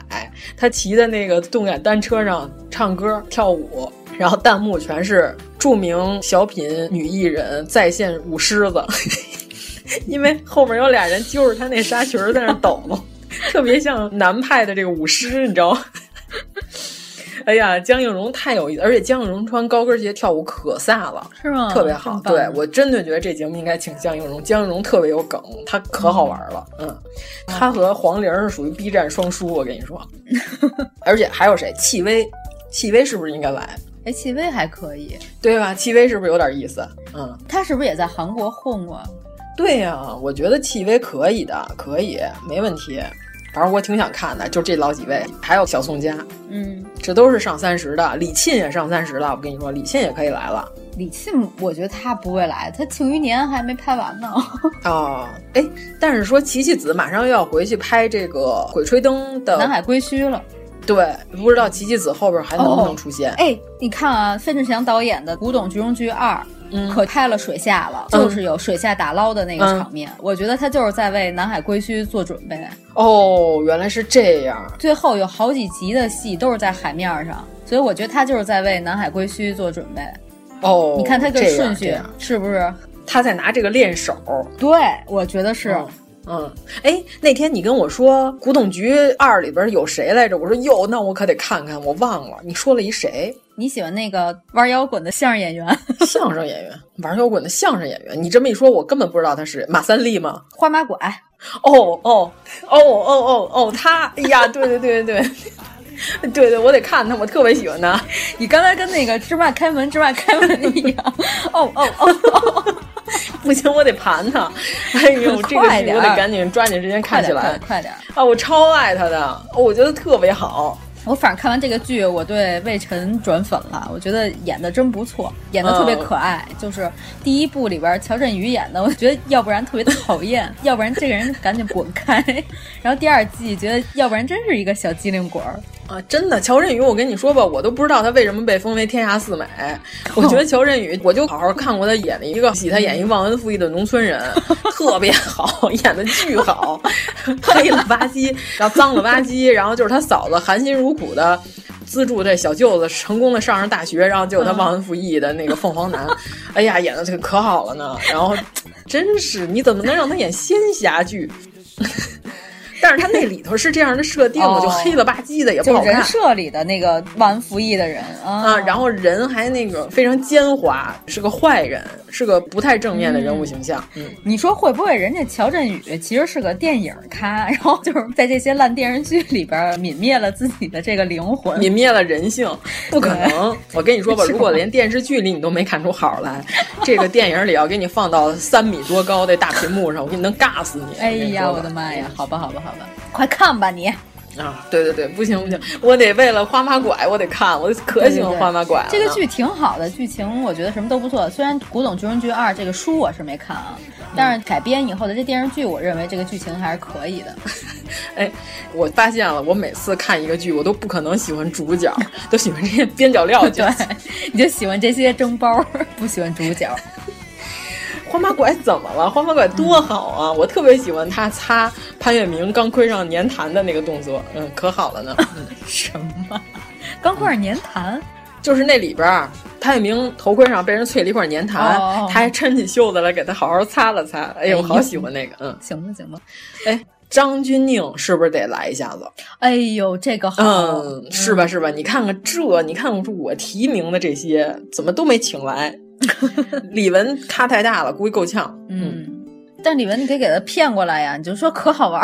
Speaker 5: 她骑在那个动感单车上唱歌跳舞，然后弹幕全是著名小品女艺人在线舞狮子， 因为后面有俩人揪着她那纱裙儿在那抖 嘛，特别像南派的这个舞狮，你知道吗？ 哎呀，江映蓉太有意思，而且江映蓉穿高跟鞋跳舞可飒了，
Speaker 6: 是吗？
Speaker 5: 特别
Speaker 6: 这
Speaker 5: 好
Speaker 6: 么。棒
Speaker 5: 对我嗯真的觉得这节目应该请江映蓉，江映蓉特别有梗，她可好玩了。嗯，她和黄龄是属于 B 站双姝，我跟你 说。而且还有谁？戚薇，戚薇是不是应该来？
Speaker 6: 哎，戚薇还可以，
Speaker 5: 对吧？戚薇是不是有点意思？嗯，
Speaker 6: 她是不是也在韩国混过？
Speaker 5: 对呀、我觉得戚薇可以的，可以，没问题。反正我挺想看的，就这老几位，还有小宋佳，
Speaker 6: 嗯，
Speaker 5: 这都是上三十的。李沁也上三十了，我跟你说，李沁也可以来了。
Speaker 6: 李沁，我觉得她不会来，她《庆余年》还没拍完呢。
Speaker 5: 哦，哎，但是说琪琪子马上又要回去拍这个《鬼吹灯》的，
Speaker 6: 南海归墟了。
Speaker 5: 对，不知道琪琪子后边还能不能出现？
Speaker 6: 哎，你看啊，费志强导演的《古董局中局二》
Speaker 5: 嗯
Speaker 6: 可拍了水下了，
Speaker 5: 嗯
Speaker 6: 就是有水下打捞的那个
Speaker 5: 嗯
Speaker 6: 场面。我觉得他就是在为南海归墟做准备。
Speaker 5: 哦，原来是这样。
Speaker 6: 最后有好几集的戏都是在海面上，所以我觉得他就是在为南海归墟做准备。
Speaker 5: 哦，
Speaker 6: 你看他
Speaker 5: 这
Speaker 6: 这
Speaker 5: 样
Speaker 6: 顺
Speaker 5: 这
Speaker 6: 序
Speaker 5: 样
Speaker 6: 是不是？
Speaker 5: 他在拿这个练手。
Speaker 6: 对，我觉得是。啊
Speaker 5: 嗯嗯，哎，那天你跟我说《古董局二》里边有谁来着？我说哟，那我可得看看，我忘了。你说了 一谁？
Speaker 6: 你喜欢那个玩摇滚的相声演员
Speaker 5: 相声演员，玩摇滚的相声演员。你这么一说，我根本不知道他是马三立吗？
Speaker 6: 花马拐？
Speaker 5: 哦哦哦哦哦哦，他，哎呀，对对对对对，对对，我得看他，我特别喜欢他。
Speaker 6: 你刚才跟那个芝麻开门，芝麻开门一样。哦哦哦哦！
Speaker 5: 不行，我得盘他。哎呦，这个
Speaker 6: 快
Speaker 5: 剧
Speaker 6: 点
Speaker 5: 我
Speaker 6: 儿
Speaker 5: 得赶紧抓紧时间
Speaker 6: 快
Speaker 5: 看起
Speaker 6: 点
Speaker 5: 来
Speaker 6: 快快点！
Speaker 5: 啊！我超爱他的，哦我觉得特别好。
Speaker 6: 我反正看完这个剧，我对魏晨转粉了，我觉得演的真不错，演的特别可爱。
Speaker 5: 哦
Speaker 6: 就是第一部里边乔振宇演的，我 觉得要不然特别讨厌， 要不然这个人赶紧滚开。 然后第二季觉得要不然真是一个小机灵鬼儿，
Speaker 5: 啊，真的，乔振宇，我跟你说吧，我都不知道他为什么被封为天下四美。我觉得乔振宇，我就好好看过他演的一个，喜他演一忘恩负义的农村人，特别好，演的巨好，黑了吧唧，然后脏了吧唧，然后就是他嫂子含辛茹苦的资助这小舅子成功的上上大学，然后结果他忘恩负义的那个凤凰男，哎呀，演的这个可好了呢。然后真是，你怎么能让他演仙侠剧？ 但是他那里头是这样的设定，我就
Speaker 6: 哦
Speaker 5: 黑了吧唧的，也不
Speaker 6: 就
Speaker 5: 好
Speaker 6: 是
Speaker 5: 看
Speaker 6: 人。设里的那个忘恩负义的人啊。
Speaker 5: 啊，然后人还那个非常奸猾，是个坏人，是个不太正面的人物形象。嗯，
Speaker 6: 你说会不会人家乔振宇其实是个电影咖，然后就是在这些烂电视剧里边泯灭了自己的这个灵魂？
Speaker 5: 泯灭了人性，不可能。我跟你说 吧，
Speaker 6: 是吗
Speaker 5: 如果连电视剧里你都没看出好来，这个电影里要给你放到三米多高的大屏幕上，我给你能尬死你。
Speaker 6: 哎
Speaker 5: 跟你
Speaker 6: 呀，
Speaker 5: 说
Speaker 6: 我
Speaker 5: 吧
Speaker 6: 的妈呀！好吧，好吧，好吧，快看吧 你。
Speaker 5: 啊，对对对，不行不行，我得为了花妈拐，我得看，我可
Speaker 6: 对
Speaker 5: 喜欢
Speaker 6: 对
Speaker 5: 花妈拐了
Speaker 6: 这个剧挺好的，剧情我觉得什么都不错。虽然《古董局人局二》这个书我是没看啊，
Speaker 5: 嗯
Speaker 6: 但是改编以后的这电视剧，我认为这个剧情还是可以的。
Speaker 5: 哎，我发现了，我每次看一个剧，我都不可能喜欢主角，都喜欢这些边角料角
Speaker 6: 对。，你就喜欢这些蒸包，不喜欢主 角。
Speaker 5: 花妈拐怎么了？花妈拐多好啊！我特别喜欢他擦潘粤明钢盔上粘痰的那个动作，嗯，可好 了呢。嗯
Speaker 6: 什么？钢块粘痰？
Speaker 5: 就是那里边儿，潘粤明头盔上被人啐了一块粘痰，
Speaker 6: 哦
Speaker 5: 他还抻起袖子来给他好好擦了擦。哎呦，我好喜欢那个，嗯，
Speaker 6: 行吧，行吧。
Speaker 5: 哎。张钧甯是不是得来一下子？
Speaker 6: 哎呦，这个好，
Speaker 5: 嗯，是吧？是吧？你看看这，你看看我提名的这些，怎么都没请来？ 李玟咖太大了，估计够呛。
Speaker 6: 嗯。但李文，你可以给他骗过来呀！你就说可好玩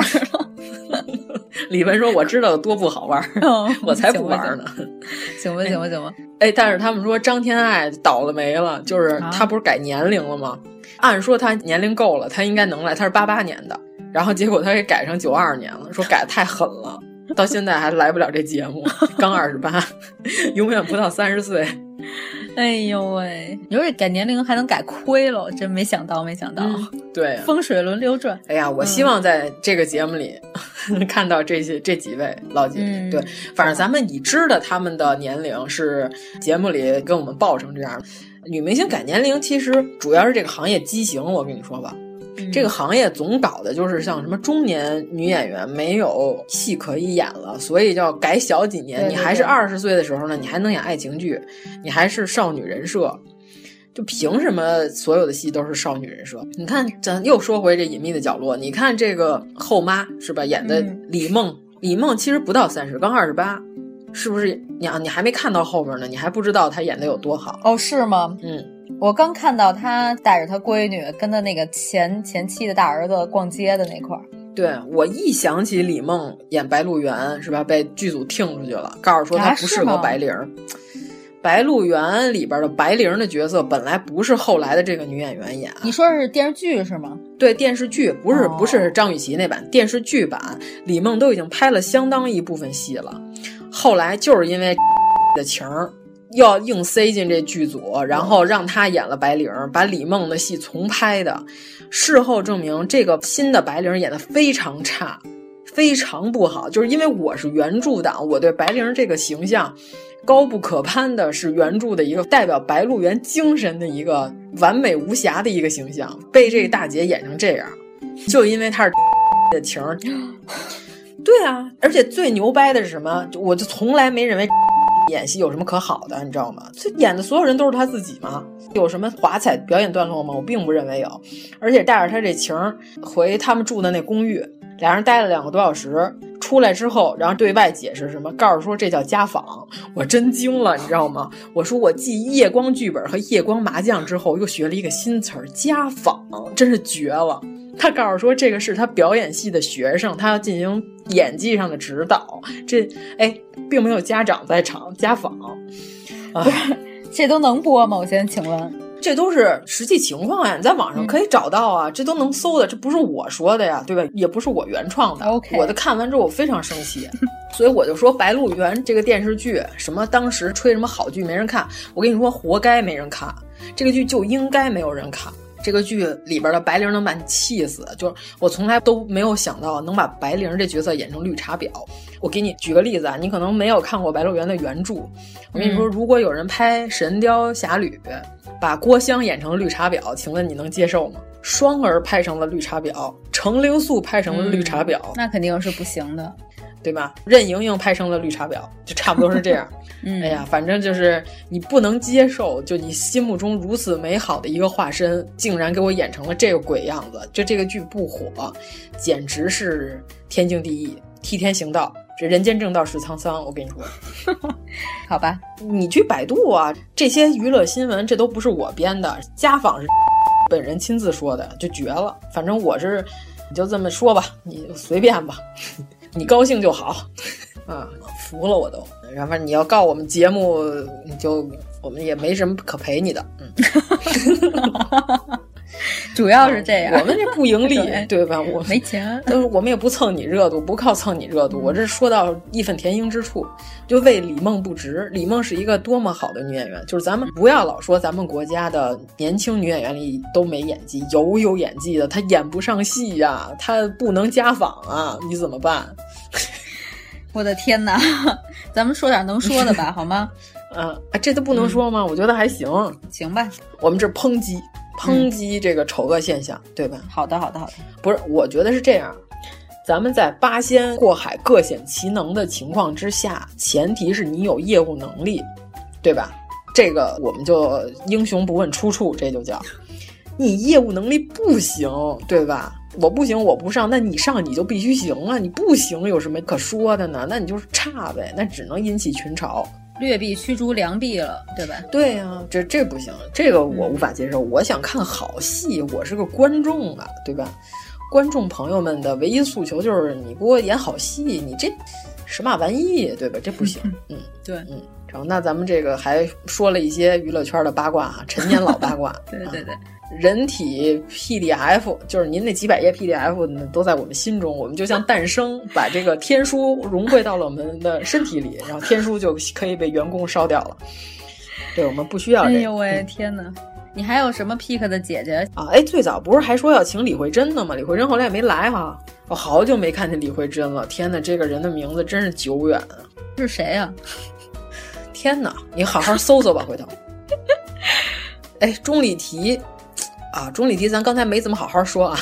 Speaker 6: 了，
Speaker 5: 李玟说：“我知道有多不好玩儿，我才不玩儿呢。”
Speaker 6: 嗯行吧，行吧，行吧。
Speaker 5: 哎，但是他们说张天爱倒了霉了，就是
Speaker 6: 啊
Speaker 5: 他不是改年龄了吗？按说他年龄够了，他应该能来，他是八八年的，然后结果他给改成九二年了，说改得太狠了，到现在还来不了这节目， 刚二十八，永远不到三十岁。
Speaker 6: 哎呦喂，你说这改年龄还能改亏了，真没想到，没想到。
Speaker 5: 对，
Speaker 6: 风水轮流转。
Speaker 5: 哎呀，我希望在这个节目里、 看到这些这几位老姐姐。
Speaker 6: 嗯
Speaker 5: 对，反正咱们已知的他们的年龄是节目里给我们报成这样。女明星改年龄其实主要是这个行业畸形，我跟你说吧，
Speaker 6: 嗯
Speaker 5: 这个行业总搞的就是像什么中年女演员没有戏可以演了，所以要改小几年。
Speaker 6: 对对
Speaker 5: 你还是
Speaker 6: 对
Speaker 5: 二十岁的时候呢，你还能演爱情剧，你还是少女人设，就凭什么所有的戏都是少女人设？你看，咱又说回这隐秘的角落，你看这个后妈是吧？演的
Speaker 6: 嗯
Speaker 5: 李梦，李梦其实不到三十，刚二十八，是不是？你啊，你还没看到后边呢，你还不知道她演的有多好。
Speaker 6: 哦，是吗？
Speaker 5: 嗯，
Speaker 6: 我刚看到他带着他闺女跟他那个前前妻的大儿子逛街的那块儿，
Speaker 5: 对我一想起李梦演白鹿原是吧，被剧组听出去了，告诉说她
Speaker 6: 啊
Speaker 5: 不
Speaker 6: 是
Speaker 5: 适合
Speaker 6: 吗
Speaker 5: 白灵儿。白鹿原里边的白灵的角色本来不是后来的这个女演员演，啊
Speaker 6: 你说是电视剧是吗？
Speaker 5: 对电视剧，不是、
Speaker 6: 哦
Speaker 5: 不是张雨绮那版电视剧版，李梦都已经拍了相当一部分戏了。后来就是因为的情儿，要硬塞进这剧组，然后让她演了白灵儿，把李梦的戏重拍的。事后证明，这个新的白灵儿演的非常差，非常不好。就是因为我是原著党，我对白灵儿这个形象高不可攀的是原著的一个代表白鹿原精神的一个完美无瑕的一个形象，被这个大姐演成这样，就因为她是 的情儿。对啊，而且最牛掰的是什么？就我就从来没认为 演戏有什么可好的，你知道吗？这演的所有人都是她自己嘛，有什么华彩表演段落吗？我并不认为有。而且带着她这情儿回他们住的那公寓，俩人待了两个多小时。出来之后，然后对外解释什么，告诉说这叫家访，我真惊了，你知道吗？我说我继夜光剧本和夜光麻将之后，又学了一个新词儿——家访，真是绝了。他告诉说，这个是他表演系的学生，他要进行演技上的指导。这哎，并没有家长在场家访，
Speaker 6: 这都能播吗？我先请问，
Speaker 5: 这都是实际情况呀，你在网上可以找到啊，这都能搜的，这不是我说的呀，对吧？也不是我原创的。
Speaker 6: OK
Speaker 5: 我的看完之后我非常生气，所以我就说《白鹿原》这个电视剧，什么当时吹什么好剧没人看，我跟你说活该没人看，这个剧就应该没有人看。这个剧里边的白灵能把你气死，就是我从来都没有想到能把白灵这角色演成绿茶婊。我给你举个例子啊，你可能没有看过《白鹿原》的原著，我跟你说，如果有人拍《神雕侠侣》，把郭襄演成绿茶婊，请问你能接受吗？双儿拍成了绿茶婊，程灵素拍成了绿茶婊，
Speaker 6: 那肯定是不行的。
Speaker 5: 对吧？任盈盈拍成了绿茶婊，就差不多是这样。
Speaker 6: 嗯
Speaker 5: 哎呀，反正就是你不能接受，就你心目中如此美好的一个化身，竟然给我演成了这个鬼样子，就这个剧不火，简直是天经地义，替天行道。这人间正道是沧桑，我跟你说，
Speaker 6: 好吧，
Speaker 5: 你去百度啊，这些娱乐新闻这都不是我编的，家访是本人亲自说的，就绝了。反正我是，你就这么说吧，你随便吧， 你高兴就好。 啊，服了我都。然后你要告我们节目，你就我们也没什么可赔你的。嗯，
Speaker 6: 主要是这样。
Speaker 5: 我们这不盈利
Speaker 6: 对，
Speaker 5: 对吧？我
Speaker 6: 没钱。
Speaker 5: 但是我们也不蹭你热度，不靠蹭你热度。我这说到义愤填膺之处，就为李梦不值。李梦是一个多么好的女演员，就是咱们不要老说咱们国家的年轻女演员里都没演技，有有演技的，她演不上戏呀、她不能家访啊，你怎么办？
Speaker 6: 我的天哪，咱们说点能说的吧，好吗？
Speaker 5: 啊，啊这都不能说吗？我觉得还行。
Speaker 6: 行吧，
Speaker 5: 我们这抨击抨击这个丑恶现象，对吧？
Speaker 6: 好的，好的，好的。
Speaker 5: 不是，我觉得是这样。咱们在八仙过海各显其能的情况之下，前提是你有业务能力，对吧？这个我们就英雄不问出处，这就叫 你业务能力不行，对吧？我不行，我不上，那你上你就必须行啊！你不行有什么可说的呢？那你就是差呗，那只能引起群嘲。
Speaker 6: 劣币驱逐良币了，对啊嗯吧？
Speaker 5: 对呀、这这不行，这个我无法接受。我想看好戏，我是个观众啊，对吧？观众朋友们的唯一诉求就是你给我演好戏，你这什么玩意，对吧？这不行，嗯，
Speaker 6: 对
Speaker 5: 嗯。然后那咱们这个还说了一些娱乐圈的八卦啊，陈年老八卦
Speaker 6: ，对对对，
Speaker 5: 人体 PDF 就是您那几百页 PDF 呢都在我们心中，我们就像诞生，把这个天书融汇到了我们的身体里，然后天书就可以被员工烧掉了。对我们不需要
Speaker 6: 哎
Speaker 5: 这
Speaker 6: 呦
Speaker 5: 个、
Speaker 6: 喂，天哪！你还有什么 pick 的姐姐？
Speaker 5: 啊！哎，最早不是还说要请李慧珍呢吗？李慧珍后来也没来哈、我好久没看见李慧珍了。天哪，这个人的名字真是久远啊！
Speaker 6: 是谁呀、
Speaker 5: 天哪，你好好搜搜吧，回 头。哎，钟丽缇啊，钟丽缇，咱刚才没怎么好好说啊，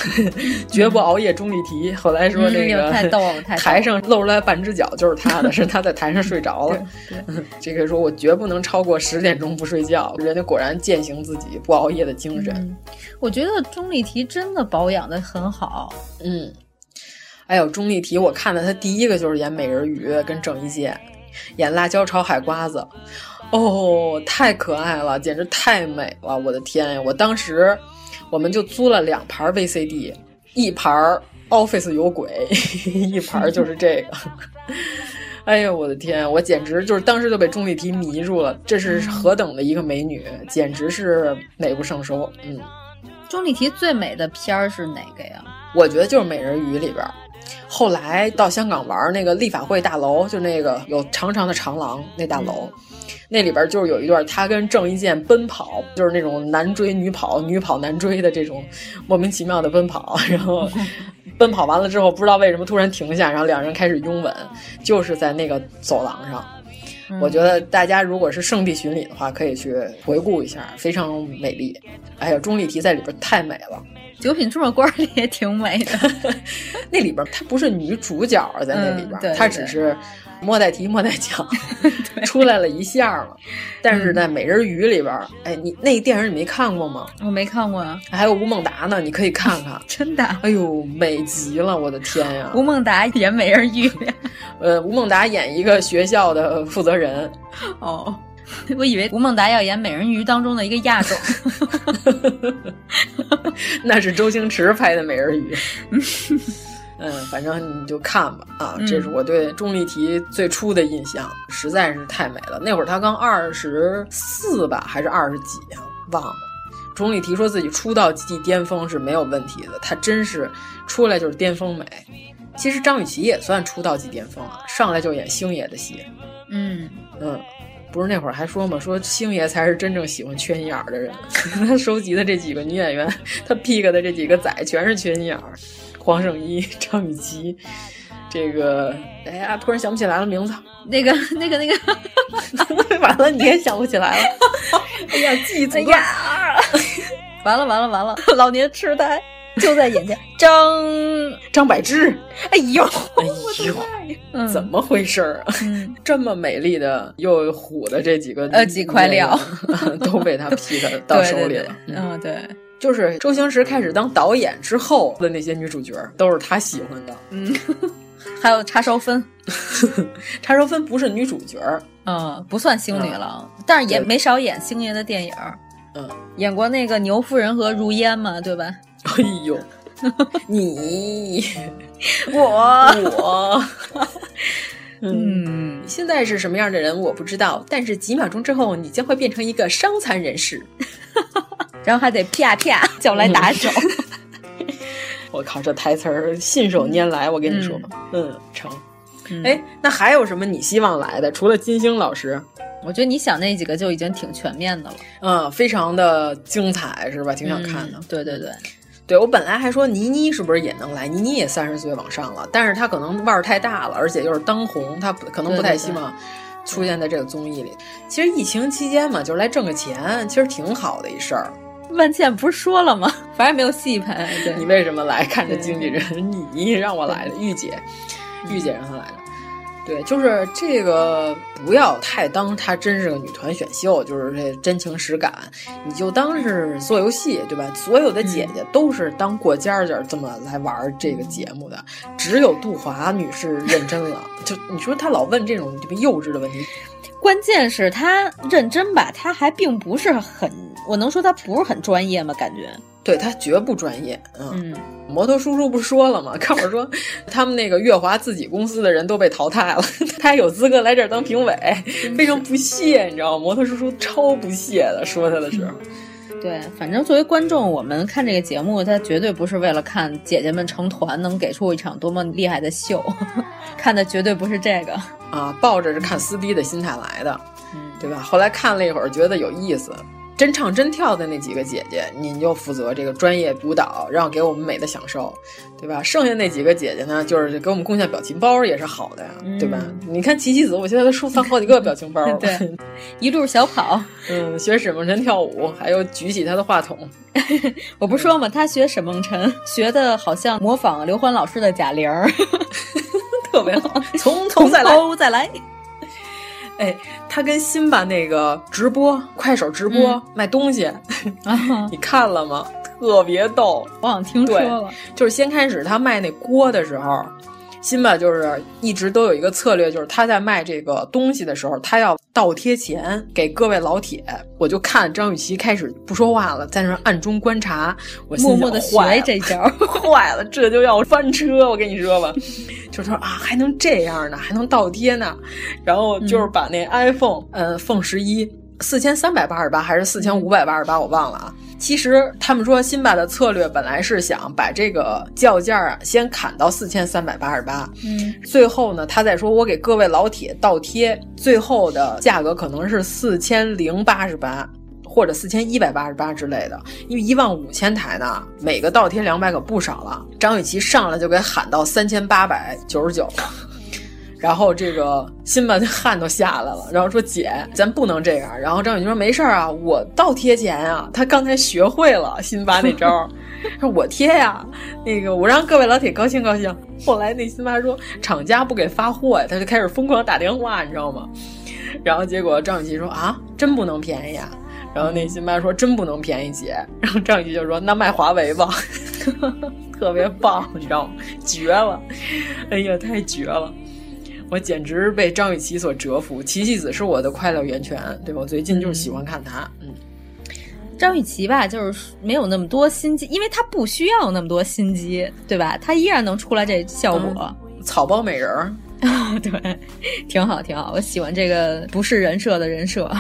Speaker 5: 绝不熬夜。钟丽缇后来说这个、
Speaker 6: 嗯 太逗了太逗了
Speaker 5: 台上露出来半只脚就是 她的，是她在台上睡着了。这个说我绝不能超过十点钟不睡觉，人家果然践行自己不熬夜的精神。
Speaker 6: 嗯我觉得钟丽缇真的保养的很好，
Speaker 5: 嗯，哎呦，钟丽缇，我看的她第一个就是演美人鱼跟郑伊健，演辣椒炒海瓜子，哦，太可爱了，简直太美了，我的天呀！我当时我们就租了两盘 VCD，一盘儿 Office 有鬼， 一盘儿就是这个。哎呦，我的天！我简直就是当时就被钟丽缇迷住了，这是何等的一个美女，简直是美不胜收。嗯，
Speaker 6: 钟丽缇最美的片儿是哪个呀？
Speaker 5: 我觉得就是《美人鱼》里边儿。后来到香港玩儿那个立法会大楼，就那个有长长的长廊那大楼，那里边儿就是有一段他跟郑伊健奔跑，就是那种男追女跑、女跑男追的这种莫名其妙的奔跑，然后奔跑完了之后不知道为什么突然停下，然后两人开始拥吻，就是在那个走廊上。我觉得大家如果是圣地巡礼的话，可以去回顾一下，非常美丽。哎呀，钟丽缇在里边儿太美了。
Speaker 6: 九品芝麻官里 也挺美的，
Speaker 5: 那里边儿她不是女主角儿在那里
Speaker 6: 嗯
Speaker 5: 边
Speaker 6: 对
Speaker 5: 儿，
Speaker 6: 对
Speaker 5: 她只是莫代提莫代 讲出来了一下儿
Speaker 6: 嗯
Speaker 5: 嘛。但是在《美人鱼》里边儿，哎，你那电影你没看过吗？
Speaker 6: 我没看过啊，。
Speaker 5: 还有吴孟达呢，你可以看看
Speaker 6: 真的。啊
Speaker 5: 哎呦，美极了，我的天呀！
Speaker 6: 吴孟达演美人鱼，
Speaker 5: 呃，吴孟达演一个学校的负责人，
Speaker 6: 哦， 我以为吴孟达要演美人鱼当中的一个亚种，
Speaker 5: 那是周星驰拍的《美人鱼》。 嗯，反正你就看吧啊，这是我对钟丽缇最初的印象，实在是太美了。那会儿她刚二十四吧，还是二十几啊，忘了。钟丽缇说自己出道即巅峰是没有问题的，她真是出来就是巅峰美。其实张雨绮也算出道即巅峰啊，上来就演星爷的戏，
Speaker 6: 嗯，
Speaker 5: 嗯，不是那会儿还说嘛，说星爷才是真正喜欢缺心眼儿的人。 他收集的这几个女演员，他 pick 的这几个仔全是缺心眼儿，黄圣依、张雨绮，这个哎呀，突然想不起来了名字，
Speaker 6: 那个那个那个，
Speaker 5: 完了你也想不起来了，
Speaker 6: 哎呀，记哎呀， 完了完了完了， 老年痴呆 就在眼前。张，
Speaker 5: 张 柏芝，
Speaker 6: 哎呦，
Speaker 5: 哎呦，怎么回事儿啊？
Speaker 6: 啊嗯
Speaker 5: 这么美丽的又虎的这几个
Speaker 6: 呃几块料
Speaker 5: 都被他 P 的到手里了。
Speaker 6: 对对对
Speaker 5: 嗯
Speaker 6: 嗯，对，
Speaker 5: 就是周星驰开始当导演之后的那些女主角都是他喜欢的。
Speaker 6: 嗯，还有叉烧分，
Speaker 5: 查柔芬不是女主角，
Speaker 6: 嗯，不算星女了，但是也
Speaker 5: 对
Speaker 6: 没少演星爷的电影儿，
Speaker 5: 嗯，
Speaker 6: 演过那个牛夫人和如烟嘛，对吧？
Speaker 5: 哎 呦，你
Speaker 6: 我，
Speaker 5: 我，嗯。
Speaker 6: 嗯，
Speaker 5: 现在是什么样的人我不知道，但是几秒钟之后，你将会变成一个伤残人士。
Speaker 6: 然后还得啪啪叫来打手，
Speaker 5: 我靠，这台词儿信手拈来，我跟你说吧，嗯，成。
Speaker 6: 嗯
Speaker 5: 哎，那还有什么你希望来的？除了金星老师，
Speaker 6: 我觉得你想那几个就已经挺全面的了，
Speaker 5: 嗯，非常的精彩，是吧？挺想看的。
Speaker 6: 嗯对对对，
Speaker 5: 对我本来还说倪妮是不是也能来？倪妮也三十岁往上了，但是她可能腕儿太大了，而且又是当红，她不可能不太希望出现在这个综艺里。其实疫情期间嘛，就是来挣个钱，其实挺好的一事儿。
Speaker 6: 万茜不是说了吗？反正没有戏拍，对，
Speaker 5: 你为什么来？看着经纪人，你让我来的，玉姐，玉姐让她来的。对，就是这个，不要太当它真是个女团选秀，就是这真情实感，你就当是做游戏，对吧？所有的姐姐都是当过家儿家儿这么来玩儿这个节目的，只有杜华女士认真了。 就你说她老问这种特别幼稚的问题，
Speaker 6: 关键是他认真吧，他还并不是很，我能说他不是很专业吗？感觉，
Speaker 5: 对她绝不专业，嗯
Speaker 6: 嗯，
Speaker 5: 摩托叔叔不是说了吗？ 看我说，他们那个月华自己公司的人都被淘汰了， 他还有资格来这儿当评委，非常不屑，你知道吗？摩托叔叔超不屑的，说他的时候，
Speaker 6: 嗯对，反正作为观众，我们看这个节目，他绝对不是为了看姐姐们成团能给出一场多么厉害的秀， 看的绝对不是这个。
Speaker 5: 啊，抱着是看撕逼的心态来的，
Speaker 6: 嗯，
Speaker 5: 对吧？后来看了一会儿，觉得有意思。真唱真跳的那几个姐姐，您就负责这个专业舞蹈，让给我们美的享受，对吧？剩下那几个姐姐呢，就是给我们贡献表情包也是好的呀，
Speaker 6: 嗯
Speaker 5: 对吧？你看琪琪子，我现在都收藏好几个表情包了。
Speaker 6: 对一路小跑，
Speaker 5: 嗯，学沈梦辰跳舞，还有举起他的话筒。
Speaker 6: 我不说嘛，他学沈梦辰，学的好像模仿刘欢老师的贾玲儿， 特别好，
Speaker 5: 从头再来
Speaker 6: 从头再来。
Speaker 5: 哎，他跟辛巴那个直播，快手直播、
Speaker 6: 嗯
Speaker 5: 卖东西，
Speaker 6: 啊，
Speaker 5: 你看了吗？特别逗。
Speaker 6: 我好像听说
Speaker 5: 对
Speaker 6: 了，
Speaker 5: 就是先开始他卖那锅的时候，辛巴就是一直都有一个策略，就是他在卖这个东西的时候，他要倒贴钱给各位老铁。我就看张雨绮开始不说话了，在那儿暗中观察，我心
Speaker 6: 默
Speaker 5: 想
Speaker 6: 默的
Speaker 5: 坏
Speaker 6: 学
Speaker 5: 啊了
Speaker 6: 这招儿。
Speaker 5: 坏了，这就要翻车！我跟你说吧，就是说啊，还能这样呢，还能倒贴呢。然后就是把那 iPhone，、呃，iPhone 十一四千三百八十八还是四千五百八十八，我忘了啊。其实他们说辛巴的策略本来是想把这个叫价啊先砍到四千三百八十八，
Speaker 6: 嗯
Speaker 5: 最后呢，他再说我给各位老铁倒贴，最后的价格可能是四千零八十八。或者四千一百八十八之类的，因为一万五千台呢，每个倒贴两百可不少了。张雨绮上来就给喊到三千八百九十九了，然后这个辛巴就汗都下来了，然后说姐，咱不能这样。然后张雨绮说没事儿啊，我倒贴钱啊。他刚才学会了辛巴那招儿， 说我贴呀、那个我让各位老铁高兴高兴。后来那辛巴说厂家不给发货呀，他就开始疯狂打电话，你知道吗？然后结果张雨绮说啊，真不能便宜啊。然后那辛巴说真不能便宜姐，然后张雨绮就说那卖华为吧， 特别棒，你知道吗？绝了，哎呀，太绝了。我简直被张雨绮所折服，琪琪子是我的快乐源泉，对吧？我最近就是喜欢看她，嗯，
Speaker 6: 张雨绮吧，就是没有那么多心机，因为她不需要那么多心机，对吧？她依然能出来这效果，
Speaker 5: 草包美人儿，
Speaker 6: 嗯 对，挺好，挺好。我喜欢这个不是人设的人设。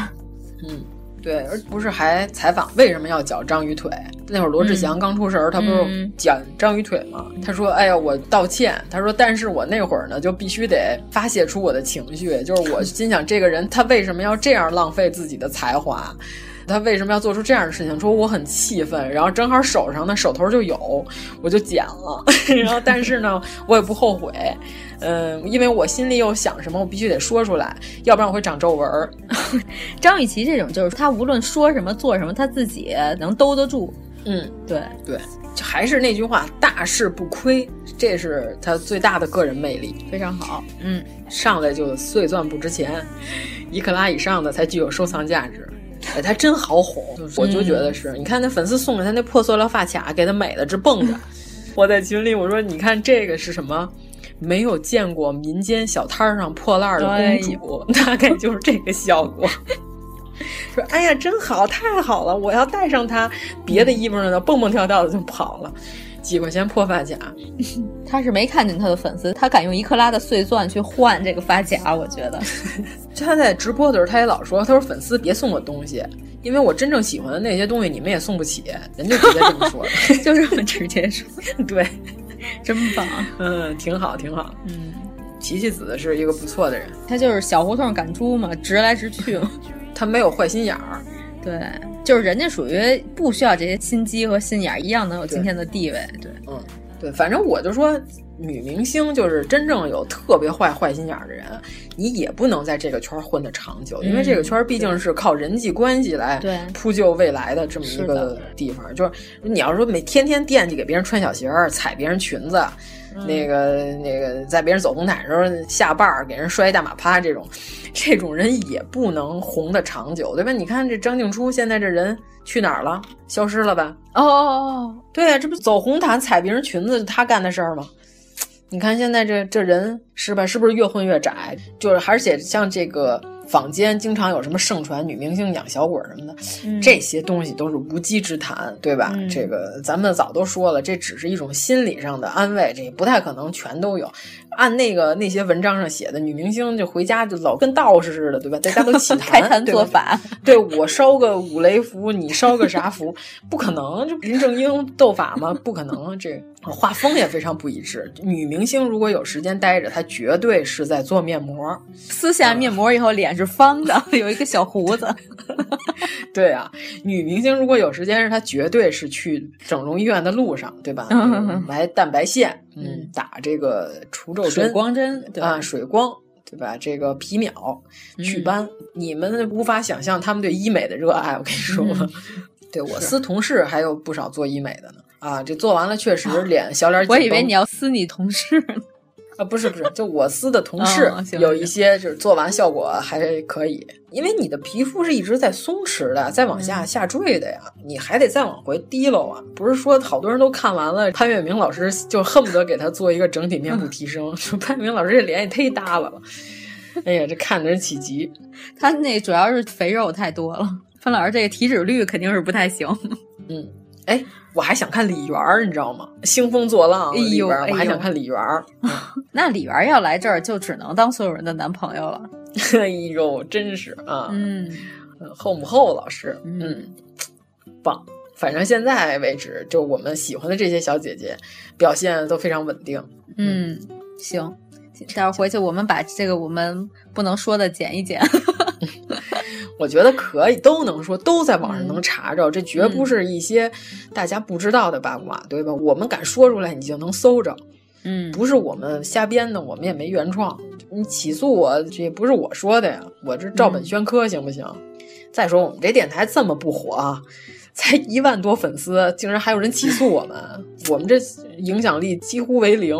Speaker 5: 嗯，对，而不是还采访为什么要绞章鱼腿？那会儿罗志祥刚出事儿，他不是绞章鱼腿吗？他说：“哎呀，我道歉。”他说：“但是我那会儿呢，就必须得发泄出我的情绪，就是我心想，这个人他为什么要这样浪费自己的才华？”他为什么要做出这样的事情？说我很气愤，然后正好手上呢手头就有，我就剪了。 然后但是呢，我也不后悔，嗯、因为我心里有想什么，我必须得说出来，要不然我会长皱纹儿。
Speaker 6: 张雨绮这种就是她无论说什么做什么，她自己能兜得住。
Speaker 5: 嗯，
Speaker 6: 对，
Speaker 5: 对，就还是那句话，大事不亏，这是他最大的个人魅力。
Speaker 6: 非常好。嗯，
Speaker 5: 上来就碎钻不值钱，一克拉以上的才具有收藏价值。哎，他真好哄，我就觉得是。你看那粉丝送给他那破塑料发卡，给他美的直蹦着。我在群里我说，你看这个是什么？没有见过民间小摊儿上破烂儿的公主，大概就是这个效果。 说哎呀，真好，太好了，我要带上它。别的衣服上的蹦蹦跳跳的就跑了，几块钱破发卡，
Speaker 6: 她是没看见她的粉丝，她敢用一克拉的碎钻去换这个发夹，我觉 得。
Speaker 5: 就他在直播的时候，他也老说，他说粉丝别送我东西，因为我真正喜欢的那些东西你们也送不起，人家直接这么说的，
Speaker 6: 就这么直接说，
Speaker 5: 对，
Speaker 6: 真棒。
Speaker 5: 嗯，挺好，挺好。
Speaker 6: 嗯，
Speaker 5: 琪琪子是一个不错的人，
Speaker 6: 她就是小胡同赶猪嘛，直来直去嘛。
Speaker 5: 他没有坏心眼儿，
Speaker 6: 对，就是人家属于不需要这些心机和心眼儿，一样能有今天的地位。对，
Speaker 5: 嗯，对，反正我就说，女明星就是真正有特别坏坏心眼儿的人，你也不能在这个圈儿混得长久，因为这个圈儿毕竟是靠人际关系来
Speaker 6: 嗯对
Speaker 5: 铺就未来的这么一
Speaker 6: 是
Speaker 5: 个
Speaker 6: 的
Speaker 5: 地方。就是你要说每天天惦记给别人穿小鞋儿、踩别人裙子，
Speaker 6: 嗯
Speaker 5: 那个那个在别人走红毯的时候下绊儿给人摔一大马趴，这种这种人也不能红得长久，对吧？你看这张静初现在这人去哪儿了？消失了吧？
Speaker 6: 哦哦
Speaker 5: 对啊呀、这不走红毯踩别人裙子，他干的事儿吗？你看现在这这人是吧？是不是越混越窄？就是而且像这个坊间经常有什么盛传女明星养小鬼儿什么的，
Speaker 6: 嗯
Speaker 5: 这些东西都是无稽之谈，对吧？
Speaker 6: 嗯
Speaker 5: 这个咱们早都说了，这只是一种心理上的安慰，这也不太可能全都有。按那个那些文章上写的，女明星就回家就老跟道士似的，对吧？大 家都 起
Speaker 6: 哦，开坛
Speaker 5: 坛对吧
Speaker 6: 做法。
Speaker 5: 对我烧个五雷符，你烧个啥符？不可能，这不林正英斗法吗？不可能，这画风也非常不一致。女明星如果有时间待着，她绝对是在做面膜。
Speaker 6: 撕下面膜以后，脸是方的， 有一个小胡子。
Speaker 5: 对啊，女明星如果有时间，她绝对是去整容医院的路上，对吧？
Speaker 6: 嗯
Speaker 5: 埋蛋白线，
Speaker 6: 嗯
Speaker 5: 嗯，打这个除皱针，
Speaker 6: 水光针，对吧嗯
Speaker 5: 啊，水光。对吧？这个皮秒、祛斑，你们无法想象他们对医美的热爱。我跟你说，
Speaker 6: 嗯
Speaker 5: 对我司同事还有不少做医美的呢。啊，这做完了确实脸小脸 紧
Speaker 6: 我
Speaker 5: 绷。
Speaker 6: 以为你要撕你同 事呢。
Speaker 5: 啊，不是不是，就我司的同事
Speaker 6: 哦行
Speaker 5: 有一些就是做完效果还可以，因为你的皮肤是一直在松弛的，在往
Speaker 6: 嗯
Speaker 5: 下下坠的呀，你还得再往回滴漏啊。不是说好多人都看完了，潘粤明老师就恨不得给他做一个整体
Speaker 6: 嗯
Speaker 5: 面部提升，说潘粤明老师这脸也忒耷拉了。哎呀，这看着人起急。
Speaker 6: 他那主要是肥肉太多了。潘老师这个体脂率肯定是不太行。
Speaker 5: 哎，我还想看李媛儿，你知道吗？兴风作浪，
Speaker 6: 哎呦
Speaker 5: 里边儿
Speaker 6: 哎呦
Speaker 5: 我还想看李媛儿。
Speaker 6: 那李媛要来这儿，就只能当所有人的男朋友了。
Speaker 5: 哎呦，真是啊，
Speaker 6: 嗯，
Speaker 5: 呃后母后老师，
Speaker 6: 嗯
Speaker 5: 嗯，棒。反正现在为止，就我们喜欢的这些小姐姐，表现都非常稳定。
Speaker 6: 嗯，行，待会儿回去我们把这个我们不能说的剪一剪。
Speaker 5: 我觉得可以，都能说，都在
Speaker 6: 嗯
Speaker 5: 网上能查着，这绝不是一些大家不知道的八卦，对吧？我们敢说出来，你就能搜着，
Speaker 6: 嗯，
Speaker 5: 不是我们瞎编的，我们也没原创。你起诉我，这也不是我说的呀，我这照
Speaker 6: 嗯
Speaker 5: 本宣科行不行？再说我们这电台这么不火啊，才一万多粉丝，竟然还有人起诉我们，我们这影响力几乎为零。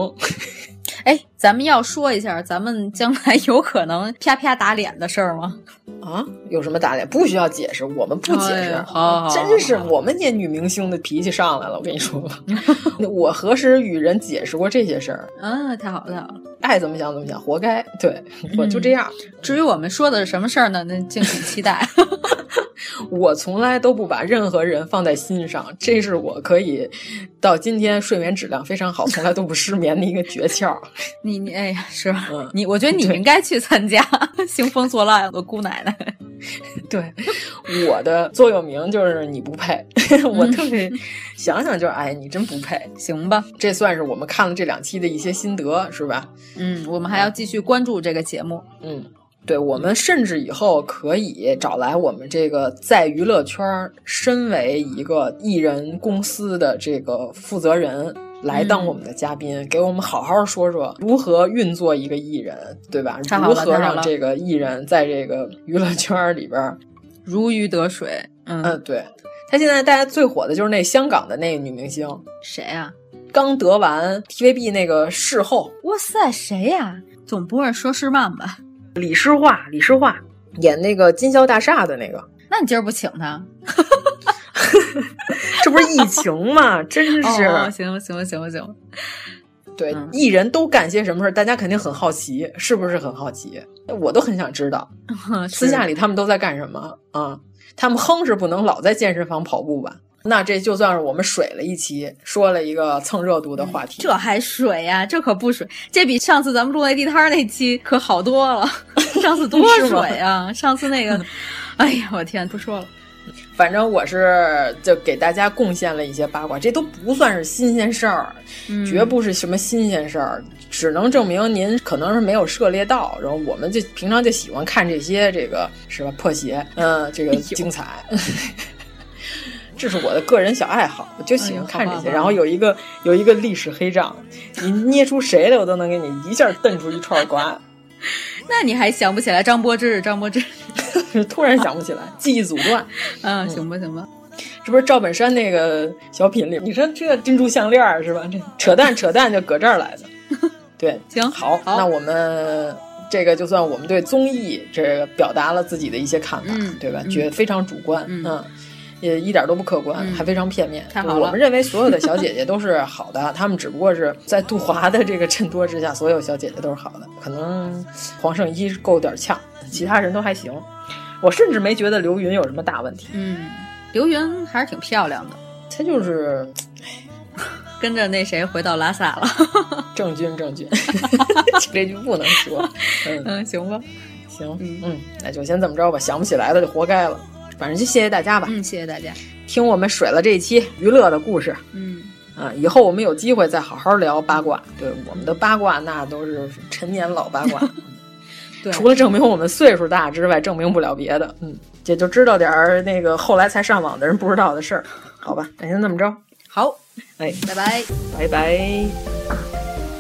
Speaker 6: 哎，咱们要说一下咱们将来 有可能啪啪打脸的事儿吗？
Speaker 5: 啊， 有什么打脸？不需要解释，我们不解释。
Speaker 6: 哎呀好好好
Speaker 5: 真是我们这女明星的脾气上来了，我跟你说吧， 我何时与人解释过这些事儿？
Speaker 6: 啊，太好了，太好了。
Speaker 5: 爱怎么想怎么想，活该。对我就这样，
Speaker 6: 至于我们说的是什么事儿呢？那敬请期待。
Speaker 5: 我从来都不把任何人放在心上，这是我可以到今天睡眠质量非常好，从来都不失眠的一个诀窍。
Speaker 6: 你你哎呀，是吧？
Speaker 5: 嗯
Speaker 6: 你我觉得你
Speaker 5: 对
Speaker 6: 应该去参加兴风作浪的姑奶奶。
Speaker 5: 对，我的座右铭就是你不配。 我特别想想就是，哎，你真不配，
Speaker 9: 行吧？
Speaker 5: 这算是我们看了这两期的一些心得，是吧？
Speaker 9: 嗯，我们还要继续关注这个节目。
Speaker 5: 嗯，对，我们甚至以后可以找来我们这个在娱乐圈身为一个艺人公司的这个负责人。来当我们的嘉宾，嗯、给我们好好说说如何运作一个艺人，对吧？如何让这个艺人在这个娱乐圈里边
Speaker 9: 如鱼得水？嗯，
Speaker 5: 嗯对。他现在大家最火的就是那香港的那个女明星，
Speaker 9: 谁呀、
Speaker 5: 啊？刚得完 TVB 那个视后，
Speaker 9: 哇塞，谁呀、啊？总不会说诗曼吧？
Speaker 5: 李诗画，李诗画演那个金宵大厦的那个。
Speaker 9: 那你今儿不请他？
Speaker 5: 这不是疫情吗？真是！ 行
Speaker 9: 了、哦，行了，行了，行了。
Speaker 5: 对，嗯、艺人都干些什么事儿？大家肯定很好奇，是不是很好奇？我都很想知道，嗯、私下里他们都在干什么啊、嗯？他们哼是不能老在健身房跑步吧？那这就算是我们水了一期，说了一个蹭热度的话
Speaker 6: 嗯
Speaker 5: 题。
Speaker 9: 这还水呀、啊？这可不水，这比上次咱们录那地摊那期可好多了。 上次多水啊！上次那个，
Speaker 5: 嗯
Speaker 9: 哎呀，我天，不说了。
Speaker 5: 反正我是就给大家贡献了一些八卦，这都不算是新鲜事儿，嗯、绝不是什么新鲜事儿，只能证明您可能是没有涉猎到。然后我们就平常就喜欢看这些这个是吧破鞋，嗯、呃，这个精彩， 这是我的个人小爱好，我就喜欢看这些。
Speaker 9: 哎、
Speaker 5: 然后有一个有一个历史黑账，你捏出谁来，我都能给你一下瞪出一串瓜。
Speaker 9: 那你还想不起来张柏芝？张柏芝
Speaker 5: 突然想不起来，记忆阻断。
Speaker 9: 嗯，行吧，行吧，
Speaker 5: 这不是赵本山那个小品里，你说这珍珠项链是吧？这扯淡，扯淡就搁这儿 来的。对，
Speaker 9: 行，
Speaker 5: 好，
Speaker 9: 好
Speaker 5: 那我们这个就算我们对综艺这个表达了自己的一些看法，
Speaker 9: 嗯、
Speaker 5: 对吧？觉得非常主观，嗯。
Speaker 9: 嗯
Speaker 5: 也一点都不客观，
Speaker 9: 嗯、
Speaker 5: 还非常片面。
Speaker 9: 太好了，
Speaker 5: 我们认为所有的小姐姐都是好的，她们只不过是在杜华的这个衬托之下，所有小姐姐都是好的。可能黄圣依够点呛，其他人都还行。我甚至没觉得刘云有什么大问题。
Speaker 9: 嗯，刘云还是挺漂亮的。
Speaker 5: 她就是，
Speaker 9: 跟着那谁回到拉萨了。
Speaker 5: 郑钧，郑 钧，这句不能说。嗯，
Speaker 9: 嗯行吧，
Speaker 5: 行，嗯,嗯，那就先这么着吧。想不起来的就活该了。反正就谢谢大家吧，
Speaker 9: 嗯，谢谢大家，
Speaker 5: 听我们水了这一期娱乐的故事，
Speaker 9: 嗯
Speaker 5: 啊，以后我们有机会再好好聊八卦，对我们的八卦那都是陈年老八卦，
Speaker 9: 对，
Speaker 5: 除了证明我们岁数大之外，证明不了别的，嗯，也就知道点儿那个后来才上网的人不知道的事儿，好吧，那先这么着，
Speaker 9: 好，
Speaker 5: 哎，
Speaker 9: 拜拜，
Speaker 5: 拜拜。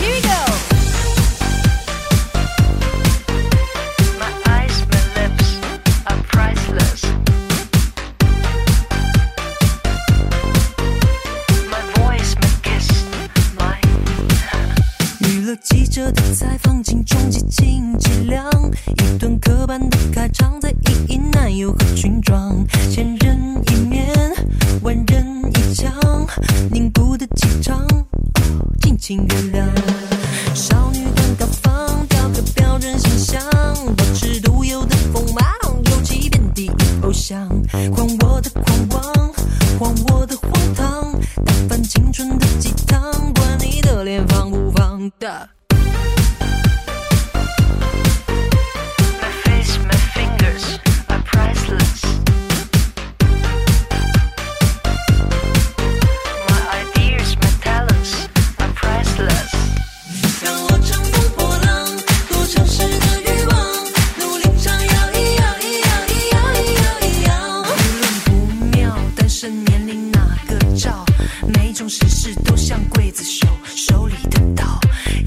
Speaker 3: Here we go. My eyes, my lips are priceless. My voice, my kiss, my.
Speaker 10: 娱乐记者的采访，请专辑。一顿刻板的开场，在意义男友和
Speaker 6: 嗯
Speaker 10: 裙装，千人一面，万人一腔，凝固的气场，尽情原谅。少女感高放，雕刻标准形象，保持独有的锋芒，尤其遍地偶像，狂我的狂妄，荒我的荒唐，打翻青春的鸡汤，管你的脸放不放大。
Speaker 3: 手里的刀，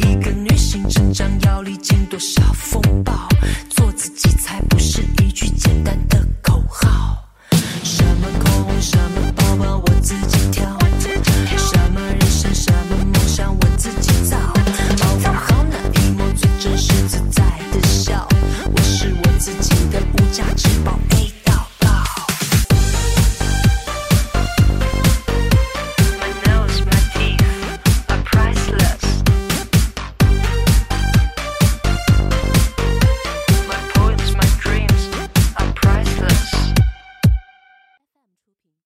Speaker 3: 一个女性成长要历经。